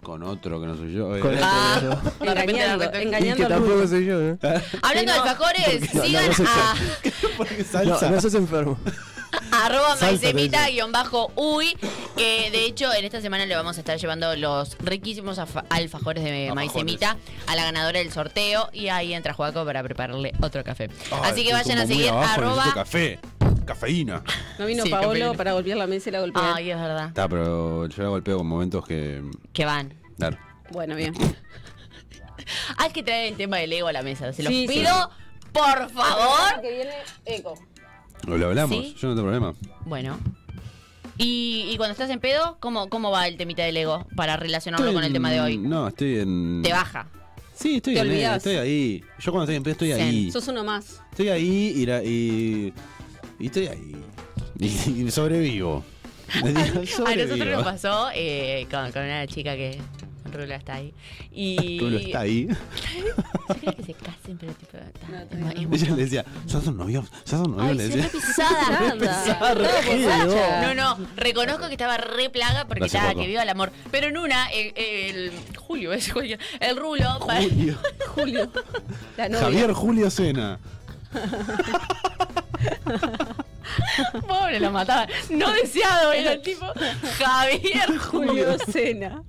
Speaker 1: Con otro que no soy yo. eh.
Speaker 4: Con
Speaker 2: Ah.
Speaker 4: otro,
Speaker 2: [laughs]
Speaker 4: otro.
Speaker 2: De repente, de
Speaker 3: engañando,
Speaker 2: repente.
Speaker 4: Y que
Speaker 3: engañando al
Speaker 4: tampoco
Speaker 3: mundo.
Speaker 4: soy yo, ¿eh? ¿no?
Speaker 2: Hablando de
Speaker 3: no.
Speaker 2: alfajores,
Speaker 4: No, no,
Speaker 2: sigan
Speaker 4: no sé
Speaker 2: a
Speaker 1: [laughs] Porque
Speaker 4: No,
Speaker 1: salsa.
Speaker 4: no sos enfermo.
Speaker 1: Salsa,
Speaker 2: arroba
Speaker 1: te
Speaker 2: maicemita
Speaker 1: dice.
Speaker 2: guión bajo uy, que de hecho en esta semana le vamos a estar llevando los riquísimos afa- alfajores de maicemita a la ganadora del sorteo y ahí entra Juaco para prepararle otro café.
Speaker 1: Ay,
Speaker 2: Así que
Speaker 1: estoy
Speaker 2: vayan a
Speaker 1: como muy
Speaker 2: seguir
Speaker 1: abajo, necesito
Speaker 2: arroba...
Speaker 1: café. Cafeína.
Speaker 3: No vino
Speaker 2: Sí,
Speaker 3: Paolo
Speaker 2: campeón.
Speaker 3: para golpear la mesa y la golpeó.
Speaker 2: Ay, es verdad.
Speaker 1: Está, pero yo la golpeo con momentos que.
Speaker 2: Que van.
Speaker 1: Claro.
Speaker 2: [laughs]
Speaker 3: Bueno, bien.
Speaker 2: Hay que traer el tema del ego a la mesa. Se los
Speaker 3: Sí, sí.
Speaker 2: pido, por favor.
Speaker 3: Que viene Eco.
Speaker 1: Lo lo hablamos,
Speaker 2: Sí.
Speaker 1: yo no tengo problema.
Speaker 2: Bueno. Y, y cuando estás en pedo, ¿cómo, ¿cómo va el temita del ego para relacionarlo con el tema de hoy?
Speaker 1: No, estoy en.
Speaker 2: Te baja.
Speaker 1: Sí, estoy
Speaker 3: Te
Speaker 1: en.
Speaker 3: olvidás.
Speaker 1: Estoy ahí. Yo cuando estoy en pedo estoy
Speaker 2: Zen.
Speaker 1: ahí.
Speaker 3: Sos uno más.
Speaker 1: Estoy ahí y, la- y, y estoy ahí. Y, y [laughs] sobrevivo.
Speaker 2: A nosotros
Speaker 1: Sobrevivo.
Speaker 2: nos pasó eh, con, con una chica que Rula está ahí. Y
Speaker 1: Rulo está ahí.
Speaker 2: Yo quería que se casen, pero tipo, está-
Speaker 3: No,
Speaker 2: es
Speaker 3: todavía
Speaker 2: ma- es muy-
Speaker 1: [laughs] Ella le decía, sos un novio, sos un novio,
Speaker 2: Ay,
Speaker 1: le
Speaker 2: soy [laughs]
Speaker 1: decía.
Speaker 2: re pisada.
Speaker 1: [laughs]
Speaker 2: No,
Speaker 3: Nada.
Speaker 2: no, reconozco que estaba re plaga porque
Speaker 1: Gracias,
Speaker 2: estaba
Speaker 1: Paco.
Speaker 2: que viva el amor. Pero en una, el, el- Julio, es Julio, el rulo, pa-
Speaker 1: Julio.
Speaker 3: Julio. La novia.
Speaker 1: Javier Julio Cena.
Speaker 2: [laughs] pobre, lo mataba. No deseado, era el tipo Javier
Speaker 3: Julio
Speaker 2: [laughs]
Speaker 3: Cena.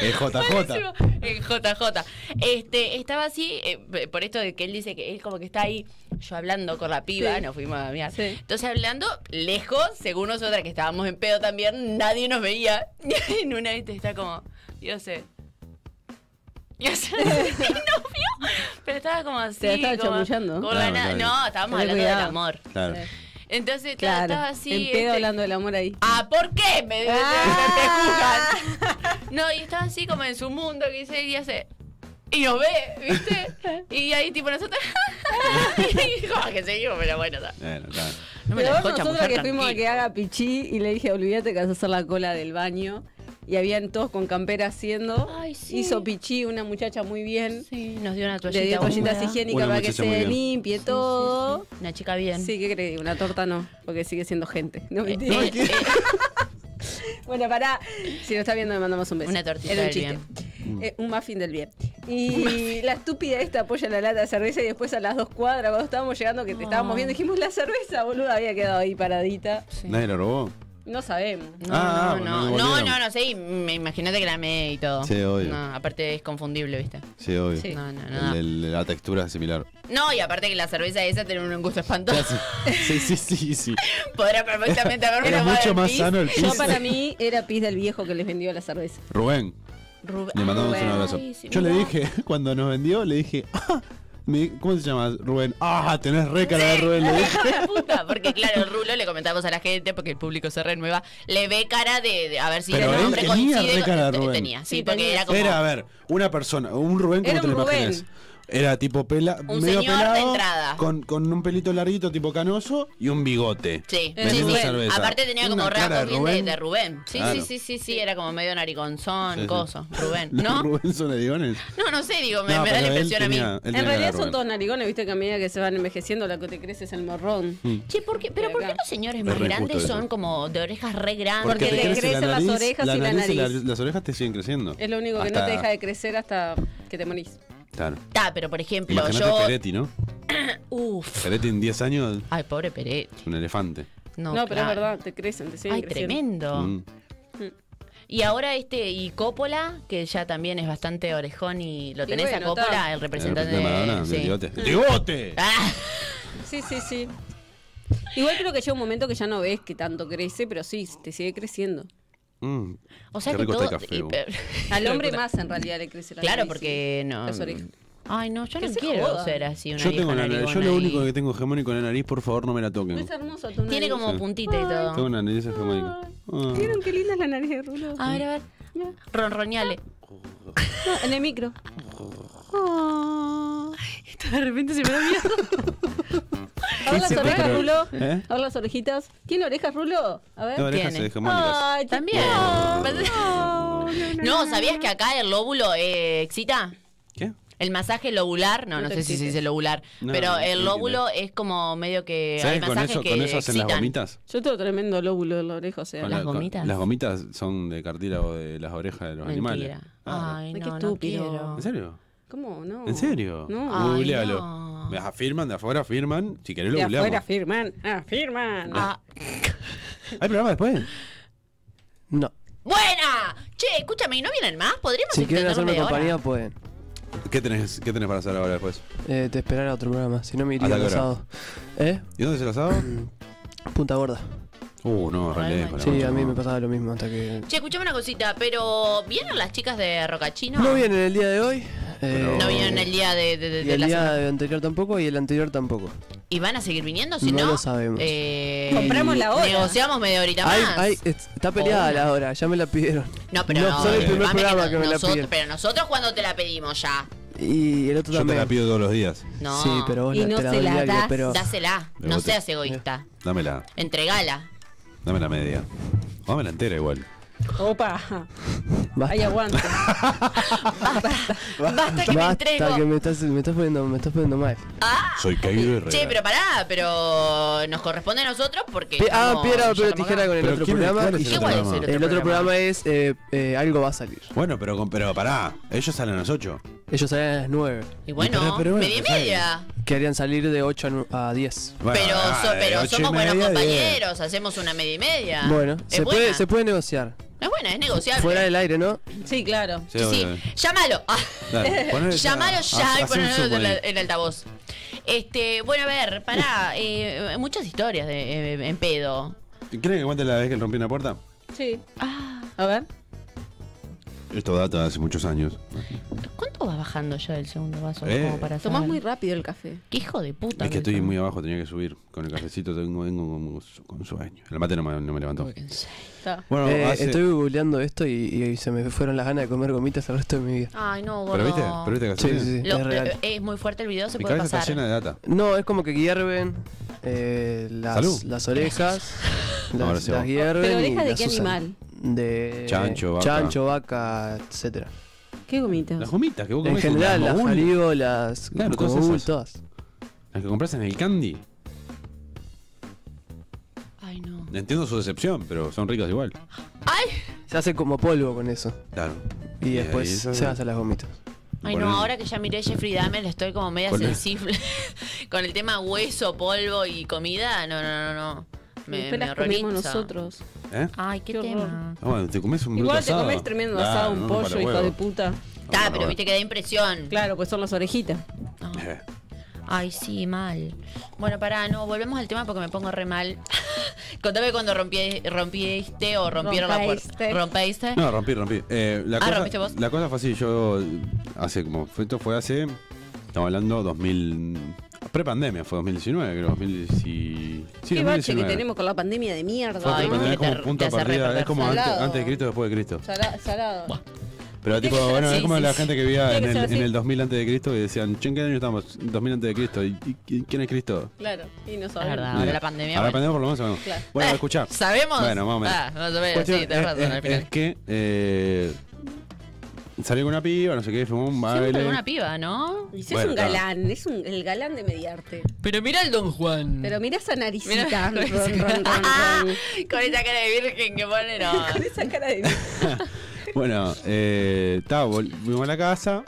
Speaker 1: Es JJ.
Speaker 2: Buenísimo. Eh, JJ. Este, estaba así, eh, por esto de que él dice que él como que está ahí, yo hablando con la piba,
Speaker 3: Sí.
Speaker 2: nos fuimos a mirar.
Speaker 3: Sí.
Speaker 2: Entonces hablando, lejos, según nosotras que estábamos en pedo también, nadie nos veía. [laughs] Y en una vez está como, yo sé. Yo sé, eh. [laughs] y nos vio. Pero estaba como así.
Speaker 3: la estaba
Speaker 2: como-
Speaker 3: chamullando.
Speaker 2: como la
Speaker 1: Claro,
Speaker 2: na-
Speaker 1: claro.
Speaker 2: No, estábamos
Speaker 3: Tené
Speaker 2: hablando del
Speaker 3: cuidado.
Speaker 2: amor.
Speaker 1: Claro.
Speaker 2: Entonces claro,
Speaker 3: Claro.
Speaker 2: estaba así.
Speaker 3: en pedo
Speaker 2: este,
Speaker 3: hablando del amor ahí.
Speaker 2: Ah, ¿por qué? Me, me- me-
Speaker 3: Ah.
Speaker 2: me juzgan. No, y estaba así como en su mundo que dice y hace. Y nos ve, ¿viste? Y ahí tipo nosotros. [laughs] y "Ah, como que seguimos, pero bueno, no,
Speaker 1: Bueno, claro.
Speaker 2: no me
Speaker 3: Pero
Speaker 2: la
Speaker 3: vos
Speaker 2: dejó
Speaker 3: nosotros
Speaker 2: chamullar
Speaker 3: que fuimos a que
Speaker 2: tranquilo.
Speaker 3: haga pichí y le dije, olvídate que vas a hacer la cola del baño. Y habían todos con campera haciendo.
Speaker 2: Ay, sí.
Speaker 3: Hizo pichí una muchacha muy bien.
Speaker 2: Sí, nos dio una toallita.
Speaker 3: Le dio toallitas
Speaker 2: húmeda.
Speaker 3: higiénicas
Speaker 1: Una
Speaker 3: para que
Speaker 1: muchacha muy
Speaker 3: se
Speaker 1: bien.
Speaker 3: limpie todo.
Speaker 2: Una chica bien.
Speaker 3: Sí, ¿qué creí? Una torta no, porque sigue siendo gente. No,
Speaker 2: Eh,
Speaker 3: mentira.
Speaker 2: eh, eh,
Speaker 3: Bueno, pará. Si lo está viendo, le mandamos un beso.
Speaker 2: Una tortita
Speaker 3: Era un
Speaker 2: del
Speaker 3: chiste. Eh, un muffin del bien. Y la estúpida esta apoya la lata de cerveza y después a las dos cuadras, cuando estábamos llegando, que te estábamos viendo, dijimos, la cerveza, boluda, había quedado ahí paradita.
Speaker 2: sí.
Speaker 1: Nadie lo robó.
Speaker 3: No sabemos.
Speaker 2: No,
Speaker 1: Ah,
Speaker 2: no,
Speaker 1: bueno,
Speaker 2: no,
Speaker 1: lo
Speaker 2: no,
Speaker 1: volvieron.
Speaker 2: no, no, sí, me imagínate que la amé y todo.
Speaker 1: Sí, obvio.
Speaker 2: No, aparte es confundible, ¿viste?
Speaker 1: Sí, obvio.
Speaker 3: Sí.
Speaker 2: No, no, no.
Speaker 1: El- el- la textura es similar.
Speaker 2: No, y aparte que la cerveza esa tiene un gusto espantoso.
Speaker 1: Sí, sí, sí, sí.
Speaker 2: Podrá perfectamente haberme
Speaker 1: Era
Speaker 2: tomado
Speaker 1: mucho
Speaker 2: el
Speaker 1: más
Speaker 2: pis. [laughs]
Speaker 1: sano el
Speaker 3: Yo
Speaker 1: pis.
Speaker 3: para mí era pis del viejo que les vendió la cerveza.
Speaker 1: Rubén,
Speaker 2: Rubén.
Speaker 1: le mandamos
Speaker 2: Ay,
Speaker 1: un abrazo.
Speaker 2: sí,
Speaker 1: Yo le
Speaker 2: mirá.
Speaker 1: dije, [laughs] cuando nos vendió, le dije, "Ah", me- ¿cómo se llama? Rubén. Ah, tenés re cara de Rubén. Le dije.
Speaker 2: La puta,
Speaker 1: [laughs]
Speaker 2: porque claro, el Rulo le comentamos a la gente, porque el público se renueva, le ve cara de, de- a ver si
Speaker 1: Pero
Speaker 2: el
Speaker 1: él
Speaker 2: nombre
Speaker 1: tenía
Speaker 2: coincide
Speaker 1: re
Speaker 2: con-
Speaker 1: cara de
Speaker 2: te-
Speaker 1: Rubén.
Speaker 2: Tenía, sí,
Speaker 3: Sí,
Speaker 2: porque
Speaker 3: tenía.
Speaker 2: era [laughs] como
Speaker 1: Era, a ver, una persona, un Rubén como
Speaker 3: Era
Speaker 1: te lo
Speaker 3: un Rubén.
Speaker 1: imaginas. Era tipo pela,
Speaker 2: Un
Speaker 1: medio
Speaker 2: señor de
Speaker 1: pelado,
Speaker 2: entrada.
Speaker 1: Con, con un pelito larguito tipo canoso y un bigote.
Speaker 2: Sí,
Speaker 1: Vendiendo
Speaker 2: sí, sí.
Speaker 1: cerveza.
Speaker 2: Aparte tenía
Speaker 1: Una
Speaker 2: como re
Speaker 1: cara de
Speaker 2: acordín de,
Speaker 1: Rubén. [laughs]
Speaker 2: de Rubén. Sí,
Speaker 1: Claro.
Speaker 2: sí, sí, sí, sí, era como medio nariconzón,
Speaker 1: Sí, sí.
Speaker 2: coso,
Speaker 1: [laughs]
Speaker 2: Rubén.
Speaker 1: Los
Speaker 2: ¿No?
Speaker 1: Rubén son adigones.
Speaker 2: No, no sé, digo, me,
Speaker 1: No,
Speaker 2: me da la
Speaker 1: pero él
Speaker 2: impresión
Speaker 1: tenía- él
Speaker 2: a mí.
Speaker 1: tenía
Speaker 3: En
Speaker 1: cara de
Speaker 3: realidad son
Speaker 1: Rubén.
Speaker 3: todos narigones, viste que a medida que se van envejeciendo, la que te crece es el morrón.
Speaker 2: Che, ¿por qué? ¿Pero
Speaker 3: De
Speaker 2: por qué
Speaker 3: acá.
Speaker 2: los señores
Speaker 1: Es
Speaker 2: más
Speaker 1: re injusto
Speaker 2: grandes
Speaker 1: eso.
Speaker 2: son como de orejas re grandes?
Speaker 3: Porque
Speaker 1: te
Speaker 3: le
Speaker 1: crece
Speaker 3: crecen las orejas y la
Speaker 1: y
Speaker 3: nariz.
Speaker 1: las orejas te siguen creciendo.
Speaker 3: Es lo único que no
Speaker 1: Hasta-
Speaker 3: te deja de crecer hasta que te morís.
Speaker 1: Claro.
Speaker 2: Está, pero por ejemplo,
Speaker 1: Imagínate
Speaker 2: yo.
Speaker 1: Peretti, ¿no?
Speaker 2: Uf.
Speaker 1: Peretti en 10 años,
Speaker 2: Ay, pobre Peretti.
Speaker 1: un elefante.
Speaker 2: No,
Speaker 3: No, pero es
Speaker 2: claro.
Speaker 3: verdad, te crecen, te siguen
Speaker 2: Ay,
Speaker 3: creciendo.
Speaker 2: tremendo.
Speaker 1: Mm.
Speaker 2: Y ahora este, y Coppola, que ya también es bastante orejón y lo
Speaker 3: Y
Speaker 2: tenés a
Speaker 3: bueno,
Speaker 2: Coppola,
Speaker 3: ta.
Speaker 2: el representante
Speaker 1: de Maradona,
Speaker 2: sí.
Speaker 1: del bigote. ¡Bigote!
Speaker 2: [laughs] Ah,
Speaker 3: Sí, sí, sí. Igual creo que llega un momento que ya no ves que tanto crece, pero sí, te sigue creciendo.
Speaker 1: Mm.
Speaker 2: o sea
Speaker 1: Qué
Speaker 2: que
Speaker 1: rico
Speaker 2: todo.
Speaker 1: está el café,
Speaker 2: y-
Speaker 1: vos.
Speaker 2: [laughs]
Speaker 3: Al hombre más en realidad le crece la
Speaker 2: Claro,
Speaker 3: nariz,
Speaker 2: porque
Speaker 3: sí.
Speaker 2: no. mm,
Speaker 3: Las orejas.
Speaker 2: Ay, no, yo
Speaker 3: Que
Speaker 2: no
Speaker 3: se
Speaker 2: quiero
Speaker 3: joda.
Speaker 2: ser así una
Speaker 1: Yo tengo
Speaker 2: vieja
Speaker 1: la nariz, yo
Speaker 2: narigona
Speaker 1: lo
Speaker 2: ahí.
Speaker 1: único que tengo hegemónico en la nariz, por favor no me la toquen.
Speaker 3: Es hermoso tu nariz.
Speaker 2: Tiene como
Speaker 1: Sí. Ah,
Speaker 2: puntita y
Speaker 1: Tengo
Speaker 2: todo.
Speaker 1: una nariz hegemónica. Ah.
Speaker 3: ¿Vieron qué linda es la nariz de Rulo?
Speaker 2: A ver, a ver. Ronroñale.
Speaker 3: Ah, No, en el micro.
Speaker 2: Esto de repente se me da miedo.
Speaker 3: A ver las
Speaker 1: Ese
Speaker 3: orejas,
Speaker 1: control.
Speaker 3: Rulo.
Speaker 1: ¿Eh?
Speaker 3: A ver las orejitas. ¿Tiene orejas, Rulo? A ver.
Speaker 1: Tengo orejas
Speaker 2: tiene. Oh.
Speaker 1: hegemónicas.
Speaker 3: Ay,
Speaker 2: También. [laughs] No, ¿sabías que acá el lóbulo eh, excita?
Speaker 1: ¿Qué?
Speaker 2: El masaje lobular, no, no, sé si se dice lobular,
Speaker 1: No,
Speaker 2: pero
Speaker 1: no,
Speaker 2: el
Speaker 1: no
Speaker 2: lóbulo es como medio que hay
Speaker 1: ¿Sabes con
Speaker 2: masajes
Speaker 1: eso,
Speaker 2: que
Speaker 1: con eso hacen las
Speaker 2: excitan.
Speaker 1: gomitas?
Speaker 3: Yo tengo tremendo lóbulo en la oreja, o sea.
Speaker 1: Con
Speaker 2: ¿Las
Speaker 1: la- con-
Speaker 2: gomitas?
Speaker 1: Las gomitas son de cartílago de las orejas de los
Speaker 2: Mentira.
Speaker 1: animales. Ah.
Speaker 2: Ay,
Speaker 3: Ay, qué
Speaker 2: no, no
Speaker 3: estúpido.
Speaker 2: quiero.
Speaker 1: ¿En serio?
Speaker 3: ¿Cómo no?
Speaker 1: ¿En serio? Uh,
Speaker 3: No. Ah,
Speaker 2: Ay,
Speaker 1: Googlealo.
Speaker 2: no.
Speaker 1: Me Afirman, de afuera afirman. Si querés lo
Speaker 3: De
Speaker 1: googleamos.
Speaker 3: afuera firman, afirman.
Speaker 2: Ah,
Speaker 1: ¿Hay programa después?
Speaker 4: No.
Speaker 2: ¡Buena! Che, escúchame, ¿y no vienen más? ¿Podríamos
Speaker 4: Si quieren
Speaker 2: extenderlo
Speaker 4: hacerme
Speaker 2: media hora?
Speaker 4: compañía, pueden.
Speaker 1: ¿Qué tenés, ¿Qué tenés para hacer ahora después?
Speaker 4: Eh, te esperar a otro programa, si no me iría
Speaker 1: ¿Hasta qué hora?
Speaker 4: casado. ¿Eh?
Speaker 1: ¿Y dónde se los hago?
Speaker 4: Punta gorda.
Speaker 1: Uh, no, re lejos. la
Speaker 4: Sí,
Speaker 1: concha,
Speaker 4: a mí
Speaker 1: no.
Speaker 4: me pasaba lo mismo hasta que.
Speaker 2: Che, escuchame una cosita, pero ¿vienen las chicas de Rocachino?
Speaker 4: No vienen el día de hoy. eh,
Speaker 2: No vinieron el día de, de- de-
Speaker 4: Y
Speaker 2: de
Speaker 4: el
Speaker 2: la semana.
Speaker 4: día anterior tampoco y el anterior tampoco.
Speaker 2: ¿Y van a seguir viniendo? Si no,
Speaker 4: No lo sabemos.
Speaker 2: eh,
Speaker 3: Compramos la hora.
Speaker 2: Negociamos media horita
Speaker 4: Ay,
Speaker 2: más.
Speaker 4: ay, es- está peleada
Speaker 2: Hola.
Speaker 4: la hora, ya me la pidieron.
Speaker 2: No, pero no.
Speaker 4: No, soy el
Speaker 2: eh,
Speaker 4: primer
Speaker 2: dame
Speaker 4: programa
Speaker 2: no-
Speaker 4: que me la
Speaker 2: nosotros-
Speaker 4: piden.
Speaker 2: Pero nosotros, cuando te la pedimos ya?
Speaker 4: Y el otro
Speaker 1: Yo te
Speaker 4: también.
Speaker 1: la pido todos los días.
Speaker 2: No.
Speaker 4: Sí, pero vos
Speaker 3: Y
Speaker 4: la-
Speaker 3: no
Speaker 4: te la
Speaker 3: se
Speaker 4: doy
Speaker 3: la
Speaker 4: diario,
Speaker 3: das.
Speaker 4: pero.
Speaker 2: Dásela.
Speaker 1: Me
Speaker 2: No
Speaker 1: boté.
Speaker 2: seas egoísta.
Speaker 1: Dámela.
Speaker 2: Entregala.
Speaker 1: Dámela media. O dámela entera igual.
Speaker 3: Opa,
Speaker 4: Basta,
Speaker 3: ahí aguante.
Speaker 2: Basta que me
Speaker 4: basta
Speaker 2: entrego. Ah,
Speaker 4: que me estás, me estás poniendo, me estás poniendo mal. Ah,
Speaker 1: Soy caído y re.
Speaker 2: Che, pero pará, pero nos corresponde a nosotros porque.
Speaker 4: Pi- ah,
Speaker 2: estamos-
Speaker 4: piedra,
Speaker 2: ya
Speaker 4: pero
Speaker 2: estamos
Speaker 4: tijera
Speaker 2: acá.
Speaker 4: con el
Speaker 1: ¿Pero
Speaker 4: otro
Speaker 1: quién es-
Speaker 4: programa.
Speaker 1: cuál es
Speaker 4: y
Speaker 1: el
Speaker 4: yo-
Speaker 1: otro
Speaker 4: el,
Speaker 1: programa?
Speaker 4: otro programa, es eh, eh, Algo va a salir.
Speaker 1: Bueno, pero, con- pero pará. Ellos salen a las 8.
Speaker 4: Ellos salen a las 9.
Speaker 2: Y bueno,
Speaker 1: Pero- pero bueno,
Speaker 2: media y
Speaker 1: pues, ahí.
Speaker 2: media.
Speaker 4: Querían salir de 8 a nu- a, 10.
Speaker 2: pero so- pero somos buenos
Speaker 1: compañeros.
Speaker 2: compañeros, hacemos una media y media.
Speaker 4: Bueno,
Speaker 2: Ah, es
Speaker 4: se puede,
Speaker 2: buena.
Speaker 4: se puede negociar.
Speaker 2: Es buena, es negociable.
Speaker 4: Fuera del aire, ¿no?
Speaker 3: Sí, claro.
Speaker 2: Sí, sí. Llámalo. [laughs] Ah.
Speaker 1: Dale,
Speaker 4: [laughs]
Speaker 1: ponele esa-
Speaker 2: Llámalo
Speaker 1: haz-
Speaker 2: ya y
Speaker 1: haz un
Speaker 2: ponelo
Speaker 1: zoom eh.
Speaker 2: en,
Speaker 1: ahí.
Speaker 2: la- en altavoz. Este, bueno, a ver,
Speaker 1: [laughs]
Speaker 2: pará. eh, muchas historias de, eh, en pedo.
Speaker 1: ¿Quieren que cuente la vez que rompí una puerta?
Speaker 3: Sí. A ver.
Speaker 1: Esto data de hace muchos años.
Speaker 2: ¿Cuánto vas bajando ya del segundo vaso?
Speaker 1: Eh.
Speaker 2: Como para
Speaker 3: Tomás
Speaker 2: saber?
Speaker 3: muy rápido el café.
Speaker 2: ¿Qué hijo de puta?
Speaker 1: Es que
Speaker 2: que
Speaker 1: estoy
Speaker 2: son?
Speaker 1: muy abajo, tenía que subir. Con el cafecito tengo, vengo con, su- con sueño. El mate no me, no me levantó.
Speaker 2: Uy, en serio.
Speaker 3: Está.
Speaker 1: Bueno,
Speaker 4: Eh,
Speaker 1: hace-
Speaker 4: Estoy googleando esto y, y se me fueron las ganas de comer gomitas el resto de mi vida.
Speaker 2: Ay, no, gordo.
Speaker 1: ¿Pero viste? ¿Pero viste que hace
Speaker 4: Sí,
Speaker 1: bien?
Speaker 4: sí, sí.
Speaker 2: Lo-
Speaker 4: es real.
Speaker 2: eh, es muy fuerte el video, se
Speaker 1: Mi
Speaker 2: puede
Speaker 1: cabeza
Speaker 2: pasar.
Speaker 1: está llena de data.
Speaker 4: No, es como que hierven eh,
Speaker 1: Salud.
Speaker 4: las,
Speaker 1: [laughs]
Speaker 4: las orejas.
Speaker 1: Ahora
Speaker 4: Las,
Speaker 1: sí va.
Speaker 4: las hierven.
Speaker 3: ¿Pero orejas
Speaker 4: y
Speaker 3: de
Speaker 4: las
Speaker 3: qué
Speaker 4: usan.
Speaker 3: animal?
Speaker 4: De
Speaker 1: Chancho, vaca.
Speaker 4: chancho, vaca, etcétera.
Speaker 3: ¿Qué gomitas?
Speaker 1: Las gomitas que vos
Speaker 4: En
Speaker 1: comés con
Speaker 4: general,
Speaker 1: las
Speaker 4: las
Speaker 1: mogul,
Speaker 4: jalibo, las
Speaker 1: Claro, todas
Speaker 4: mogul,
Speaker 1: esas.
Speaker 4: todas.
Speaker 1: Las que compras en el candy.
Speaker 2: Ay, no.
Speaker 1: Entiendo su decepción, pero son ricas igual.
Speaker 2: Ay,
Speaker 4: Se hace como polvo con eso.
Speaker 1: Claro.
Speaker 4: Y,
Speaker 1: Y
Speaker 4: después
Speaker 1: ahí esas-
Speaker 4: se hacen las gomitas.
Speaker 2: ay
Speaker 1: Ponele.
Speaker 2: no, ahora que ya miré Jeffrey Dahmer, estoy como media
Speaker 1: Ponele.
Speaker 2: sensible [laughs] con el tema hueso, polvo y comida. No, no, no, no. Me,
Speaker 3: Después
Speaker 2: me
Speaker 3: las
Speaker 2: horroriza.
Speaker 3: comimos nosotros.
Speaker 1: ¿Eh?
Speaker 2: Ay, qué,
Speaker 3: Qué horror.
Speaker 2: tema.
Speaker 1: Ah, bueno, te comes un bruto
Speaker 3: Igual te
Speaker 1: asado.
Speaker 3: comes tremendo
Speaker 1: Claro,
Speaker 3: asado, un
Speaker 1: no,
Speaker 3: pollo,
Speaker 1: para
Speaker 3: hijo
Speaker 1: huevo.
Speaker 3: de puta.
Speaker 2: Está,
Speaker 1: bueno.
Speaker 2: pero viste que da impresión.
Speaker 3: Claro, pues son las orejitas.
Speaker 1: Eh,
Speaker 2: Ah. Ay, sí, mal. Bueno, pará, no, volvemos al tema porque me pongo re mal. [laughs] Contame cuando rompí, rompiste o rompieron la
Speaker 3: Rompeiste.
Speaker 2: puerta. ¿Rompiste?
Speaker 1: [laughs] No, rompí, rompí. Eh, la
Speaker 2: Ah,
Speaker 1: cosa,
Speaker 2: ¿rompiste vos?
Speaker 1: La cosa fue así, yo hace como, fue- esto fue hace, estamos hablando 2000, prepandemia, fue 2019 creo, 2019. Sí,
Speaker 3: Qué
Speaker 1: 2019.
Speaker 3: bache que tenemos con la pandemia de mierda.
Speaker 1: Fue
Speaker 2: Ay,
Speaker 1: prepandemia,
Speaker 2: no,
Speaker 1: es como
Speaker 2: te-
Speaker 1: punto
Speaker 2: te
Speaker 1: de
Speaker 2: hace
Speaker 1: partida, es como antes,
Speaker 3: reperder.
Speaker 1: antes de Cristo, después de Cristo.
Speaker 3: Sala- salado.
Speaker 1: Pero tipo,
Speaker 3: que ser
Speaker 1: bueno,
Speaker 3: así,
Speaker 1: es como
Speaker 3: sí,
Speaker 1: la
Speaker 3: sí.
Speaker 1: gente que vivía en
Speaker 3: Tiene que
Speaker 1: el,
Speaker 3: ser así.
Speaker 1: en el 2000 antes de Cristo y decían, "Che, ¿en qué año estamos? 2000 antes de Cristo. ¿Y, y- y quién es Cristo?
Speaker 3: Claro, y no
Speaker 2: Es
Speaker 3: sabemos.
Speaker 2: verdad, ahora la pandemia.
Speaker 1: Ahora la
Speaker 2: bueno.
Speaker 1: pandemia por lo menos sabemos.
Speaker 3: Claro.
Speaker 1: Bueno,
Speaker 2: Eh,
Speaker 1: escuchá.
Speaker 2: ¿Sabemos?
Speaker 1: Bueno, más o menos.
Speaker 2: Ah, más o menos,
Speaker 1: Cuestión
Speaker 2: sí, tenés
Speaker 1: es-
Speaker 2: razón.
Speaker 1: es,
Speaker 2: al final.
Speaker 1: es que eh, salió con una piba, no sé qué, fumó un
Speaker 2: Siempre
Speaker 1: baile. [laughs]
Speaker 2: con una piba, ¿no?
Speaker 3: Y si es
Speaker 1: Bueno,
Speaker 3: un
Speaker 1: claro.
Speaker 3: galán, es un, el galán de mediarte.
Speaker 2: Pero mira el Don Juan.
Speaker 3: Pero mira esa
Speaker 2: Mm. Mirá- Ah.
Speaker 3: naricita. ron,
Speaker 2: [laughs]
Speaker 3: ron, ron, ron.
Speaker 2: Con esa cara de virgen que pone, no.
Speaker 3: Con esa cara de.
Speaker 1: Bueno, eh, ta, vol- fuimos a la casa,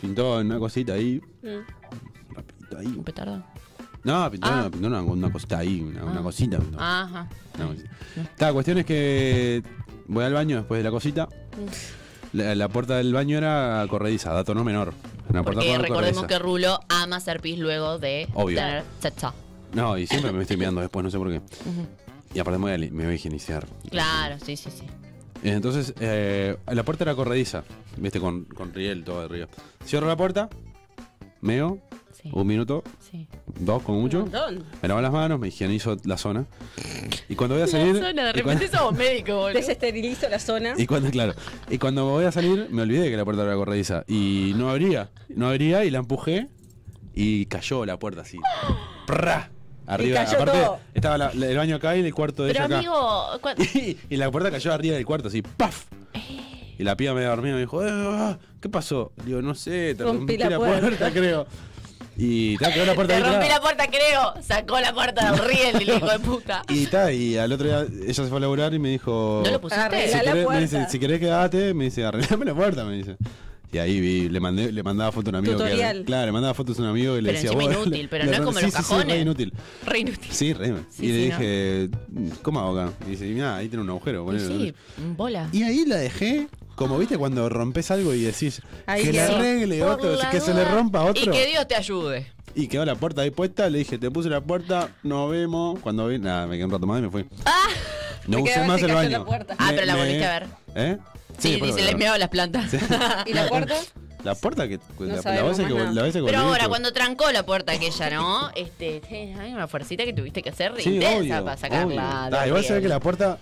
Speaker 1: pintó una cosita ahí,
Speaker 3: Mm.
Speaker 1: una pintó ahí.
Speaker 2: ¿Un petardo?
Speaker 1: No, pintó,
Speaker 2: Ah.
Speaker 1: una, pintó una, una cosita ahí, una, una cosita. pintó.
Speaker 2: Ajá.
Speaker 1: Una cosita. Ta, cuestión es que voy al baño después de la cosita.
Speaker 2: Mm.
Speaker 1: La, la puerta del baño era corrediza, dato no menor. Una puerta
Speaker 2: Porque
Speaker 1: con
Speaker 2: recordemos
Speaker 1: corrediza.
Speaker 2: que Rulo ama hacer pis luego de
Speaker 1: Obvio.
Speaker 2: tener chacha.
Speaker 1: No, y siempre me estoy mirando después, no sé por qué. Y aparte me voy a, li- me voy a higienizar.
Speaker 2: Claro, sí, sí, sí.
Speaker 1: Entonces, eh, la puerta era corrediza, viste, con, con riel todo arriba. Cierro la puerta, meo,
Speaker 2: Sí.
Speaker 1: un minuto,
Speaker 2: sí.
Speaker 1: dos como mucho.
Speaker 3: montón.
Speaker 1: Me lavo las manos, me higienizo la zona. Y cuando voy a salir.
Speaker 2: de
Speaker 1: y, cuando,
Speaker 2: repente somos médicos, boludo.
Speaker 3: Desesterilizo la zona.
Speaker 1: y cuando- claro. Y cuando voy a salir, me olvidé que la puerta era corrediza. Y no abría. No abría y la empujé. Y cayó la puerta así. ¡Pra! Arriba.
Speaker 3: cayó
Speaker 1: Aparte,
Speaker 3: todo.
Speaker 1: estaba la- la- el baño acá y el cuarto de
Speaker 2: Pero
Speaker 1: ella acá.
Speaker 2: amigo, cua-
Speaker 1: [laughs] Y, y la puerta cayó arriba del cuarto, así, ¡paf! Y la piba me dormía y me dijo, "Eh, ah, ¿qué pasó? Digo, no sé, te rompí, la, puerta. [laughs] creo. Y ta, quedó la puerta ahí
Speaker 2: te rompí
Speaker 1: clavada.
Speaker 2: la puerta, creo. Sacó la puerta del riel, el hijo de puta.
Speaker 1: Y ta, y al otro día ella se fue a laburar y me dijo.
Speaker 2: ¿No lo pusiste?
Speaker 1: Si
Speaker 3: Arregla la
Speaker 1: querés, me dice,
Speaker 3: puerta.
Speaker 1: si querés quedate, me dice, arreglame la puerta, me dice. Y ahí vi, le mandé, le mandaba fotos a un amigo. que era-
Speaker 3: Tutorial.
Speaker 1: claro, le mandaba fotos a un amigo y le
Speaker 2: Pero
Speaker 1: decía,
Speaker 2: encima
Speaker 1: vos-
Speaker 2: inútil, pero
Speaker 1: le-
Speaker 2: no es
Speaker 1: le-
Speaker 2: como
Speaker 1: sí,
Speaker 2: los
Speaker 1: sí, sí, re
Speaker 2: cajones.
Speaker 1: inútil. [laughs]
Speaker 2: Re inútil.
Speaker 1: Sí, re.
Speaker 2: Sí,
Speaker 1: y le
Speaker 2: sí, no.
Speaker 1: dije, ¿cómo hago acá? Y dice, mira, ahí tiene un agujero.
Speaker 2: Y
Speaker 1: ponele".
Speaker 2: sí, bola.
Speaker 1: Y ahí la dejé, como viste cuando rompes algo y decís
Speaker 3: Ahí
Speaker 1: que le
Speaker 3: quedó.
Speaker 1: arregle
Speaker 2: Por
Speaker 1: otro,
Speaker 2: la
Speaker 1: que se le
Speaker 2: duda.
Speaker 1: rompa a otro.
Speaker 2: Y que Dios te ayude.
Speaker 1: Y quedó la puerta ahí puesta, le dije, te puse la puerta, nos vemos. Cuando vi, nada, me quedé un rato más y me fui. No
Speaker 3: Me quedé
Speaker 1: usé
Speaker 3: a ver
Speaker 1: más
Speaker 3: si
Speaker 1: el
Speaker 3: cayó
Speaker 1: baño.
Speaker 3: la puerta.
Speaker 2: Ah, pero la volviste a ver.
Speaker 1: ¿Eh?
Speaker 2: Sí,
Speaker 1: después
Speaker 2: y
Speaker 1: volví
Speaker 2: se
Speaker 1: a
Speaker 2: les
Speaker 1: ver.
Speaker 2: meaba las plantas.
Speaker 3: ¿Y la puerta?
Speaker 1: [laughs] La puerta que. la, la
Speaker 3: sabemos
Speaker 1: vez que,
Speaker 3: más nada.
Speaker 1: la vez que
Speaker 2: Pero
Speaker 1: volví,
Speaker 2: ahora,
Speaker 1: que-
Speaker 2: cuando trancó la puerta aquella, ¿no? [laughs] Este, te- hay una fuercita que tuviste que hacer re
Speaker 1: Sí,
Speaker 2: intensa
Speaker 1: obvio,
Speaker 2: para
Speaker 1: obvio.
Speaker 2: sacarla.
Speaker 1: Ah,
Speaker 2: del
Speaker 1: igual se ve
Speaker 2: riel.
Speaker 1: que la puerta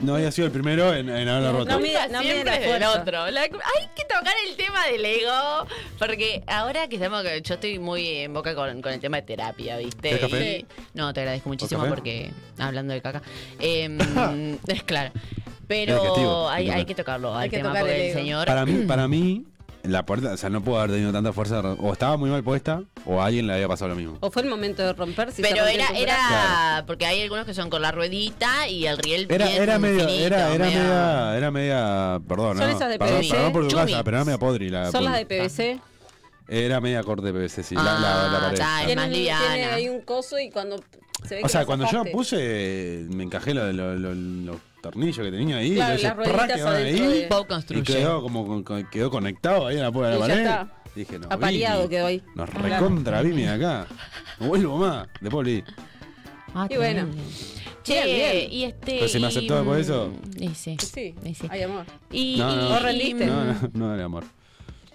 Speaker 1: no había sido el primero en, en haberla roto.
Speaker 3: no, mira, no, mira la
Speaker 2: siempre del
Speaker 3: fuerza.
Speaker 2: otro. La- hay que tocar el tema del ego. Porque ahora que estamos. Yo estoy muy en boca con, con el tema de terapia, ¿viste?
Speaker 1: ¿Querés café?
Speaker 2: Y- no, te agradezco muchísimo
Speaker 1: café?
Speaker 2: porque. Hablando de
Speaker 1: [laughs]
Speaker 2: caca. eh, [laughs] es claro.
Speaker 1: Es
Speaker 2: Pero
Speaker 1: digestivo,
Speaker 2: hay,
Speaker 1: el café.
Speaker 2: hay que tocarlo al
Speaker 3: Hay que
Speaker 2: tema
Speaker 3: tocar el
Speaker 2: porque el
Speaker 3: ego.
Speaker 2: señor.
Speaker 1: Para
Speaker 2: [clears throat]
Speaker 1: mí, para mí, la puerta, o sea, no pudo haber tenido tanta fuerza. O estaba muy mal puesta, o a alguien le había pasado lo mismo.
Speaker 3: O fue el momento de romperse. y se
Speaker 2: Pero
Speaker 3: rompió
Speaker 2: era,
Speaker 3: tu
Speaker 2: era,
Speaker 3: brazo.
Speaker 2: porque hay algunos que son con la ruedita y el riel
Speaker 1: Era,
Speaker 2: bien
Speaker 1: era medio,
Speaker 2: finito,
Speaker 1: era, era
Speaker 2: medio-
Speaker 1: media, era media, perdón,
Speaker 3: Son
Speaker 1: no,
Speaker 3: esas de
Speaker 1: perdón,
Speaker 3: PVC.
Speaker 1: perdón por tu
Speaker 2: Chumi.
Speaker 1: casa, pero era media podri la
Speaker 3: Son las de
Speaker 1: puerta.
Speaker 3: PVC.
Speaker 1: Era media corte PVC, sí, la-
Speaker 2: Ah,
Speaker 1: la, la pared.
Speaker 2: está, es
Speaker 1: Claro.
Speaker 2: más
Speaker 3: Tienen-
Speaker 2: liviana.
Speaker 3: tiene ahí un coso y cuando se ve
Speaker 1: O
Speaker 3: que
Speaker 1: sea,
Speaker 3: la
Speaker 1: cuando yo
Speaker 3: zafaste.
Speaker 1: puse, me encajé lo- lo- lo- los tornillos que tenía ahí,
Speaker 3: Claro,
Speaker 1: lo hice,
Speaker 3: las rueditas
Speaker 1: ¡prac! quedó
Speaker 3: adentro
Speaker 1: ahí,
Speaker 3: de-
Speaker 2: Bob
Speaker 1: y
Speaker 2: construye.
Speaker 1: quedó como con- con- quedó conectado ahí en la puerta de la
Speaker 3: Y ya
Speaker 1: pared.
Speaker 3: está.
Speaker 1: Dije, no,
Speaker 3: Apaleado
Speaker 1: Vini,
Speaker 3: quedó ahí.
Speaker 1: Nos
Speaker 3: Claro.
Speaker 1: recontra Vini de acá. No vuelvo más. Después volví.
Speaker 2: Ah,
Speaker 3: Y bueno.
Speaker 2: tremendo. Che,
Speaker 3: Bien, bien.
Speaker 2: y este.
Speaker 1: Pero se me aceptó
Speaker 2: y,
Speaker 1: después de eso.
Speaker 2: mm, Y sí.
Speaker 3: Sí,
Speaker 2: Y sí.
Speaker 3: hay amor.
Speaker 2: Y,
Speaker 1: No, no,
Speaker 2: y-
Speaker 1: no.
Speaker 2: y-
Speaker 3: rendiste.
Speaker 1: No, no, no era amor.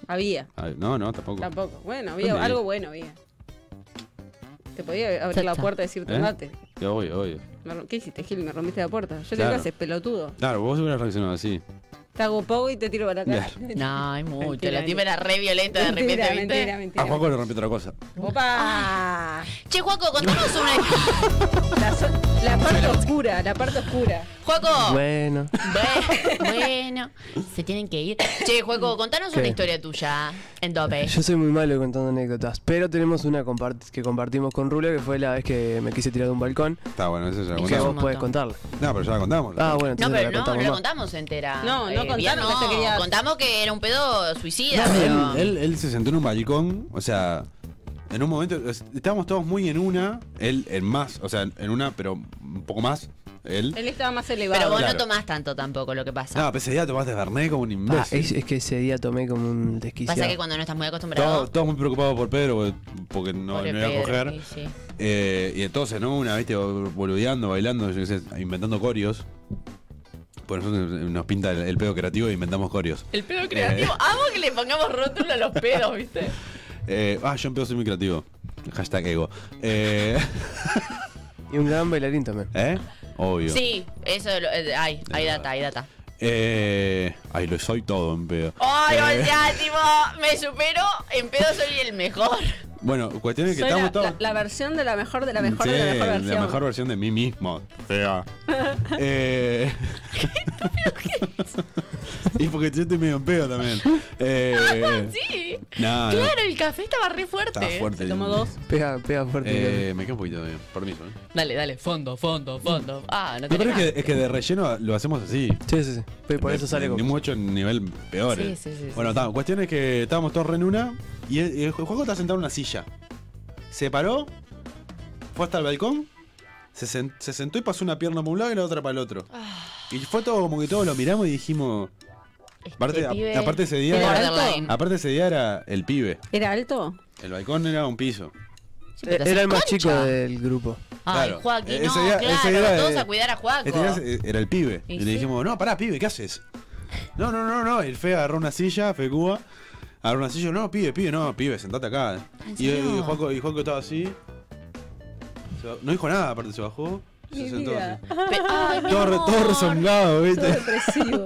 Speaker 3: Había,
Speaker 1: Ay, No, no, tampoco.
Speaker 3: tampoco. Bueno, había
Speaker 1: ¿Dónde?
Speaker 3: algo bueno había. Te podía abrir la
Speaker 2: Chacha.
Speaker 3: puerta y decirte,
Speaker 1: ¿Eh?
Speaker 3: mate.
Speaker 1: Que obvio, obvio.
Speaker 3: Me rom- ¿Qué hiciste, Gil? Me rompiste la puerta. Yo te
Speaker 1: Claro.
Speaker 3: digo, haces pelotudo.
Speaker 1: Claro, vos hubieras reaccionado así.
Speaker 3: Te hago poco y te tiro para acá.
Speaker 2: No, hay mucho.
Speaker 3: Mentira,
Speaker 2: la tipa era re violenta de repente,
Speaker 3: Mentira,
Speaker 2: ¿viste?
Speaker 3: mentira,
Speaker 1: A
Speaker 3: mentira.
Speaker 1: Juaco le rompió otra cosa.
Speaker 3: Opa.
Speaker 2: Che, Juaco, contanos una. [laughs]
Speaker 3: La, so- la parte oscura, la parte oscura. Oh.
Speaker 2: Juaco.
Speaker 3: [laughs]
Speaker 4: Bueno.
Speaker 2: Bue- Bueno, se tienen que ir. Che, Juaco, contanos una
Speaker 4: ¿Qué?
Speaker 2: historia tuya en tope.
Speaker 4: Yo soy muy malo contando anécdotas, pero tenemos una compart- que compartimos con Rulo, que fue la vez que me quise tirar de un balcón,
Speaker 1: Está bueno, eso ya lo
Speaker 2: ¿Y
Speaker 4: que
Speaker 2: es
Speaker 1: contamos.
Speaker 4: vos
Speaker 2: un
Speaker 4: podés
Speaker 2: montón.
Speaker 4: contarla.
Speaker 1: No, pero ya lo contamos.
Speaker 4: Ah, bueno, entonces
Speaker 2: No, pero no,
Speaker 4: la
Speaker 2: no
Speaker 4: contamos
Speaker 2: la
Speaker 4: más.
Speaker 2: contamos entera. eh,
Speaker 3: No, no
Speaker 2: bien,
Speaker 3: contaron que
Speaker 2: no.
Speaker 3: se quería-
Speaker 2: Contamos que era un pedo suicida,
Speaker 1: No,
Speaker 2: pero...
Speaker 1: él, él- él se sentó en un balcón, o sea, en un momento es- estábamos todos muy en una, él en más, o sea, en una, pero un poco más, él.
Speaker 3: Él estaba más elevado.
Speaker 2: Pero vos
Speaker 1: Claro.
Speaker 2: no tomás tanto tampoco lo que pasa.
Speaker 1: Ah, pero ese día tomaste Bernet como un
Speaker 4: Ah,
Speaker 1: imbécil.
Speaker 4: es, es que ese día tomé como un
Speaker 2: pasa
Speaker 4: desquiciado.
Speaker 2: que cuando no estás muy acostumbrado...
Speaker 1: todos, todos muy preocupados por Pedro porque, porque no,
Speaker 2: pobre
Speaker 1: no iba a
Speaker 2: Pedro,
Speaker 1: coger.
Speaker 2: sí, sí.
Speaker 1: Eh, y entonces, ¿no? Una, viste, boludeando, bailando, yo qué sé, inventando corios. Por eso nos pinta el, el pedo creativo e inventamos corios.
Speaker 2: El pedo creativo. Amo que le pongamos rótulo a los pedos, ¿viste?
Speaker 1: Eh, ah, yo en pedo soy muy creativo. Hashtag ego. Eh, [laughs]
Speaker 4: Y un gran bailarín también.
Speaker 1: ¿Eh? Obvio.
Speaker 2: Sí, eso. lo- eh, hay, hay data, hay data.
Speaker 1: Eh, ay, lo soy todo en pedo.
Speaker 2: Ay,
Speaker 1: Eh,
Speaker 2: o sea, tipo, me supero, en pedo soy el mejor.
Speaker 1: Bueno, cuestión es que
Speaker 3: Soy la,
Speaker 1: estamos todos.
Speaker 3: la- la versión de la mejor de la mejor
Speaker 1: Sí,
Speaker 3: de la mejor versión.
Speaker 1: mejor versión de mí mismo. O
Speaker 3: [laughs]
Speaker 1: sea. eh, [laughs] y porque yo estoy medio en pedo
Speaker 3: [laughs]
Speaker 1: también. Eh,
Speaker 2: Sí.
Speaker 1: Ah, no, no,
Speaker 2: Claro, el café estaba re fuerte.
Speaker 1: Está fuerte.
Speaker 3: Tomo dos.
Speaker 4: Pega, pega fuerte.
Speaker 1: Eh, me quedo un poquito bien. Permiso, eh.
Speaker 2: Dale, dale, fondo, fondo, fondo. Ah, no
Speaker 1: Lo
Speaker 2: te
Speaker 1: peor Mm. es que, es que de relleno lo hacemos así.
Speaker 4: Sí, sí, sí. Pero Por eso sale
Speaker 1: Ni
Speaker 4: como.
Speaker 1: mucho nivel peor.
Speaker 2: Sí,
Speaker 1: eh.
Speaker 2: sí, sí, sí,
Speaker 1: bueno, está, cuestión es que estábamos todos re en una y el, el Juaco está sentado en una silla. Se paró, fue hasta el balcón, se, sen- se sentó y pasó una pierna para un lado y la otra para el otro.
Speaker 2: Ah.
Speaker 1: Y fue todo como que todos lo miramos y dijimos. Aparte, a-
Speaker 2: Este pibe
Speaker 1: aparte ese día.
Speaker 2: es
Speaker 1: era- Ah,
Speaker 2: borderline.
Speaker 1: aparte ese día era el pibe.
Speaker 3: ¿Era alto?
Speaker 1: El balcón era un piso.
Speaker 2: Sí, pero te
Speaker 4: Era el más
Speaker 2: haces
Speaker 4: chico
Speaker 2: concha.
Speaker 4: del grupo.
Speaker 2: Ay,
Speaker 1: Claro.
Speaker 2: Joaquín,
Speaker 1: Ese
Speaker 2: no,
Speaker 1: día- ese
Speaker 2: claro,
Speaker 1: día,
Speaker 2: todos
Speaker 1: eh,
Speaker 2: a cuidar a Joaquín.
Speaker 1: Este día se- era el pibe.
Speaker 2: Y
Speaker 1: Y,
Speaker 2: sí.
Speaker 1: le dijimos, no, pará, pibe, ¿qué haces? No, no, no, no. El Fe agarró una silla, Fe Cuba. Agarró una silla, no, pibe, pibe, no, pibe, sentate acá.
Speaker 2: ¿En
Speaker 1: Y,
Speaker 2: serio?
Speaker 1: y Juaco, y Juaco estaba así. Se ba- no dijo nada, aparte se bajó. y
Speaker 3: Mi
Speaker 1: se sentó
Speaker 3: vida. [laughs]
Speaker 1: así.
Speaker 2: Pe- ay, mi
Speaker 1: [laughs] Todo, re-
Speaker 2: amor.
Speaker 1: todo rezongado,
Speaker 3: Todo
Speaker 1: ¿viste? [laughs]
Speaker 3: depresivo.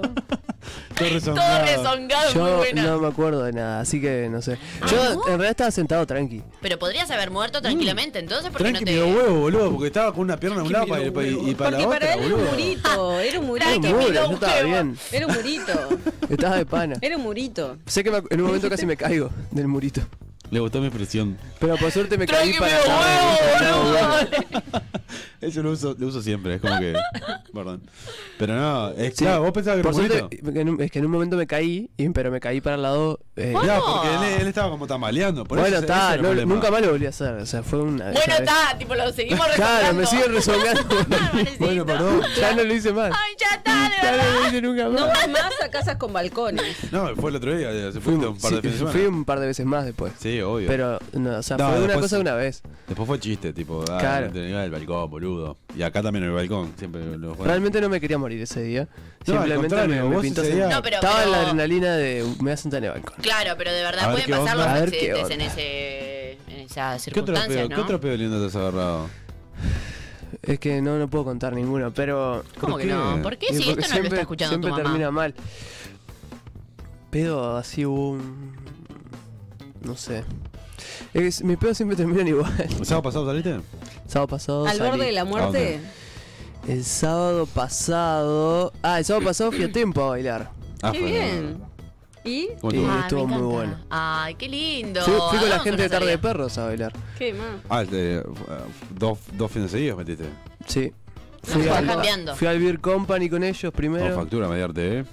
Speaker 1: Todo
Speaker 2: Todo
Speaker 1: rezongado.
Speaker 2: rezongado, Ah, muy
Speaker 4: Yo
Speaker 2: buena. Ah,
Speaker 4: no me acuerdo de nada, así que no sé. Yo
Speaker 2: ¿no?
Speaker 4: en realidad estaba sentado tranqui.
Speaker 2: Pero podrías haber muerto tranquilamente, entonces, ¿por qué no
Speaker 1: Tranqui,
Speaker 2: te...?
Speaker 1: medio huevo, boludo, porque estaba con una pierna a un lado pa- y, pa- y para
Speaker 3: Porque
Speaker 1: la otra,
Speaker 3: para él era un
Speaker 1: boludo.
Speaker 3: murito, era un
Speaker 2: Ay,
Speaker 4: Era
Speaker 2: que
Speaker 4: un
Speaker 3: murito.
Speaker 4: muro,
Speaker 2: miró
Speaker 4: yo estaba
Speaker 2: huevo.
Speaker 4: bien.
Speaker 3: Era un murito.
Speaker 4: Estaba de pana.
Speaker 2: [laughs]
Speaker 3: Era un murito.
Speaker 4: Sé que me acu- en un momento casi me caigo del murito.
Speaker 1: Le gustó mi expresión.
Speaker 4: Pero por suerte me caí
Speaker 2: Tranqui,
Speaker 4: para
Speaker 2: medio
Speaker 4: No,
Speaker 2: huevo,
Speaker 4: bueno.
Speaker 2: boludo.
Speaker 1: Eso lo uso, lo uso siempre, es
Speaker 3: [laughs]
Speaker 1: como que. Perdón. Pero no, es claro, vos pensabas que era
Speaker 4: Por
Speaker 1: un
Speaker 4: suerte,
Speaker 1: burrito.
Speaker 4: en un- es que en un momento me caí, y- pero me caí para el lado. eh,
Speaker 2: Bueno,
Speaker 1: Ya, porque él, él estaba como tambaleando. Por
Speaker 4: bueno,
Speaker 1: eso- ese era
Speaker 4: está, no-
Speaker 1: el problema.
Speaker 4: nunca más lo volví a hacer. O sea, fue una.
Speaker 2: [laughs] Bueno,
Speaker 4: esa vez.
Speaker 2: está, tipo, lo seguimos rezongando.
Speaker 4: Claro, me sigue rezongando.
Speaker 2: [laughs]
Speaker 4: [laughs]
Speaker 2: Valecito.
Speaker 1: Bueno, perdón.
Speaker 4: Ya no lo hice más.
Speaker 2: Ay, ya está, de
Speaker 4: Ya
Speaker 2: verdad.
Speaker 4: no lo hice nunca
Speaker 3: No
Speaker 4: más.
Speaker 3: vas más a casas con balcones.
Speaker 1: No, fue el otro día, eh, se fue
Speaker 4: Fui,
Speaker 1: un par de fines
Speaker 4: sí,
Speaker 1: de
Speaker 4: fui
Speaker 1: semana.
Speaker 4: un par de veces más después.
Speaker 1: Sí, obvio.
Speaker 4: Pero, no, o sea,
Speaker 1: No,
Speaker 4: fue una
Speaker 1: después-
Speaker 4: cosa una vez.
Speaker 1: Después fue chiste, tipo, ah,
Speaker 4: Claro.
Speaker 1: no te vengas del balcón, boludo. Y acá también en el balcón, siempre lo juegan.
Speaker 4: Realmente no me quería morir ese día.
Speaker 1: No, al
Speaker 4: Simplemente
Speaker 1: contrario,
Speaker 4: me, me
Speaker 1: vos
Speaker 4: pintó
Speaker 1: ese
Speaker 4: sen-
Speaker 1: día-
Speaker 2: No, pero-
Speaker 4: Estaba en la
Speaker 2: pero-
Speaker 4: adrenalina de. Me voy a sentar en el balcón.
Speaker 2: Claro, pero de
Speaker 1: A
Speaker 2: verdad
Speaker 1: ver
Speaker 2: pueden
Speaker 1: qué
Speaker 2: pasar
Speaker 1: onda.
Speaker 2: los
Speaker 4: A ver qué
Speaker 2: accidentes en,
Speaker 4: onda.
Speaker 2: ese, en esas
Speaker 1: ¿Qué otro,
Speaker 2: circunstancias,
Speaker 1: pedo,
Speaker 2: ¿no?
Speaker 1: ¿Qué otro pedo lindo te has agarrado?
Speaker 4: Es que no, no puedo contar ninguno, pero.
Speaker 2: ¿Cómo
Speaker 1: ¿Por
Speaker 2: que no?
Speaker 1: qué?
Speaker 2: ¿Por qué
Speaker 4: Y
Speaker 2: si
Speaker 4: porque
Speaker 2: esto no lo está escuchando tu mamá?
Speaker 4: siempre termina mal. Pedo así hubo un... No sé. Es, mis pedos siempre terminan igual. [laughs]
Speaker 1: ¿El sábado pasado saliste?
Speaker 4: sábado pasado
Speaker 3: Al
Speaker 4: salí.
Speaker 3: borde de la muerte.
Speaker 4: El sábado pasado... Ah, el sábado pasado fui a Tempo a bailar.
Speaker 1: Ah,
Speaker 3: Qué
Speaker 1: fue-
Speaker 3: bien. ¿Y
Speaker 1: ¿Cómo
Speaker 4: Eh,
Speaker 1: estuvo?
Speaker 2: Ay,
Speaker 4: estuvo
Speaker 2: me
Speaker 4: muy
Speaker 2: encanta.
Speaker 4: bueno.
Speaker 2: Ay, qué lindo.
Speaker 4: Fui, fui con la
Speaker 2: Hagamos
Speaker 4: gente de
Speaker 2: una
Speaker 4: Tarde de
Speaker 2: salida.
Speaker 4: Perros a bailar.
Speaker 3: qué más?
Speaker 1: Ah, te- eh, dos, dos fines seguidos metiste.
Speaker 4: Sí.
Speaker 2: fue
Speaker 4: al-
Speaker 2: cambiando.
Speaker 4: fui al Beer Company con ellos
Speaker 1: Con
Speaker 4: primero.
Speaker 1: factura, mediarte, ¿eh?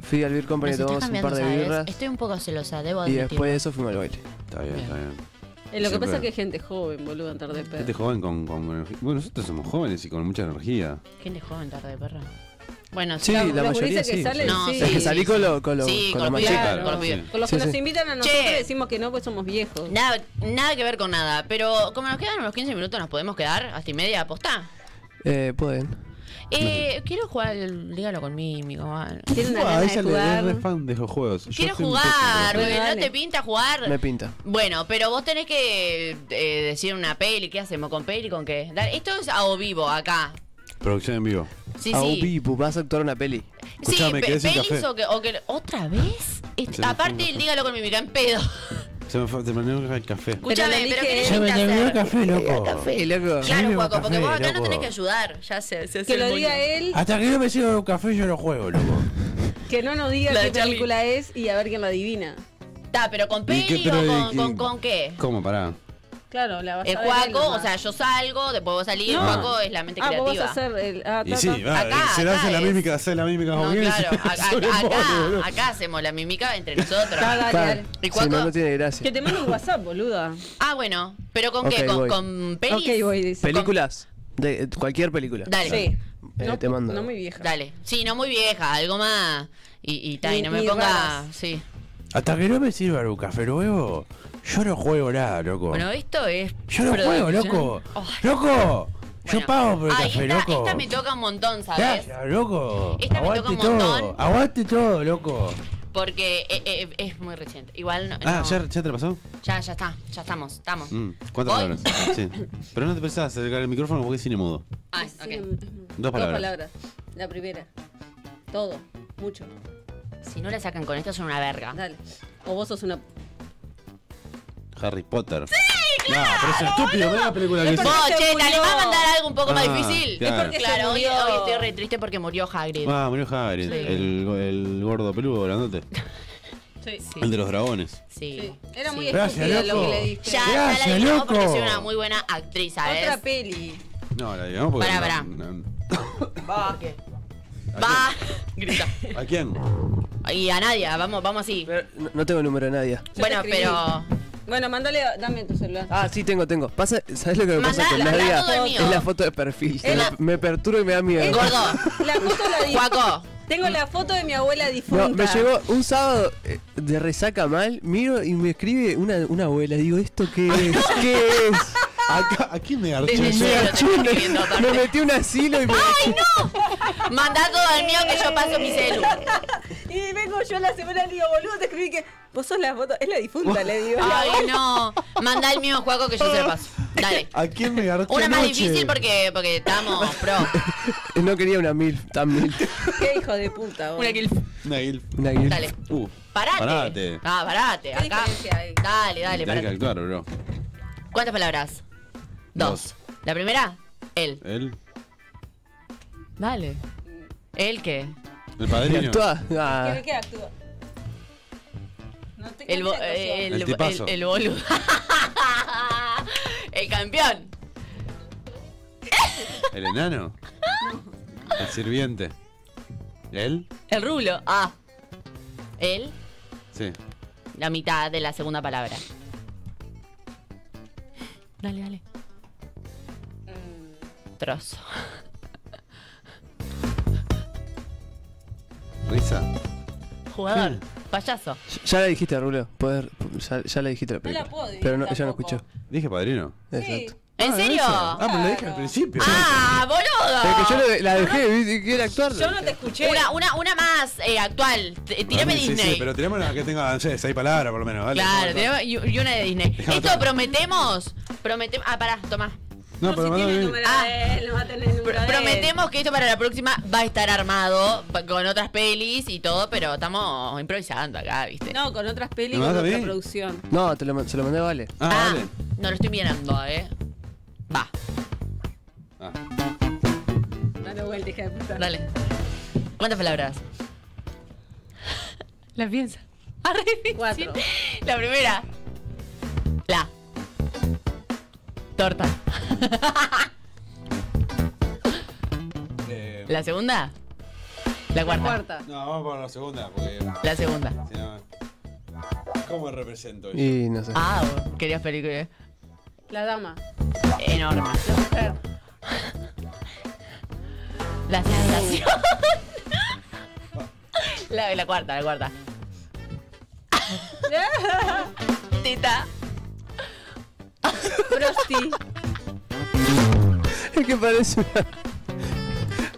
Speaker 4: Fui al Beer
Speaker 2: Nos
Speaker 4: Company,
Speaker 2: está
Speaker 4: tomamos un
Speaker 2: cambiando,
Speaker 4: par de
Speaker 2: ¿sabes?
Speaker 4: birras.
Speaker 2: Estoy un poco celosa, debo
Speaker 4: Y
Speaker 2: admitir.
Speaker 4: después de eso fuimos al baile.
Speaker 1: Está bien, está bien.
Speaker 3: Eh, lo que
Speaker 1: Siempre.
Speaker 3: pasa es que hay gente joven, boludo, en tarde de
Speaker 1: Gente
Speaker 3: perro.
Speaker 1: joven con, con energía. Bueno, nosotros somos jóvenes y con mucha energía.
Speaker 2: Gente joven, tarde de perro. Bueno,
Speaker 4: Sí,
Speaker 2: sí.
Speaker 4: la
Speaker 3: Los gurises
Speaker 4: mayoría
Speaker 3: que
Speaker 4: sí,
Speaker 3: salen,
Speaker 2: No,
Speaker 3: sí.
Speaker 4: Es
Speaker 2: [laughs]
Speaker 4: que salí con lo, con lo,
Speaker 2: Sí,
Speaker 4: con lo más
Speaker 2: golpear,
Speaker 4: chico.
Speaker 3: Claro.
Speaker 2: Con los pibes.
Speaker 3: Con los
Speaker 4: Sí,
Speaker 3: que nos
Speaker 4: sí.
Speaker 3: invitan a nosotros
Speaker 2: Che.
Speaker 3: decimos que no, pues somos viejos.
Speaker 2: Nada, nada que ver con nada, pero como nos quedan unos 15 minutos, nos podemos quedar hasta y media, apostá.
Speaker 4: Eh, pueden.
Speaker 2: Eh, quiero jugar, al- dígalo conmigo, mal.
Speaker 3: Tienen una
Speaker 1: Buah,
Speaker 3: gana
Speaker 1: ella
Speaker 3: de
Speaker 1: le- es re
Speaker 3: jugar.
Speaker 1: fan de los juegos. Yo
Speaker 2: Quiero
Speaker 1: soy un pésimo
Speaker 2: jugar,
Speaker 1: jugador.
Speaker 2: porque no
Speaker 3: Dale.
Speaker 2: te pinta jugar.
Speaker 4: Me pinta.
Speaker 2: Bueno, pero vos tenés que eh, decir una peli, ¿qué hacemos con peli? ¿Con qué? Dale, Esto es a o vivo acá.
Speaker 1: Producción en vivo.
Speaker 2: Sí,
Speaker 4: a
Speaker 2: sí. Eh,
Speaker 4: Ubipu, vas a actuar una peli.
Speaker 2: Sí,
Speaker 1: Escuchame,
Speaker 2: pe-
Speaker 1: quedé sin
Speaker 2: pelis
Speaker 1: café.
Speaker 2: o que, o que- ¿Otra vez? Este-
Speaker 1: Se me
Speaker 2: aparte,
Speaker 1: fue un café.
Speaker 2: dígalo con mi mica en pedo.
Speaker 1: Se me fue, se me olvidó el café.
Speaker 2: Escúchame,
Speaker 3: le
Speaker 2: pero,
Speaker 3: dije-
Speaker 2: ¿qué
Speaker 3: Ya
Speaker 2: necesitas hacer?
Speaker 1: café, loco.
Speaker 4: Café, loco.
Speaker 2: Claro,
Speaker 1: Dame un
Speaker 2: Juaco, porque
Speaker 1: café,
Speaker 2: vos acá no
Speaker 1: loco.
Speaker 2: tenés que ayudar. Ya se, se hace
Speaker 3: Que
Speaker 2: el
Speaker 3: lo diga
Speaker 2: boludo.
Speaker 3: él,
Speaker 1: Hasta que no me sirva un café, yo no juego, loco.
Speaker 3: que no nos diga
Speaker 2: La
Speaker 3: qué
Speaker 2: de Charlie.
Speaker 3: película es y a ver quién la adivina.
Speaker 2: Está, pero con
Speaker 1: ¿Y qué
Speaker 2: peli
Speaker 1: pero
Speaker 2: o
Speaker 1: de
Speaker 2: con,
Speaker 1: qué?
Speaker 2: con, con qué?
Speaker 1: ¿Cómo? Pará.
Speaker 3: Claro, la vas
Speaker 2: El
Speaker 3: a ver él
Speaker 2: Juaco,
Speaker 3: nomás.
Speaker 2: o sea, yo salgo, después vos salís,
Speaker 3: No.
Speaker 2: Juaco es la mente
Speaker 3: Ah, vos vas
Speaker 2: creativa.
Speaker 3: a hacer el. Ah,
Speaker 1: Y
Speaker 3: ta,
Speaker 1: sí,
Speaker 3: ta.
Speaker 1: va,
Speaker 2: Acá,
Speaker 1: se
Speaker 2: acá
Speaker 1: hace la
Speaker 2: es.
Speaker 1: mímica, hace la mímica.
Speaker 2: No,
Speaker 1: como bien,
Speaker 2: claro,
Speaker 1: [laughs] se-
Speaker 2: a- a-
Speaker 1: sobre el boludo.
Speaker 2: acá, acá hacemos la mímica entre nosotros.
Speaker 3: Ah, dale,
Speaker 4: Claro.
Speaker 3: dale.
Speaker 2: ¿Y
Speaker 4: Si
Speaker 2: cuándo?
Speaker 4: no, no tiene gracia.
Speaker 3: Que te mando un WhatsApp, boluda.
Speaker 2: Ah, bueno, pero ¿con
Speaker 4: Ok,
Speaker 2: qué? ¿Con,
Speaker 4: voy.
Speaker 2: con pelis?
Speaker 3: Ok, voy, dice.
Speaker 4: Películas. De, eh, cualquier película.
Speaker 2: Dale,
Speaker 3: Sí.
Speaker 4: Eh, te mando.
Speaker 3: No muy vieja.
Speaker 2: dale. Sí, no muy vieja, algo más. Y, y, ta, y
Speaker 3: Ni-
Speaker 2: no me
Speaker 3: ni
Speaker 2: ponga.
Speaker 3: raras.
Speaker 2: Sí.
Speaker 1: Hasta que no me sirva un café nuevo, yo no juego nada, loco.
Speaker 2: Bueno, esto es.
Speaker 1: yo no juego,
Speaker 2: producción.
Speaker 1: loco.
Speaker 2: Oh,
Speaker 1: Loco,
Speaker 2: bueno.
Speaker 1: yo pago por el
Speaker 2: Ah,
Speaker 1: café,
Speaker 2: esta,
Speaker 1: loco.
Speaker 2: Esta me toca un montón, ¿sabes?
Speaker 1: Gracias, loco.
Speaker 2: Esta me toca
Speaker 1: Aguante
Speaker 2: un
Speaker 1: todo.
Speaker 2: montón.
Speaker 1: Aguante todo, loco.
Speaker 2: Porque eh, eh, es muy reciente. Igual no.
Speaker 1: Ah,
Speaker 2: no.
Speaker 1: ¿ya, ya te lo pasó?
Speaker 2: ya, ya está, ya estamos, estamos.
Speaker 1: Mm, ¿Cuántas
Speaker 2: Voy.
Speaker 1: palabras?
Speaker 2: [laughs]
Speaker 1: Sí. Pero no te pensás acercar el micrófono porque es cine mudo.
Speaker 2: Ah,
Speaker 3: Sí,
Speaker 2: ok.
Speaker 3: mm, mm.
Speaker 1: Dos palabras.
Speaker 3: La primera. Todo. Mucho.
Speaker 2: Si no la sacan con esto, son una verga.
Speaker 3: Dale. O vos sos una.
Speaker 1: Harry Potter. ¡Sí! ¡Claro! No, pero es estúpido, ¿no? La película que
Speaker 3: Es
Speaker 1: hizo.
Speaker 3: porque-
Speaker 2: Vos,
Speaker 3: se
Speaker 2: che, dale,
Speaker 3: murió.
Speaker 2: va a mandar algo un poco más
Speaker 1: Ah,
Speaker 2: difícil.
Speaker 1: claro. Es porque
Speaker 3: se
Speaker 2: claro, hoy,
Speaker 3: murió.
Speaker 2: hoy estoy re triste porque murió Hagrid.
Speaker 1: Ah, murió Hagrid.
Speaker 2: Sí.
Speaker 1: El, el gordo peludo grandote.
Speaker 3: Sí.
Speaker 1: El de los dragones.
Speaker 2: Sí.
Speaker 3: Sí. Era
Speaker 2: Sí.
Speaker 3: muy
Speaker 1: Gracias,
Speaker 3: estúpido lo
Speaker 1: loco.
Speaker 3: que le diste.
Speaker 2: Ya,
Speaker 1: Gracias,
Speaker 2: ya la digamos porque
Speaker 1: loco.
Speaker 2: soy una muy buena actriz, ¿sabes?
Speaker 3: Otra peli.
Speaker 1: No, la digamos porque.
Speaker 2: Pará,
Speaker 1: no-
Speaker 2: pará.
Speaker 1: no-
Speaker 2: Va, ¿qué? Va, [laughs] grita.
Speaker 1: ¿A quién?
Speaker 2: Y a Nadia, vamos, vamos así.
Speaker 4: Pero no, no tengo el número de nadie.
Speaker 3: te
Speaker 2: Bueno,
Speaker 3: escribí.
Speaker 2: pero.
Speaker 3: Bueno, mándale. Dame tu celular.
Speaker 4: Ah, sí, tengo, tengo. Pasa, ¿Sabes lo que me pasa
Speaker 2: Mandá-
Speaker 4: con
Speaker 2: mandá
Speaker 4: Nadia?
Speaker 2: todo el mío.
Speaker 4: Es la foto de perfil.
Speaker 3: Es la-
Speaker 4: Me, me perturba y me da miedo.
Speaker 2: Gordo.
Speaker 3: La foto la di.
Speaker 2: Juaco.
Speaker 3: Tengo la foto de mi abuela difunta.
Speaker 4: Mm. No, me llegó un sábado eh, de resaca mal, miro y me escribe una, una abuela. Digo, ¿esto qué es? [laughs] ¿Qué es?
Speaker 1: ¿A, a quién me garché?
Speaker 2: Desde
Speaker 4: Me
Speaker 2: yo lo
Speaker 4: agachó,
Speaker 2: tengo escribiendo
Speaker 4: me, me
Speaker 2: aparte.
Speaker 4: metí un asilo y me. [laughs]
Speaker 2: Mandá todo al mío que yo paso mi celu.
Speaker 3: Y vengo yo la semana y le digo, boludo, te escribí que vos sos la foto. Es la
Speaker 4: [laughs]
Speaker 3: difunta, le digo.
Speaker 4: Ah.
Speaker 2: Ay, no. Mandá el mío, Juaco, que yo se lo paso. Dale.
Speaker 1: ¿A quién me garché?
Speaker 2: Una más
Speaker 1: anoche?
Speaker 2: difícil porque, porque estamos pro.
Speaker 4: Eh, No quería una mil, tan mil.
Speaker 3: [laughs] Qué hijo de puta, vos.
Speaker 2: Una que
Speaker 1: Una guilf.
Speaker 4: Una guil.
Speaker 2: Dale.
Speaker 1: Uh,
Speaker 2: Parate.
Speaker 1: Parate.
Speaker 2: Ah, parate.
Speaker 3: ¿Qué
Speaker 2: Acá.
Speaker 3: diferencia hay?
Speaker 2: Dale, dale,
Speaker 1: Tenés que
Speaker 2: parate.
Speaker 1: actuar, bro.
Speaker 2: ¿Cuántas palabras? Dos. La primera, él.
Speaker 1: ¿El?
Speaker 2: Dale. ¿El qué?
Speaker 1: ¿El
Speaker 4: ¿Y
Speaker 1: padrino?
Speaker 4: actúa?
Speaker 3: Que
Speaker 4: Ah,
Speaker 3: me queda actúa. No te
Speaker 2: El, bo-
Speaker 3: cambia la actuación.
Speaker 2: eh, el,
Speaker 1: El tipazo.
Speaker 2: el- el boludo. [laughs] el campeón.
Speaker 1: ¿El enano? ¿El sirviente? ¿El?
Speaker 2: El rulo. Ah. Él,
Speaker 1: Sí.
Speaker 2: la mitad de la segunda palabra. Dale, dale. Mm. Trozo. [laughs]
Speaker 1: ¿Risa?
Speaker 2: Jugador. Payaso.
Speaker 4: ya la dijiste, Rulo. Poder, ya, ya la dijiste la
Speaker 3: No
Speaker 4: película.
Speaker 3: la puedo decir
Speaker 4: pero no, ella no
Speaker 3: tampoco.
Speaker 4: escuchó.
Speaker 1: ¿Dije padrino?
Speaker 3: Sí.
Speaker 4: Exacto.
Speaker 2: ¿En serio?
Speaker 1: esa. Ah, pero lo dije al principio.
Speaker 2: ¡Ah, boludo!
Speaker 4: Pero que yo lo de- la dejé, ¿viste? quiere actuar.
Speaker 3: Yo no te escuché.
Speaker 2: Una, una, una más eh, actual. T- Tírame
Speaker 1: Sí, sí,
Speaker 2: Disney.
Speaker 1: Sí, pero tirame una que tenga, no sé, seis palabras por lo menos, dale.
Speaker 2: Claro, tirame- y y una de Disney.
Speaker 1: Dejame
Speaker 2: Esto
Speaker 1: otra.
Speaker 2: prometemos. Prometemos. Ah, pará, tomá.
Speaker 1: No, pero eh.
Speaker 3: si
Speaker 1: mandame
Speaker 3: tiene
Speaker 1: bien.
Speaker 3: número de él, no va a tener número de él.
Speaker 2: Prometemos que esto para la próxima va a estar armado va- con otras pelis y todo, pero estamos improvisando acá, ¿viste?
Speaker 3: No, con otras pelis,
Speaker 1: ¿Me
Speaker 3: con
Speaker 1: vas a
Speaker 3: otra
Speaker 1: mí?
Speaker 3: producción.
Speaker 4: No, te lo, man- se lo mandé a Vale.
Speaker 1: Ah,
Speaker 2: Ah,
Speaker 1: dale.
Speaker 2: no lo estoy mirando, ¿eh? Va,
Speaker 1: Ah.
Speaker 3: Dale vuelta, hija de puta.
Speaker 2: dale. ¿Cuántas palabras? La piensa. Ah, re difícil.
Speaker 3: Cuatro.
Speaker 2: La primera. La. Torta.
Speaker 1: Eh,
Speaker 2: La segunda. La
Speaker 3: La
Speaker 2: cuarta.
Speaker 3: cuarta.
Speaker 1: no, vamos por la segunda, porque.
Speaker 2: La segunda.
Speaker 1: Si no. ¿Cómo represento yo?
Speaker 4: Y no sé.
Speaker 2: Ah, vos querías película.
Speaker 3: La [laughs] dama.
Speaker 2: Enorme. La sensación. La, la cuarta, la cuarta. Tita.
Speaker 3: Prosti.
Speaker 4: Es que parece una.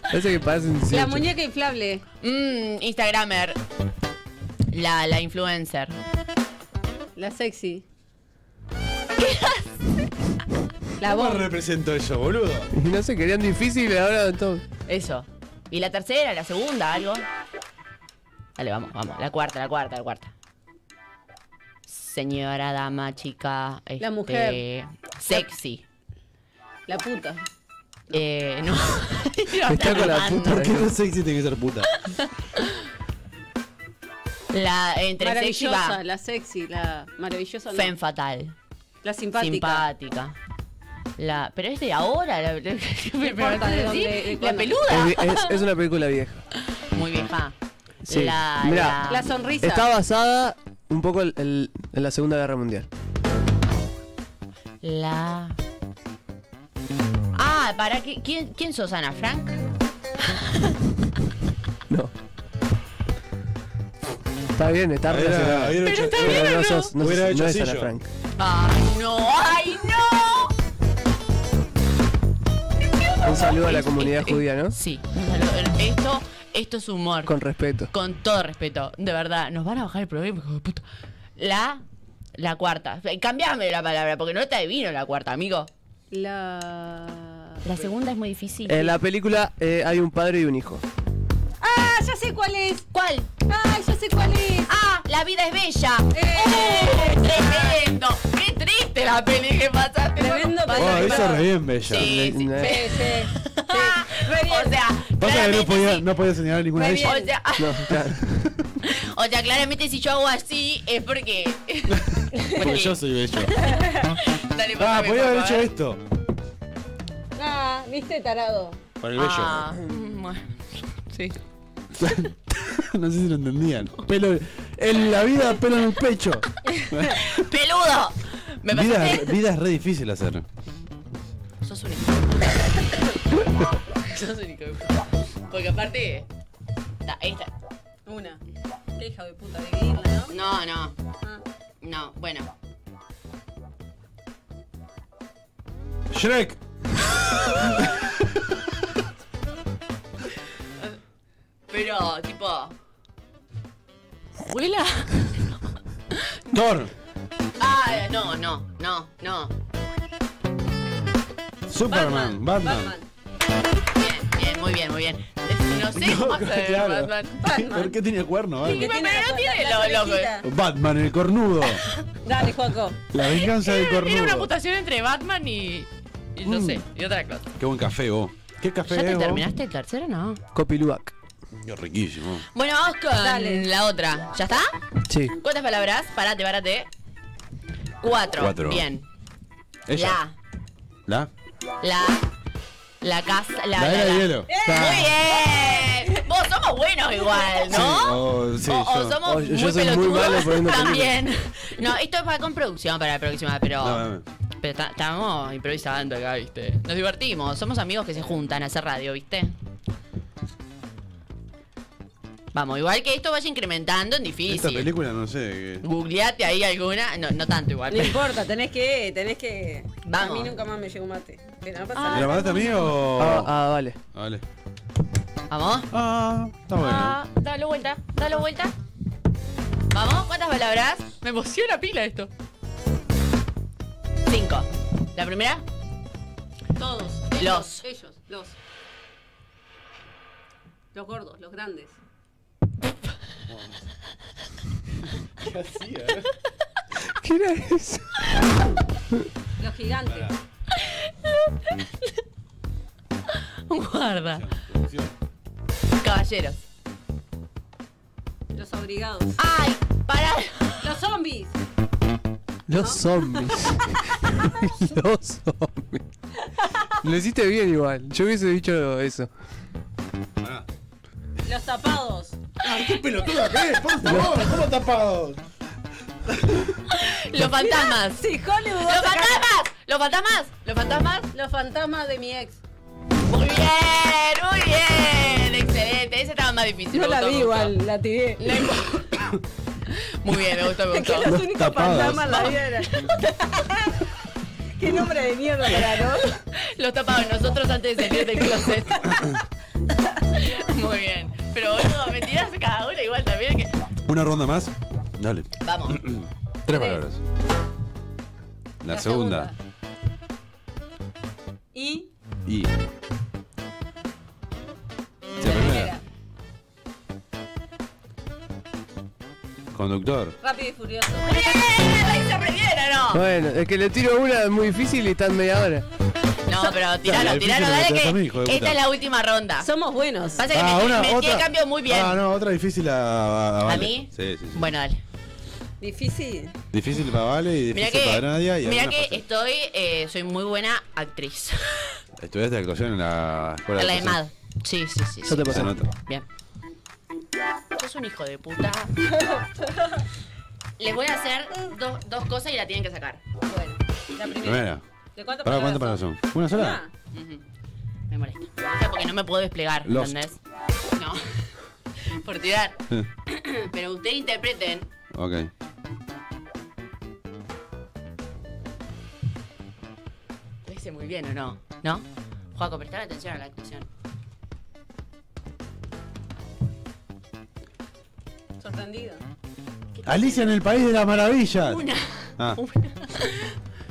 Speaker 4: Parece que parece un
Speaker 3: La
Speaker 4: cierto.
Speaker 3: muñeca inflable.
Speaker 2: Mm, Instagramer. La, la influencer.
Speaker 3: La sexy. La
Speaker 1: ¿Cómo
Speaker 3: voz.
Speaker 1: represento yo, [laughs] boludo?
Speaker 4: Y no sé, querían difícil ahora todo.
Speaker 2: Eso. ¿Y la tercera, la segunda, algo? Dale, vamos, vamos. La cuarta, la cuarta, la cuarta. Señora, dama, chica. este,
Speaker 3: mujer.
Speaker 2: Sexy.
Speaker 3: La puta.
Speaker 2: Eh, no. [laughs]
Speaker 4: Está con la puta.
Speaker 1: ¿Por qué no sexy tiene que ser puta?
Speaker 2: La entre sexy
Speaker 3: Maravillosa,
Speaker 2: va.
Speaker 3: la sexy, la maravillosa. no.
Speaker 2: Fen fatal.
Speaker 3: La simpática.
Speaker 2: Simpática. La, pero es de ahora, la, la- me
Speaker 3: importa
Speaker 2: parece
Speaker 3: de
Speaker 2: así,
Speaker 3: dónde, de
Speaker 2: la
Speaker 3: cuándo.
Speaker 2: peluda.
Speaker 4: Es, es- es una película vieja.
Speaker 2: Muy vieja.
Speaker 4: Sí.
Speaker 2: La,
Speaker 4: Mirá.
Speaker 3: La sonrisa.
Speaker 4: Está basada un poco el- el- en la Segunda Guerra Mundial.
Speaker 2: la- Ah, para qué- quién, quién sos Ana Frank?
Speaker 4: No. Está bien,
Speaker 1: Ah,
Speaker 4: está relacionada.
Speaker 1: Hubiera- hubiera hecho-
Speaker 4: Pero no sos, no,
Speaker 1: Hubiera
Speaker 4: sos-
Speaker 1: hecho
Speaker 4: no es
Speaker 1: así
Speaker 4: Ana
Speaker 1: yo.
Speaker 4: Frank.
Speaker 2: Ay, no, ay, no.
Speaker 4: Un saludo a la comunidad judía, ¿no?
Speaker 2: Eh, Sí. un saludo. Esto, esto es humor.
Speaker 4: Con respeto.
Speaker 2: Con todo respeto, de verdad, nos van a bajar el programa, hijo de puta. La. La cuarta. Eh, Cambiame la palabra, porque no te adivino la cuarta, amigo.
Speaker 3: La.
Speaker 2: La segunda es muy difícil.
Speaker 1: Eh,
Speaker 4: En la película eh, hay un padre y un hijo.
Speaker 3: ¡Ah, ya sé cuál es.
Speaker 2: ¿Cuál?
Speaker 3: Ay, ya sé cuál es.
Speaker 2: ¡Ah! ¡La vida es bella!
Speaker 3: ¡Eh!
Speaker 2: ¡Uh! ¡Tremendo! ¡Qué triste la peli que pasaste!
Speaker 3: Tremendo,
Speaker 2: Pasa-
Speaker 3: pero-
Speaker 1: Oh, eso es re bien bella.
Speaker 2: Sí, sí.
Speaker 3: Sí,
Speaker 4: Eh,
Speaker 3: sí, sí. Re bien.
Speaker 2: [laughs] O sea,
Speaker 1: Pasa que no
Speaker 2: claramente
Speaker 1: podía,
Speaker 2: sí.
Speaker 1: no podía señalar ninguna de
Speaker 3: Muy
Speaker 1: ellas.
Speaker 2: O sea,
Speaker 4: No, claro.
Speaker 2: [laughs] o sea, claramente si yo hago así es porque. [laughs]
Speaker 1: Porque yo soy bello.
Speaker 2: Dale,
Speaker 1: Ah,
Speaker 2: pasame,
Speaker 1: podía haber
Speaker 2: por
Speaker 1: hecho
Speaker 2: favor.
Speaker 1: esto.
Speaker 3: Ah, viste, tarado.
Speaker 1: Para el bello.
Speaker 2: Ah, mm, bueno. Sí.
Speaker 1: [laughs] no sé si lo entendían. Pelo en la vida, pelo en el pecho.
Speaker 2: ¡Peludo! Me
Speaker 1: vida,
Speaker 2: pasaste.
Speaker 1: vida es re difícil hacer.
Speaker 2: Sos único. [laughs] Sos único. Porque aparte. Ta, esta.
Speaker 3: Una. Qué hija de puta, de irla, ¿no?
Speaker 2: No, no.
Speaker 3: Ah.
Speaker 2: No, bueno.
Speaker 1: Shrek.
Speaker 2: Pero, tipo.
Speaker 1: [laughs]
Speaker 2: ¿Vuela?
Speaker 1: Thor.
Speaker 2: Ah, no, no, no, no.
Speaker 1: Superman. Batman.
Speaker 2: Bien, bien, muy bien, muy bien. No sé
Speaker 1: No, [laughs]
Speaker 2: cómo hacer
Speaker 1: claro.
Speaker 2: Batman.
Speaker 3: Batman.
Speaker 1: ¿Por qué tenía cuerno,
Speaker 3: Sí, que
Speaker 1: Batman?
Speaker 2: Pero
Speaker 3: la-
Speaker 2: no tiene
Speaker 3: la-
Speaker 2: lo-
Speaker 3: la
Speaker 2: lo que-
Speaker 3: orejita.
Speaker 1: Batman, el cornudo.
Speaker 3: Dale, Juaco.
Speaker 1: La venganza del cornudo.
Speaker 2: [laughs] Era una mutación entre Batman y. y no sé, y otra cosa.
Speaker 1: Qué buen café, vos. Qué café,
Speaker 2: ¿Ya te
Speaker 1: vos.
Speaker 2: terminaste el tercero no?
Speaker 4: Copiluac.
Speaker 1: Qué riquísimo.
Speaker 2: Bueno, vamos con
Speaker 3: Dale.
Speaker 2: la otra. ¿Ya está?
Speaker 4: Sí.
Speaker 2: ¿Cuántas palabras? Parate, parate. Cuatro.
Speaker 1: Cuatro.
Speaker 2: Bien.
Speaker 1: Ella. La.
Speaker 2: La, la, la casa, la.
Speaker 1: La
Speaker 2: la,
Speaker 1: era de
Speaker 2: la.
Speaker 1: hielo.
Speaker 2: Muy bien. Vos somos buenos igual,
Speaker 1: Sí,
Speaker 2: ¿no?
Speaker 1: o- sí,
Speaker 2: o, o
Speaker 1: yo.
Speaker 2: somos
Speaker 4: o
Speaker 2: muy
Speaker 4: yo- yo soy muy
Speaker 2: pelotudos
Speaker 4: malo
Speaker 2: [laughs]
Speaker 4: poniendo
Speaker 2: también. No, esto es para con producción para la próxima, pero.
Speaker 1: No, no, no.
Speaker 2: Pero ta- estamos improvisando acá, ¿viste? Nos divertimos, somos amigos que se juntan a hacer radio, ¿viste? Vamos, igual que esto vaya incrementando en
Speaker 1: Esta
Speaker 2: difícil.
Speaker 1: película no sé. qué-
Speaker 2: Googleate ahí alguna, no, no tanto igual.
Speaker 3: No importa, tenés que, tenés que.
Speaker 2: Vamos. Ah.
Speaker 3: A mí nunca más me llegó mate. Pero no pasa
Speaker 1: ¿Me la
Speaker 3: nada.
Speaker 1: mandaste a mí o.?
Speaker 4: Ah, ah, vale.
Speaker 1: Vale.
Speaker 2: Vamos.
Speaker 1: Ah, está bueno.
Speaker 2: Ah, dale vuelta, dale vuelta. Vamos, ¿cuántas palabras? Me emociona pila esto. Cinco. La primera,
Speaker 3: Todos.
Speaker 2: Los.
Speaker 3: Ellos, los. Los gordos, los grandes.
Speaker 4: ¿Qué era eso?
Speaker 3: Los gigantes.
Speaker 2: [laughs] guarda. Caballeros.
Speaker 3: Los obligados.
Speaker 2: ¡Ay! ¡Para!
Speaker 3: Los zombies.
Speaker 4: Los zombies. [laughs] Los zombies. Lo hiciste bien igual. Yo hubiese dicho eso.
Speaker 3: Los tapados.
Speaker 1: pelotuda qué es? Por favor, ¿cómo tapado?
Speaker 2: Los fantasmas.
Speaker 3: Sí, Hollywood. va a
Speaker 2: ¡Los fantasmas! ¡Los
Speaker 3: sacar-
Speaker 2: fantasmas! ¡Los fantasmas!
Speaker 3: Los fantasmas de mi ex.
Speaker 2: Muy bien, muy bien. Excelente. Ese estaba más difícil. me
Speaker 3: No la
Speaker 2: gustó,
Speaker 3: vi
Speaker 2: me gustó.
Speaker 3: igual, [laughs] la tiré.
Speaker 2: No importa. Muy bien, me gustó, [laughs] me
Speaker 3: que
Speaker 2: gustó.
Speaker 3: los únicos
Speaker 1: tapados.
Speaker 3: fantasmas la [laughs] vieron. Qué nombre de mierda para, ¿no?
Speaker 2: Los tapados nosotros antes de salir del closet. Muy bien. Pero boludo, me tiras cada una igual también. Que...
Speaker 1: Una ronda más. Dale.
Speaker 2: Vamos.
Speaker 1: Tres palabras. La,
Speaker 3: La
Speaker 1: segunda.
Speaker 3: Y
Speaker 1: Y. La
Speaker 3: primera.
Speaker 1: primera. Conductor.
Speaker 3: rápido y furioso.
Speaker 2: Muy bien, ahí se aprendieron, ¿no?
Speaker 4: Bueno, es que le tiro una es muy difícil y está en media hora.
Speaker 2: No, pero tiralo,
Speaker 1: Dale,
Speaker 2: tiralo,
Speaker 1: difícil me
Speaker 2: dale
Speaker 1: lo tirás a mí, hijo de
Speaker 2: que
Speaker 1: puta.
Speaker 2: esta es la última ronda.
Speaker 3: Somos buenos.
Speaker 2: Pasa que me- me, metí el cambio muy bien.
Speaker 1: Ah, no, otra difícil a, a, a Vale.
Speaker 2: mí?
Speaker 1: Sí, sí, sí.
Speaker 2: Bueno, dale.
Speaker 3: Difícil.
Speaker 1: Difícil para Vale y
Speaker 2: Mira
Speaker 1: difícil
Speaker 2: que,
Speaker 1: para Nadia. Y
Speaker 2: mirá
Speaker 1: algunas
Speaker 2: que
Speaker 1: fáciles.
Speaker 2: estoy, eh, soy muy buena actriz.
Speaker 1: Estudiaste actuación en la escuela
Speaker 2: A la de
Speaker 1: actuación.
Speaker 2: MAD. Sí, sí, sí.
Speaker 4: Yo
Speaker 2: sí.
Speaker 4: te pasé.
Speaker 1: Se nota.
Speaker 2: Bien. Sos un hijo de [laughs] puta. Les voy a hacer dos, dos cosas y la tienen que sacar.
Speaker 3: Bueno, la primera.
Speaker 1: Primera.
Speaker 3: ¿De cuánto
Speaker 1: ¿Para cuántas palabras son? ¿Una sola?
Speaker 3: Ah,
Speaker 2: Ujú. Me molesta. O sea, porque no me puedo desplegar,
Speaker 1: Lost.
Speaker 2: ¿entendés? No. [laughs] Por [laughs] tirar.
Speaker 1: Sí.
Speaker 2: Pero ustedes interpreten.
Speaker 1: Ok.
Speaker 2: Lo hice muy bien, ¿o no? ¿No? Juaco, prestar atención a la actuación.
Speaker 3: Sorprendido.
Speaker 1: Alicia en el País de las Maravillas.
Speaker 2: [laughs] Una.
Speaker 1: Ah.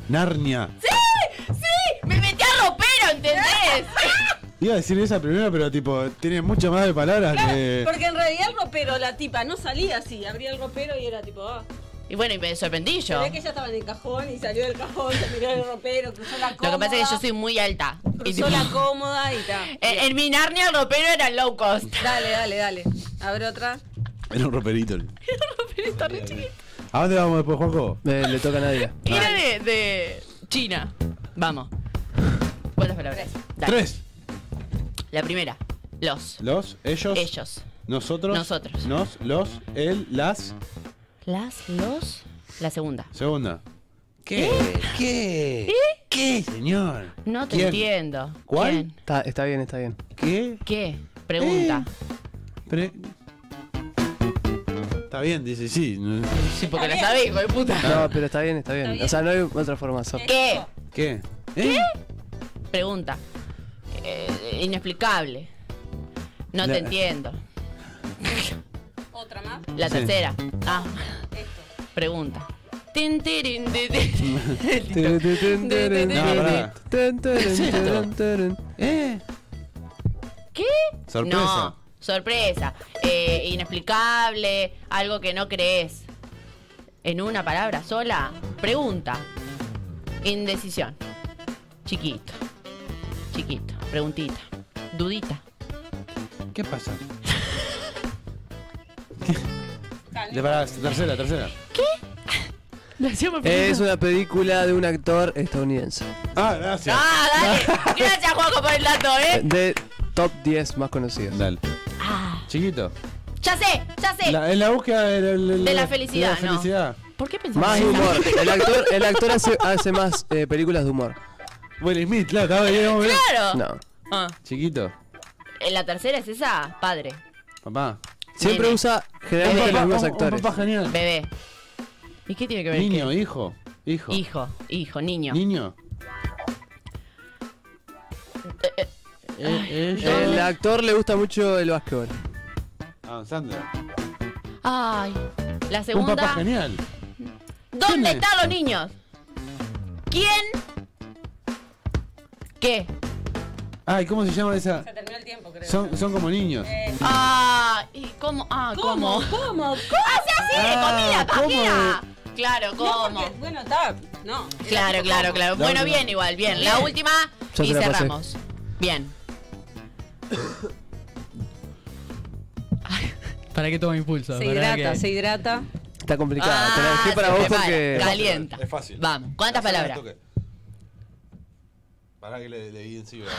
Speaker 1: Narnia.
Speaker 2: [laughs] ¡Sí! ¡Me metí a ropero, ¿entendés?
Speaker 1: Y Iba a decir esa primero, pero tipo, tiene muchas más de palabras
Speaker 3: Claro,
Speaker 1: que.
Speaker 3: porque en realidad el ropero, la tipa, no salía así. Abría el ropero y era tipo, ah.
Speaker 2: Y bueno, y me sorprendí
Speaker 3: Se
Speaker 2: yo.
Speaker 3: ve que ella estaba en el cajón y salió del cajón, se miró el ropero, cruzó la
Speaker 2: Lo
Speaker 3: cómoda.
Speaker 2: que pasa es que yo soy muy alta. Y
Speaker 3: Cruzó
Speaker 2: tipo-
Speaker 3: la cómoda y ta.
Speaker 2: [laughs] en, en mi Narnia el ropero era low cost.
Speaker 3: Dale, dale, dale. Abre otra.
Speaker 1: Era un roperito.
Speaker 2: Pero está re chiquito.
Speaker 1: ¿A dónde vamos después, Juanjo?
Speaker 4: Eh, le toca a nadie.
Speaker 2: Era de, de China. Vamos. ¿Cuántas palabras? Dale.
Speaker 1: Tres.
Speaker 2: La primera. Los.
Speaker 1: Los, ellos,
Speaker 2: Ellos.
Speaker 1: nosotros.
Speaker 2: Nosotros.
Speaker 1: Nos, los, él, las.
Speaker 2: Las, los. La segunda.
Speaker 1: Segunda. Eh,
Speaker 9: ¿Qué? ¿Qué?
Speaker 1: ¿Qué, señor?
Speaker 2: No te
Speaker 1: ¿Quién?
Speaker 2: entiendo.
Speaker 1: ¿Cuál?
Speaker 2: ¿Quién?
Speaker 4: Está, está bien, está bien.
Speaker 1: ¿Qué?
Speaker 2: ¿Qué? Pregunta.
Speaker 1: Eh. Pre- Está bien, dice, sí. no-
Speaker 2: Sí, porque la sabés, hijo de puta.
Speaker 4: No, pero está bien, Ah. está bien.
Speaker 3: bien.
Speaker 4: O sea, no hay otra forma. so-
Speaker 2: ¿Qué?
Speaker 1: ¿Qué? ¿Eh?
Speaker 2: Pregunta. Eh, inexplicable. No
Speaker 1: La-
Speaker 2: te entiendo.
Speaker 3: Otra más.
Speaker 2: La
Speaker 1: Sí.
Speaker 2: tercera. Ah. Pregunta. Tin, tirin, tin, tin.
Speaker 1: [laughs]
Speaker 2: El TikTok.
Speaker 4: Tin, tin, tin,
Speaker 1: No, pará.
Speaker 4: tin, tin, tin, tin, tin.
Speaker 1: ¿Eh?
Speaker 2: ¿Qué?
Speaker 1: Sorpresa.
Speaker 2: No, sorpresa. Eh, inexplicable, algo que no crees. En una palabra sola, pregunta. Indecisión. Chiquito. Chiquito. Preguntita. [laughs] Dudita.
Speaker 1: ¿Qué
Speaker 2: [laughs]
Speaker 1: pasa? [laughs] De pará, tercera, tercera.
Speaker 4: Es una película de un actor estadounidense.
Speaker 1: Ah, gracias.
Speaker 2: ¡Ah, dale! Gracias, Juanjo, por el dato, ¿eh?
Speaker 4: De top 10 más conocidos.
Speaker 1: Dale.
Speaker 2: Ah,
Speaker 1: Chiquito.
Speaker 2: ya sé, ya sé.
Speaker 1: La- en la búsqueda de la, la-
Speaker 2: de
Speaker 1: la-
Speaker 2: la felicidad,
Speaker 1: de la felicidad.
Speaker 2: ¿no? ¿Por qué pensás?
Speaker 4: Más
Speaker 2: en esa?
Speaker 4: humor. El actor, el actor hace, hace más eh, películas de humor.
Speaker 1: Will Smith, claro, estaba bien, vamos bien.
Speaker 2: ¡Claro!
Speaker 4: No.
Speaker 2: Ah,
Speaker 1: Chiquito,
Speaker 2: eh, la tercera es esa, padre.
Speaker 1: papá.
Speaker 4: Siempre
Speaker 2: Nene.
Speaker 4: usa generalmente los
Speaker 1: un,
Speaker 4: mismos
Speaker 1: un
Speaker 4: actores.
Speaker 1: papá genial.
Speaker 2: Bebé. ¿Y qué tiene que ver?
Speaker 1: Niño, hijo, hijo.
Speaker 2: ¿Qué? Hijo, hijo, niño.
Speaker 1: Niño.
Speaker 2: Eh, eh,
Speaker 1: Eh, eh,
Speaker 4: El actor le gusta mucho el básquetbol.
Speaker 1: Ah, Sandra.
Speaker 2: Ay. La
Speaker 1: Un
Speaker 2: segunda.
Speaker 1: papá genial.
Speaker 2: ¿Dónde
Speaker 1: ¿Quién es?
Speaker 2: están los niños? ¿Quién? ¿Qué?
Speaker 1: Ay, ¿cómo se llama esa?
Speaker 3: Se terminó el tiempo, creo.
Speaker 1: Son, son como niños.
Speaker 2: Ah, ¿y cómo? Ah, ¿cómo?
Speaker 3: ¿Cómo? ¿Cómo?
Speaker 2: ¡Hace así!
Speaker 1: Ah,
Speaker 2: ¡Comida,
Speaker 1: ¿cómo?
Speaker 2: pajera! Claro, ¿cómo?
Speaker 3: Porque, bueno, está. No.
Speaker 2: Claro, claro, claro.
Speaker 1: La
Speaker 2: Bueno,
Speaker 1: última.
Speaker 2: bien, igual, bien. La última
Speaker 4: Ya
Speaker 2: y
Speaker 4: te la pasé.
Speaker 2: cerramos. Bien.
Speaker 10: ¿Para qué toma impulso?
Speaker 3: Se
Speaker 10: ¿Para
Speaker 3: hidrata,
Speaker 10: que-
Speaker 3: se hidrata.
Speaker 4: Está complicada. Te la
Speaker 2: Ah,
Speaker 4: dejé para
Speaker 2: se
Speaker 4: vos
Speaker 2: prepara,
Speaker 4: porque.
Speaker 2: Calienta.
Speaker 1: Es fácil.
Speaker 2: Vamos. ¿Cuántas palabras?
Speaker 1: Pará que le, di en sílabas.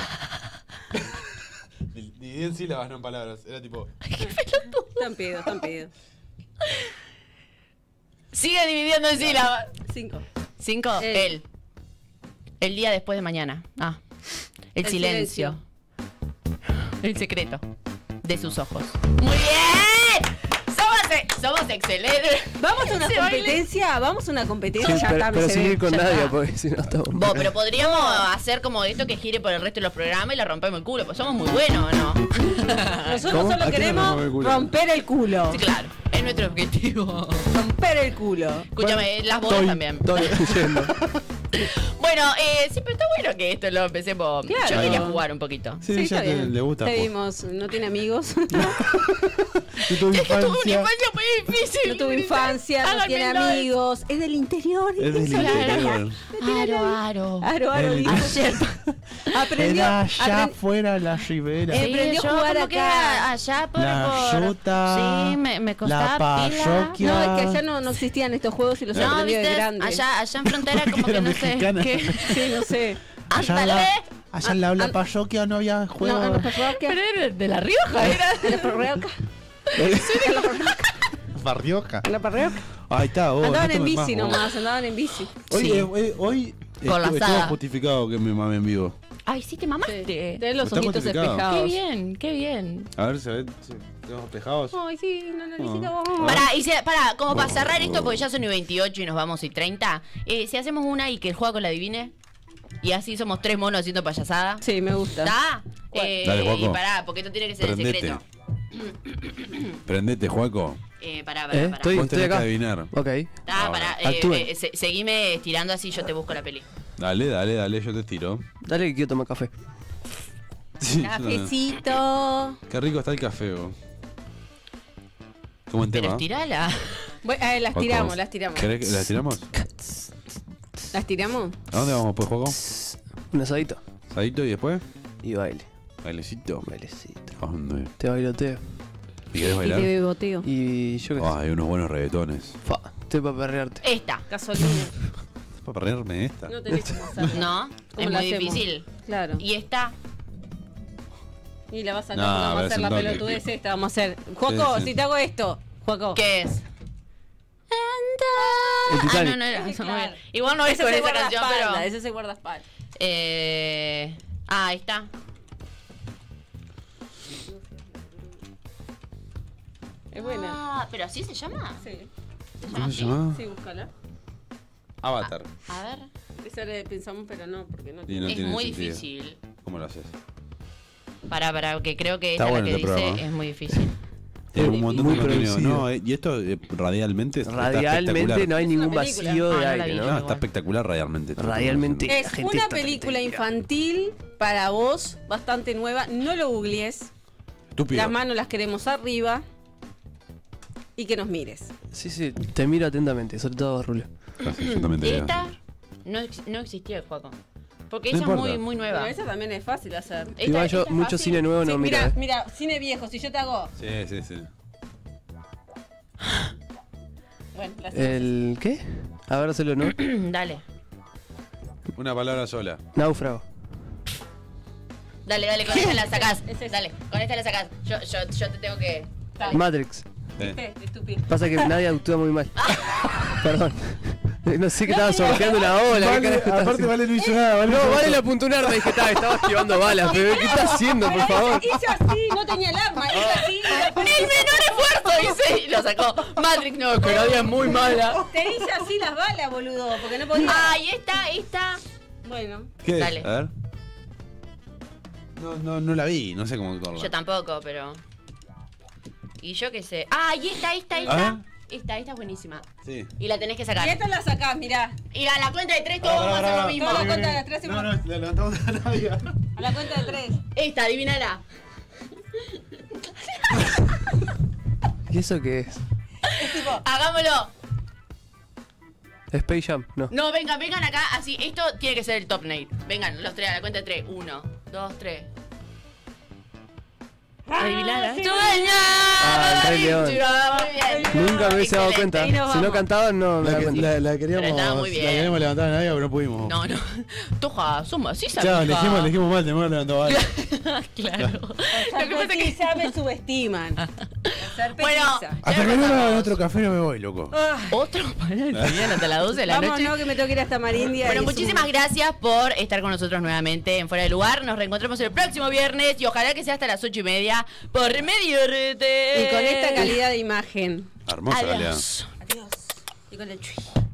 Speaker 1: le, di en sílabas, no en palabras. Era tipo.
Speaker 3: Están pedo, están pedo.
Speaker 2: Sigue dividiendo en sílabas.
Speaker 3: Cinco.
Speaker 2: Cinco.
Speaker 3: El.
Speaker 2: El. El día después de mañana. Ah. El,
Speaker 3: El
Speaker 2: silencio. El secreto. De sus ojos. ¡Muy bien! Somos, e- somos excelentes.
Speaker 3: Vamos a una
Speaker 2: Ese baile.
Speaker 3: competencia, vamos a una competencia.
Speaker 4: Sí,
Speaker 3: ya
Speaker 4: pero,
Speaker 3: está,
Speaker 4: pero
Speaker 3: se
Speaker 4: sin
Speaker 3: ve.
Speaker 4: ir con
Speaker 2: ya
Speaker 4: nadie
Speaker 2: está.
Speaker 4: porque si no estamos.
Speaker 2: Vos, pero podríamos hacer como esto que gire por el resto de los programas y la rompemos el culo, pues somos muy buenos, ¿o ¿no?
Speaker 3: Nosotros
Speaker 1: ¿Cómo? ¿A
Speaker 3: solo
Speaker 1: quién le
Speaker 3: queremos
Speaker 1: rompemos el culo?
Speaker 3: romper el culo.
Speaker 2: Sí, claro, es nuestro objetivo.
Speaker 3: Romper el culo.
Speaker 2: Escúchame, las bolas también.
Speaker 4: Estoy diciendo.
Speaker 2: Bueno, eh, sí, pero está bueno que esto lo empecemos. Yo
Speaker 3: Claro.
Speaker 2: quería jugar un poquito.
Speaker 1: Sí, ella te- le gusta.
Speaker 3: Te
Speaker 1: po.
Speaker 3: vimos, no
Speaker 1: [laughs]
Speaker 3: tiene amigos. [laughs]
Speaker 1: Y
Speaker 2: [laughs]
Speaker 1: tu
Speaker 2: Es que tuve una
Speaker 1: infancia.
Speaker 2: infancia muy difícil.
Speaker 3: No tuvo infancia, no
Speaker 2: Háganme
Speaker 3: tiene
Speaker 2: lo-
Speaker 3: amigos. Es del interior.
Speaker 1: Es del interior.
Speaker 2: Aro, aro.
Speaker 3: Aro, aro,
Speaker 1: El-
Speaker 3: dijo.
Speaker 2: Ayer. [laughs]
Speaker 3: Aprendió, apren-
Speaker 1: fuera la ribera.
Speaker 3: Eh, Aprendió a
Speaker 2: yo
Speaker 3: jugar
Speaker 2: como que
Speaker 3: acá. Ah,
Speaker 2: a- allá por...
Speaker 1: La
Speaker 2: por-
Speaker 1: yuta,
Speaker 2: Sí, me, me
Speaker 1: la
Speaker 2: costaba pila.
Speaker 1: parroquia.
Speaker 3: No, es que allá no, no existían estos juegos y los
Speaker 2: No,
Speaker 3: aprendió de
Speaker 2: viste,
Speaker 3: grande.
Speaker 2: allá, allá en frontera como que
Speaker 1: Era
Speaker 2: no sé Ah,
Speaker 1: mexicana.
Speaker 2: qué.
Speaker 3: [laughs] Sí, no sé.
Speaker 2: Hasta luego.
Speaker 1: allá en la habla parroquia no había
Speaker 3: No, en los parroquias.
Speaker 2: Pero era de La Rioja, era.
Speaker 3: En los parroquias.
Speaker 1: Barrioca.
Speaker 3: En los parroquias.
Speaker 1: Ahí está, vos.
Speaker 3: Andaban
Speaker 1: no
Speaker 3: en
Speaker 1: tomes más,
Speaker 3: bici
Speaker 1: vos.
Speaker 3: nomás, andaban en bici.
Speaker 1: Hoy,
Speaker 2: Sí.
Speaker 1: eh, hoy, hoy
Speaker 2: Con la
Speaker 1: estuvo,
Speaker 2: asada.
Speaker 1: estuvo justificado que me mame en vivo.
Speaker 2: Ay, sí, te mamaste.
Speaker 3: Tenés los
Speaker 1: Está
Speaker 3: ojitos
Speaker 1: justificado.
Speaker 2: Qué
Speaker 3: espejados.
Speaker 2: bien, qué bien.
Speaker 1: A ver, se ven los espejados.
Speaker 3: Ay, sí, no,
Speaker 1: Oh.
Speaker 3: no, no,
Speaker 2: Para, y se- para, como para cerrar esto, porque ya son y 28 y nos vamos y 30, eh, si hacemos una y que el juego la adivine, y así somos tres monos haciendo payasada.
Speaker 3: Sí, me gusta.
Speaker 2: ¿Está? Eh,
Speaker 1: Dale, Juaco.
Speaker 2: y pará, porque esto tiene que ser
Speaker 1: Prendete.
Speaker 2: en secreto.
Speaker 1: Prendete, Juaco.
Speaker 2: Eh, pará, pará,
Speaker 4: ¿Eh?
Speaker 2: pará.
Speaker 4: Estoy,
Speaker 1: Vos
Speaker 4: estoy
Speaker 1: tenés que
Speaker 4: acá.
Speaker 1: adivinar.
Speaker 4: Ok.
Speaker 2: Está, pará, eh,
Speaker 4: Actúen.
Speaker 2: eh, se- seguime estirando así, yo te busco la peli.
Speaker 1: Dale, dale, dale, yo te tiro.
Speaker 4: Dale que quiero tomar café.
Speaker 1: Sí, yo también.
Speaker 3: Cafecito.
Speaker 1: Qué rico está el café, vos. Qué buen
Speaker 2: Pero
Speaker 1: tema.
Speaker 2: estirala. [laughs]
Speaker 3: Bueno, eh, las
Speaker 1: Otra
Speaker 3: tiramos,
Speaker 1: vez.
Speaker 3: las tiramos.
Speaker 1: ¿Querés que- ¿La tiramos?
Speaker 3: ¿Las tiramos?
Speaker 1: ¿A dónde vamos pues, juego?
Speaker 4: Un asadito.
Speaker 1: ¿Sadito y después?
Speaker 4: Y baile.
Speaker 1: Bailecito.
Speaker 4: Bailecito.
Speaker 1: ¿A dónde?
Speaker 4: Te bailoteo.
Speaker 1: ¿Y querés
Speaker 3: Y
Speaker 1: bailar?
Speaker 3: te beboteo.
Speaker 4: Y yo qué
Speaker 1: Ah, hay unos buenos reggaetones.
Speaker 4: sé. Fa, estoy para perrearte.
Speaker 2: Esta.
Speaker 3: Gasolina.
Speaker 1: [laughs] Para perderme esta.
Speaker 3: No tenés cómo hacerla.
Speaker 2: No, es
Speaker 3: ¿Cómo la
Speaker 2: muy
Speaker 3: hacemos?
Speaker 2: difícil.
Speaker 3: Claro.
Speaker 2: Y esta,
Speaker 3: Y la vas a
Speaker 1: No,
Speaker 3: sacar, vamos
Speaker 1: pero
Speaker 3: a
Speaker 1: es
Speaker 3: hacer
Speaker 1: un
Speaker 3: la
Speaker 1: toque.
Speaker 3: pelotudez esta, vamos a hacer. Juaco,
Speaker 1: Sí, sí.
Speaker 3: si te hago esto. Juaco.
Speaker 2: ¿qué es?
Speaker 4: El
Speaker 2: Ah,
Speaker 4: Titanic.
Speaker 2: no, no era.
Speaker 3: Sí,
Speaker 2: muy bien.
Speaker 3: claro.
Speaker 2: Igual no es
Speaker 3: Ese
Speaker 2: con
Speaker 3: se
Speaker 2: esa
Speaker 3: guarda
Speaker 2: canción,
Speaker 3: espalda,
Speaker 2: pero.
Speaker 3: ese se guarda espalda.
Speaker 2: Eh, ah, ahí está.
Speaker 3: Es buena.
Speaker 2: Ah, pero así se llama.
Speaker 3: Sí,
Speaker 2: ¿Se llama
Speaker 1: ¿Cómo
Speaker 2: así?
Speaker 1: se llama?
Speaker 3: sí, búscala.
Speaker 1: Avatar.
Speaker 2: A ver.
Speaker 3: Esa le pensamos, pero no, porque no.
Speaker 1: Y no
Speaker 2: es
Speaker 1: tiene
Speaker 2: muy
Speaker 1: sentido.
Speaker 2: difícil.
Speaker 1: ¿Cómo lo haces?
Speaker 2: Para, para, que creo que
Speaker 1: Está
Speaker 2: esa es
Speaker 1: bueno
Speaker 2: la que
Speaker 1: este
Speaker 2: dice
Speaker 1: programa.
Speaker 2: es muy difícil.
Speaker 1: Tiene un montón de
Speaker 4: Muy
Speaker 1: contenido.
Speaker 4: producido.
Speaker 1: No, eh, y esto eh, radialmente está
Speaker 4: Radialmente
Speaker 1: espectacular.
Speaker 4: no hay
Speaker 3: Es una
Speaker 4: ningún
Speaker 3: película.
Speaker 4: vacío
Speaker 2: Ah,
Speaker 4: de
Speaker 2: no la
Speaker 4: aire,
Speaker 2: vi.
Speaker 4: ¿no?
Speaker 1: No, está espectacular radialmente.
Speaker 4: Radialmente. La
Speaker 3: Es
Speaker 4: gente
Speaker 3: una
Speaker 4: está
Speaker 3: película
Speaker 4: retenida.
Speaker 3: infantil para vos, bastante nueva. No lo googlees.
Speaker 1: Estúpido.
Speaker 3: Las manos las queremos arriba. Y que nos mires.
Speaker 4: Sí, sí, te miro atentamente, sobre todo Rulo.
Speaker 1: Gracias, yo también te digo.
Speaker 2: Esta no, ex- no existía el juego. Porque
Speaker 1: Este, No
Speaker 2: ella
Speaker 1: importa.
Speaker 2: es muy, muy
Speaker 3: Pero
Speaker 2: nueva.
Speaker 3: esa también es fácil hacer.
Speaker 2: Esta-
Speaker 4: Igual yo
Speaker 2: esta es
Speaker 4: mucho
Speaker 2: fácil.
Speaker 4: cine nuevo no miro.
Speaker 3: Sí, mira,
Speaker 4: eh.
Speaker 3: mira, cine viejo, si yo te hago.
Speaker 1: Sí, sí, sí.
Speaker 3: Bueno, la
Speaker 4: ¿El qué? A ver, hacelo, ¿no?
Speaker 2: [clears throat] dale.
Speaker 1: Una palabra sola.
Speaker 4: Náufrago.
Speaker 2: Dale, dale, con esta la sacás.
Speaker 3: Es esa.
Speaker 2: Dale, con esta la sacás. Yo, yo, yo te tengo que.
Speaker 4: Matrix.
Speaker 1: Eh.
Speaker 3: Eh, estúpido.
Speaker 4: Pasa que nadie actúa muy mal. Perdón. [laughs] No sé que estaba sorteando una ola. ¿qué carajo estaba haciendo?
Speaker 1: no hizo nada,
Speaker 4: No, vale la apuntó un arma. Dije, estaba, estaba esquivando balas, pero ¿qué está haciendo, por favor?
Speaker 3: Hizo así, no tenía el arma, hizo
Speaker 2: Ah.
Speaker 3: así.
Speaker 2: ¡El menor esfuerzo! Dice y lo sacó. Matrix no, pero ella es muy mala.
Speaker 3: Te hice así las balas, boludo, porque no podía.
Speaker 2: Ay, esta, esta.
Speaker 3: Bueno,
Speaker 1: ¿Qué es?
Speaker 2: Dale.
Speaker 1: A ver. No, no, no la vi, no sé cómo actuarla.
Speaker 2: Yo tampoco, pero. Y yo qué sé. ¡Ay, esta, esta,
Speaker 1: A ver.
Speaker 2: esta! Esta, esta es buenísima.
Speaker 1: Sí.
Speaker 2: Y la tenés que
Speaker 3: y
Speaker 2: sacar.
Speaker 3: esta la sacás, mirá.
Speaker 2: Y a la cuenta de tres todos vamos a hacer lo mismo.
Speaker 3: Todos contra las tres
Speaker 1: No,
Speaker 3: segundos.
Speaker 1: no, le levantamos la navia.
Speaker 3: A la cuenta de tres.
Speaker 2: Esta, adivinala.
Speaker 4: ¿Y eso qué es?
Speaker 2: Hagámoslo.
Speaker 4: Space Jam, no.
Speaker 2: No, vengan, vengan acá. Así, esto tiene que ser el top Nate. Vengan, los tres, a la cuenta de tres. Uno, dos, tres.
Speaker 3: Ah,
Speaker 2: Adivinala.
Speaker 4: Ah, el Rey León. Nunca me hubiese dado cuenta.
Speaker 2: Y nos
Speaker 4: Si no
Speaker 2: vamos.
Speaker 4: cantaban, no me
Speaker 1: La,
Speaker 4: daba
Speaker 1: que-
Speaker 4: cuenta.
Speaker 1: la- la queríamos,
Speaker 2: Pero estaba muy bien.
Speaker 1: la queríamos levantar a nadie, pero no pudimos.
Speaker 2: No, no. Toja, somos así, ¿sabes?
Speaker 1: Chao, elegimos, elegimos mal, tenemos que levantar
Speaker 2: [laughs]
Speaker 1: varias.
Speaker 2: Claro. Lo que pasa es
Speaker 3: Sí,
Speaker 2: que.
Speaker 3: ya me subestiman. Hacer
Speaker 2: Ah. Bueno,
Speaker 3: petiza.
Speaker 1: Hasta que no me hagan otro café no me voy, loco.
Speaker 3: Ah,
Speaker 2: Otro para el mañana hasta las 12 de la
Speaker 3: Vamos,
Speaker 2: noche.
Speaker 3: no, que me tengo que ir hasta Marindia.
Speaker 2: Bueno,
Speaker 3: y
Speaker 2: muchísimas
Speaker 3: sumo.
Speaker 2: gracias por estar con nosotros nuevamente en Fuera de Lugar. Nos reencontramos el próximo viernes y ojalá que sea hasta las ocho y media por Medio RT.
Speaker 3: Y con esta calidad de imagen.
Speaker 1: Hermosa calidad.
Speaker 2: Adiós.
Speaker 3: Y con el chui.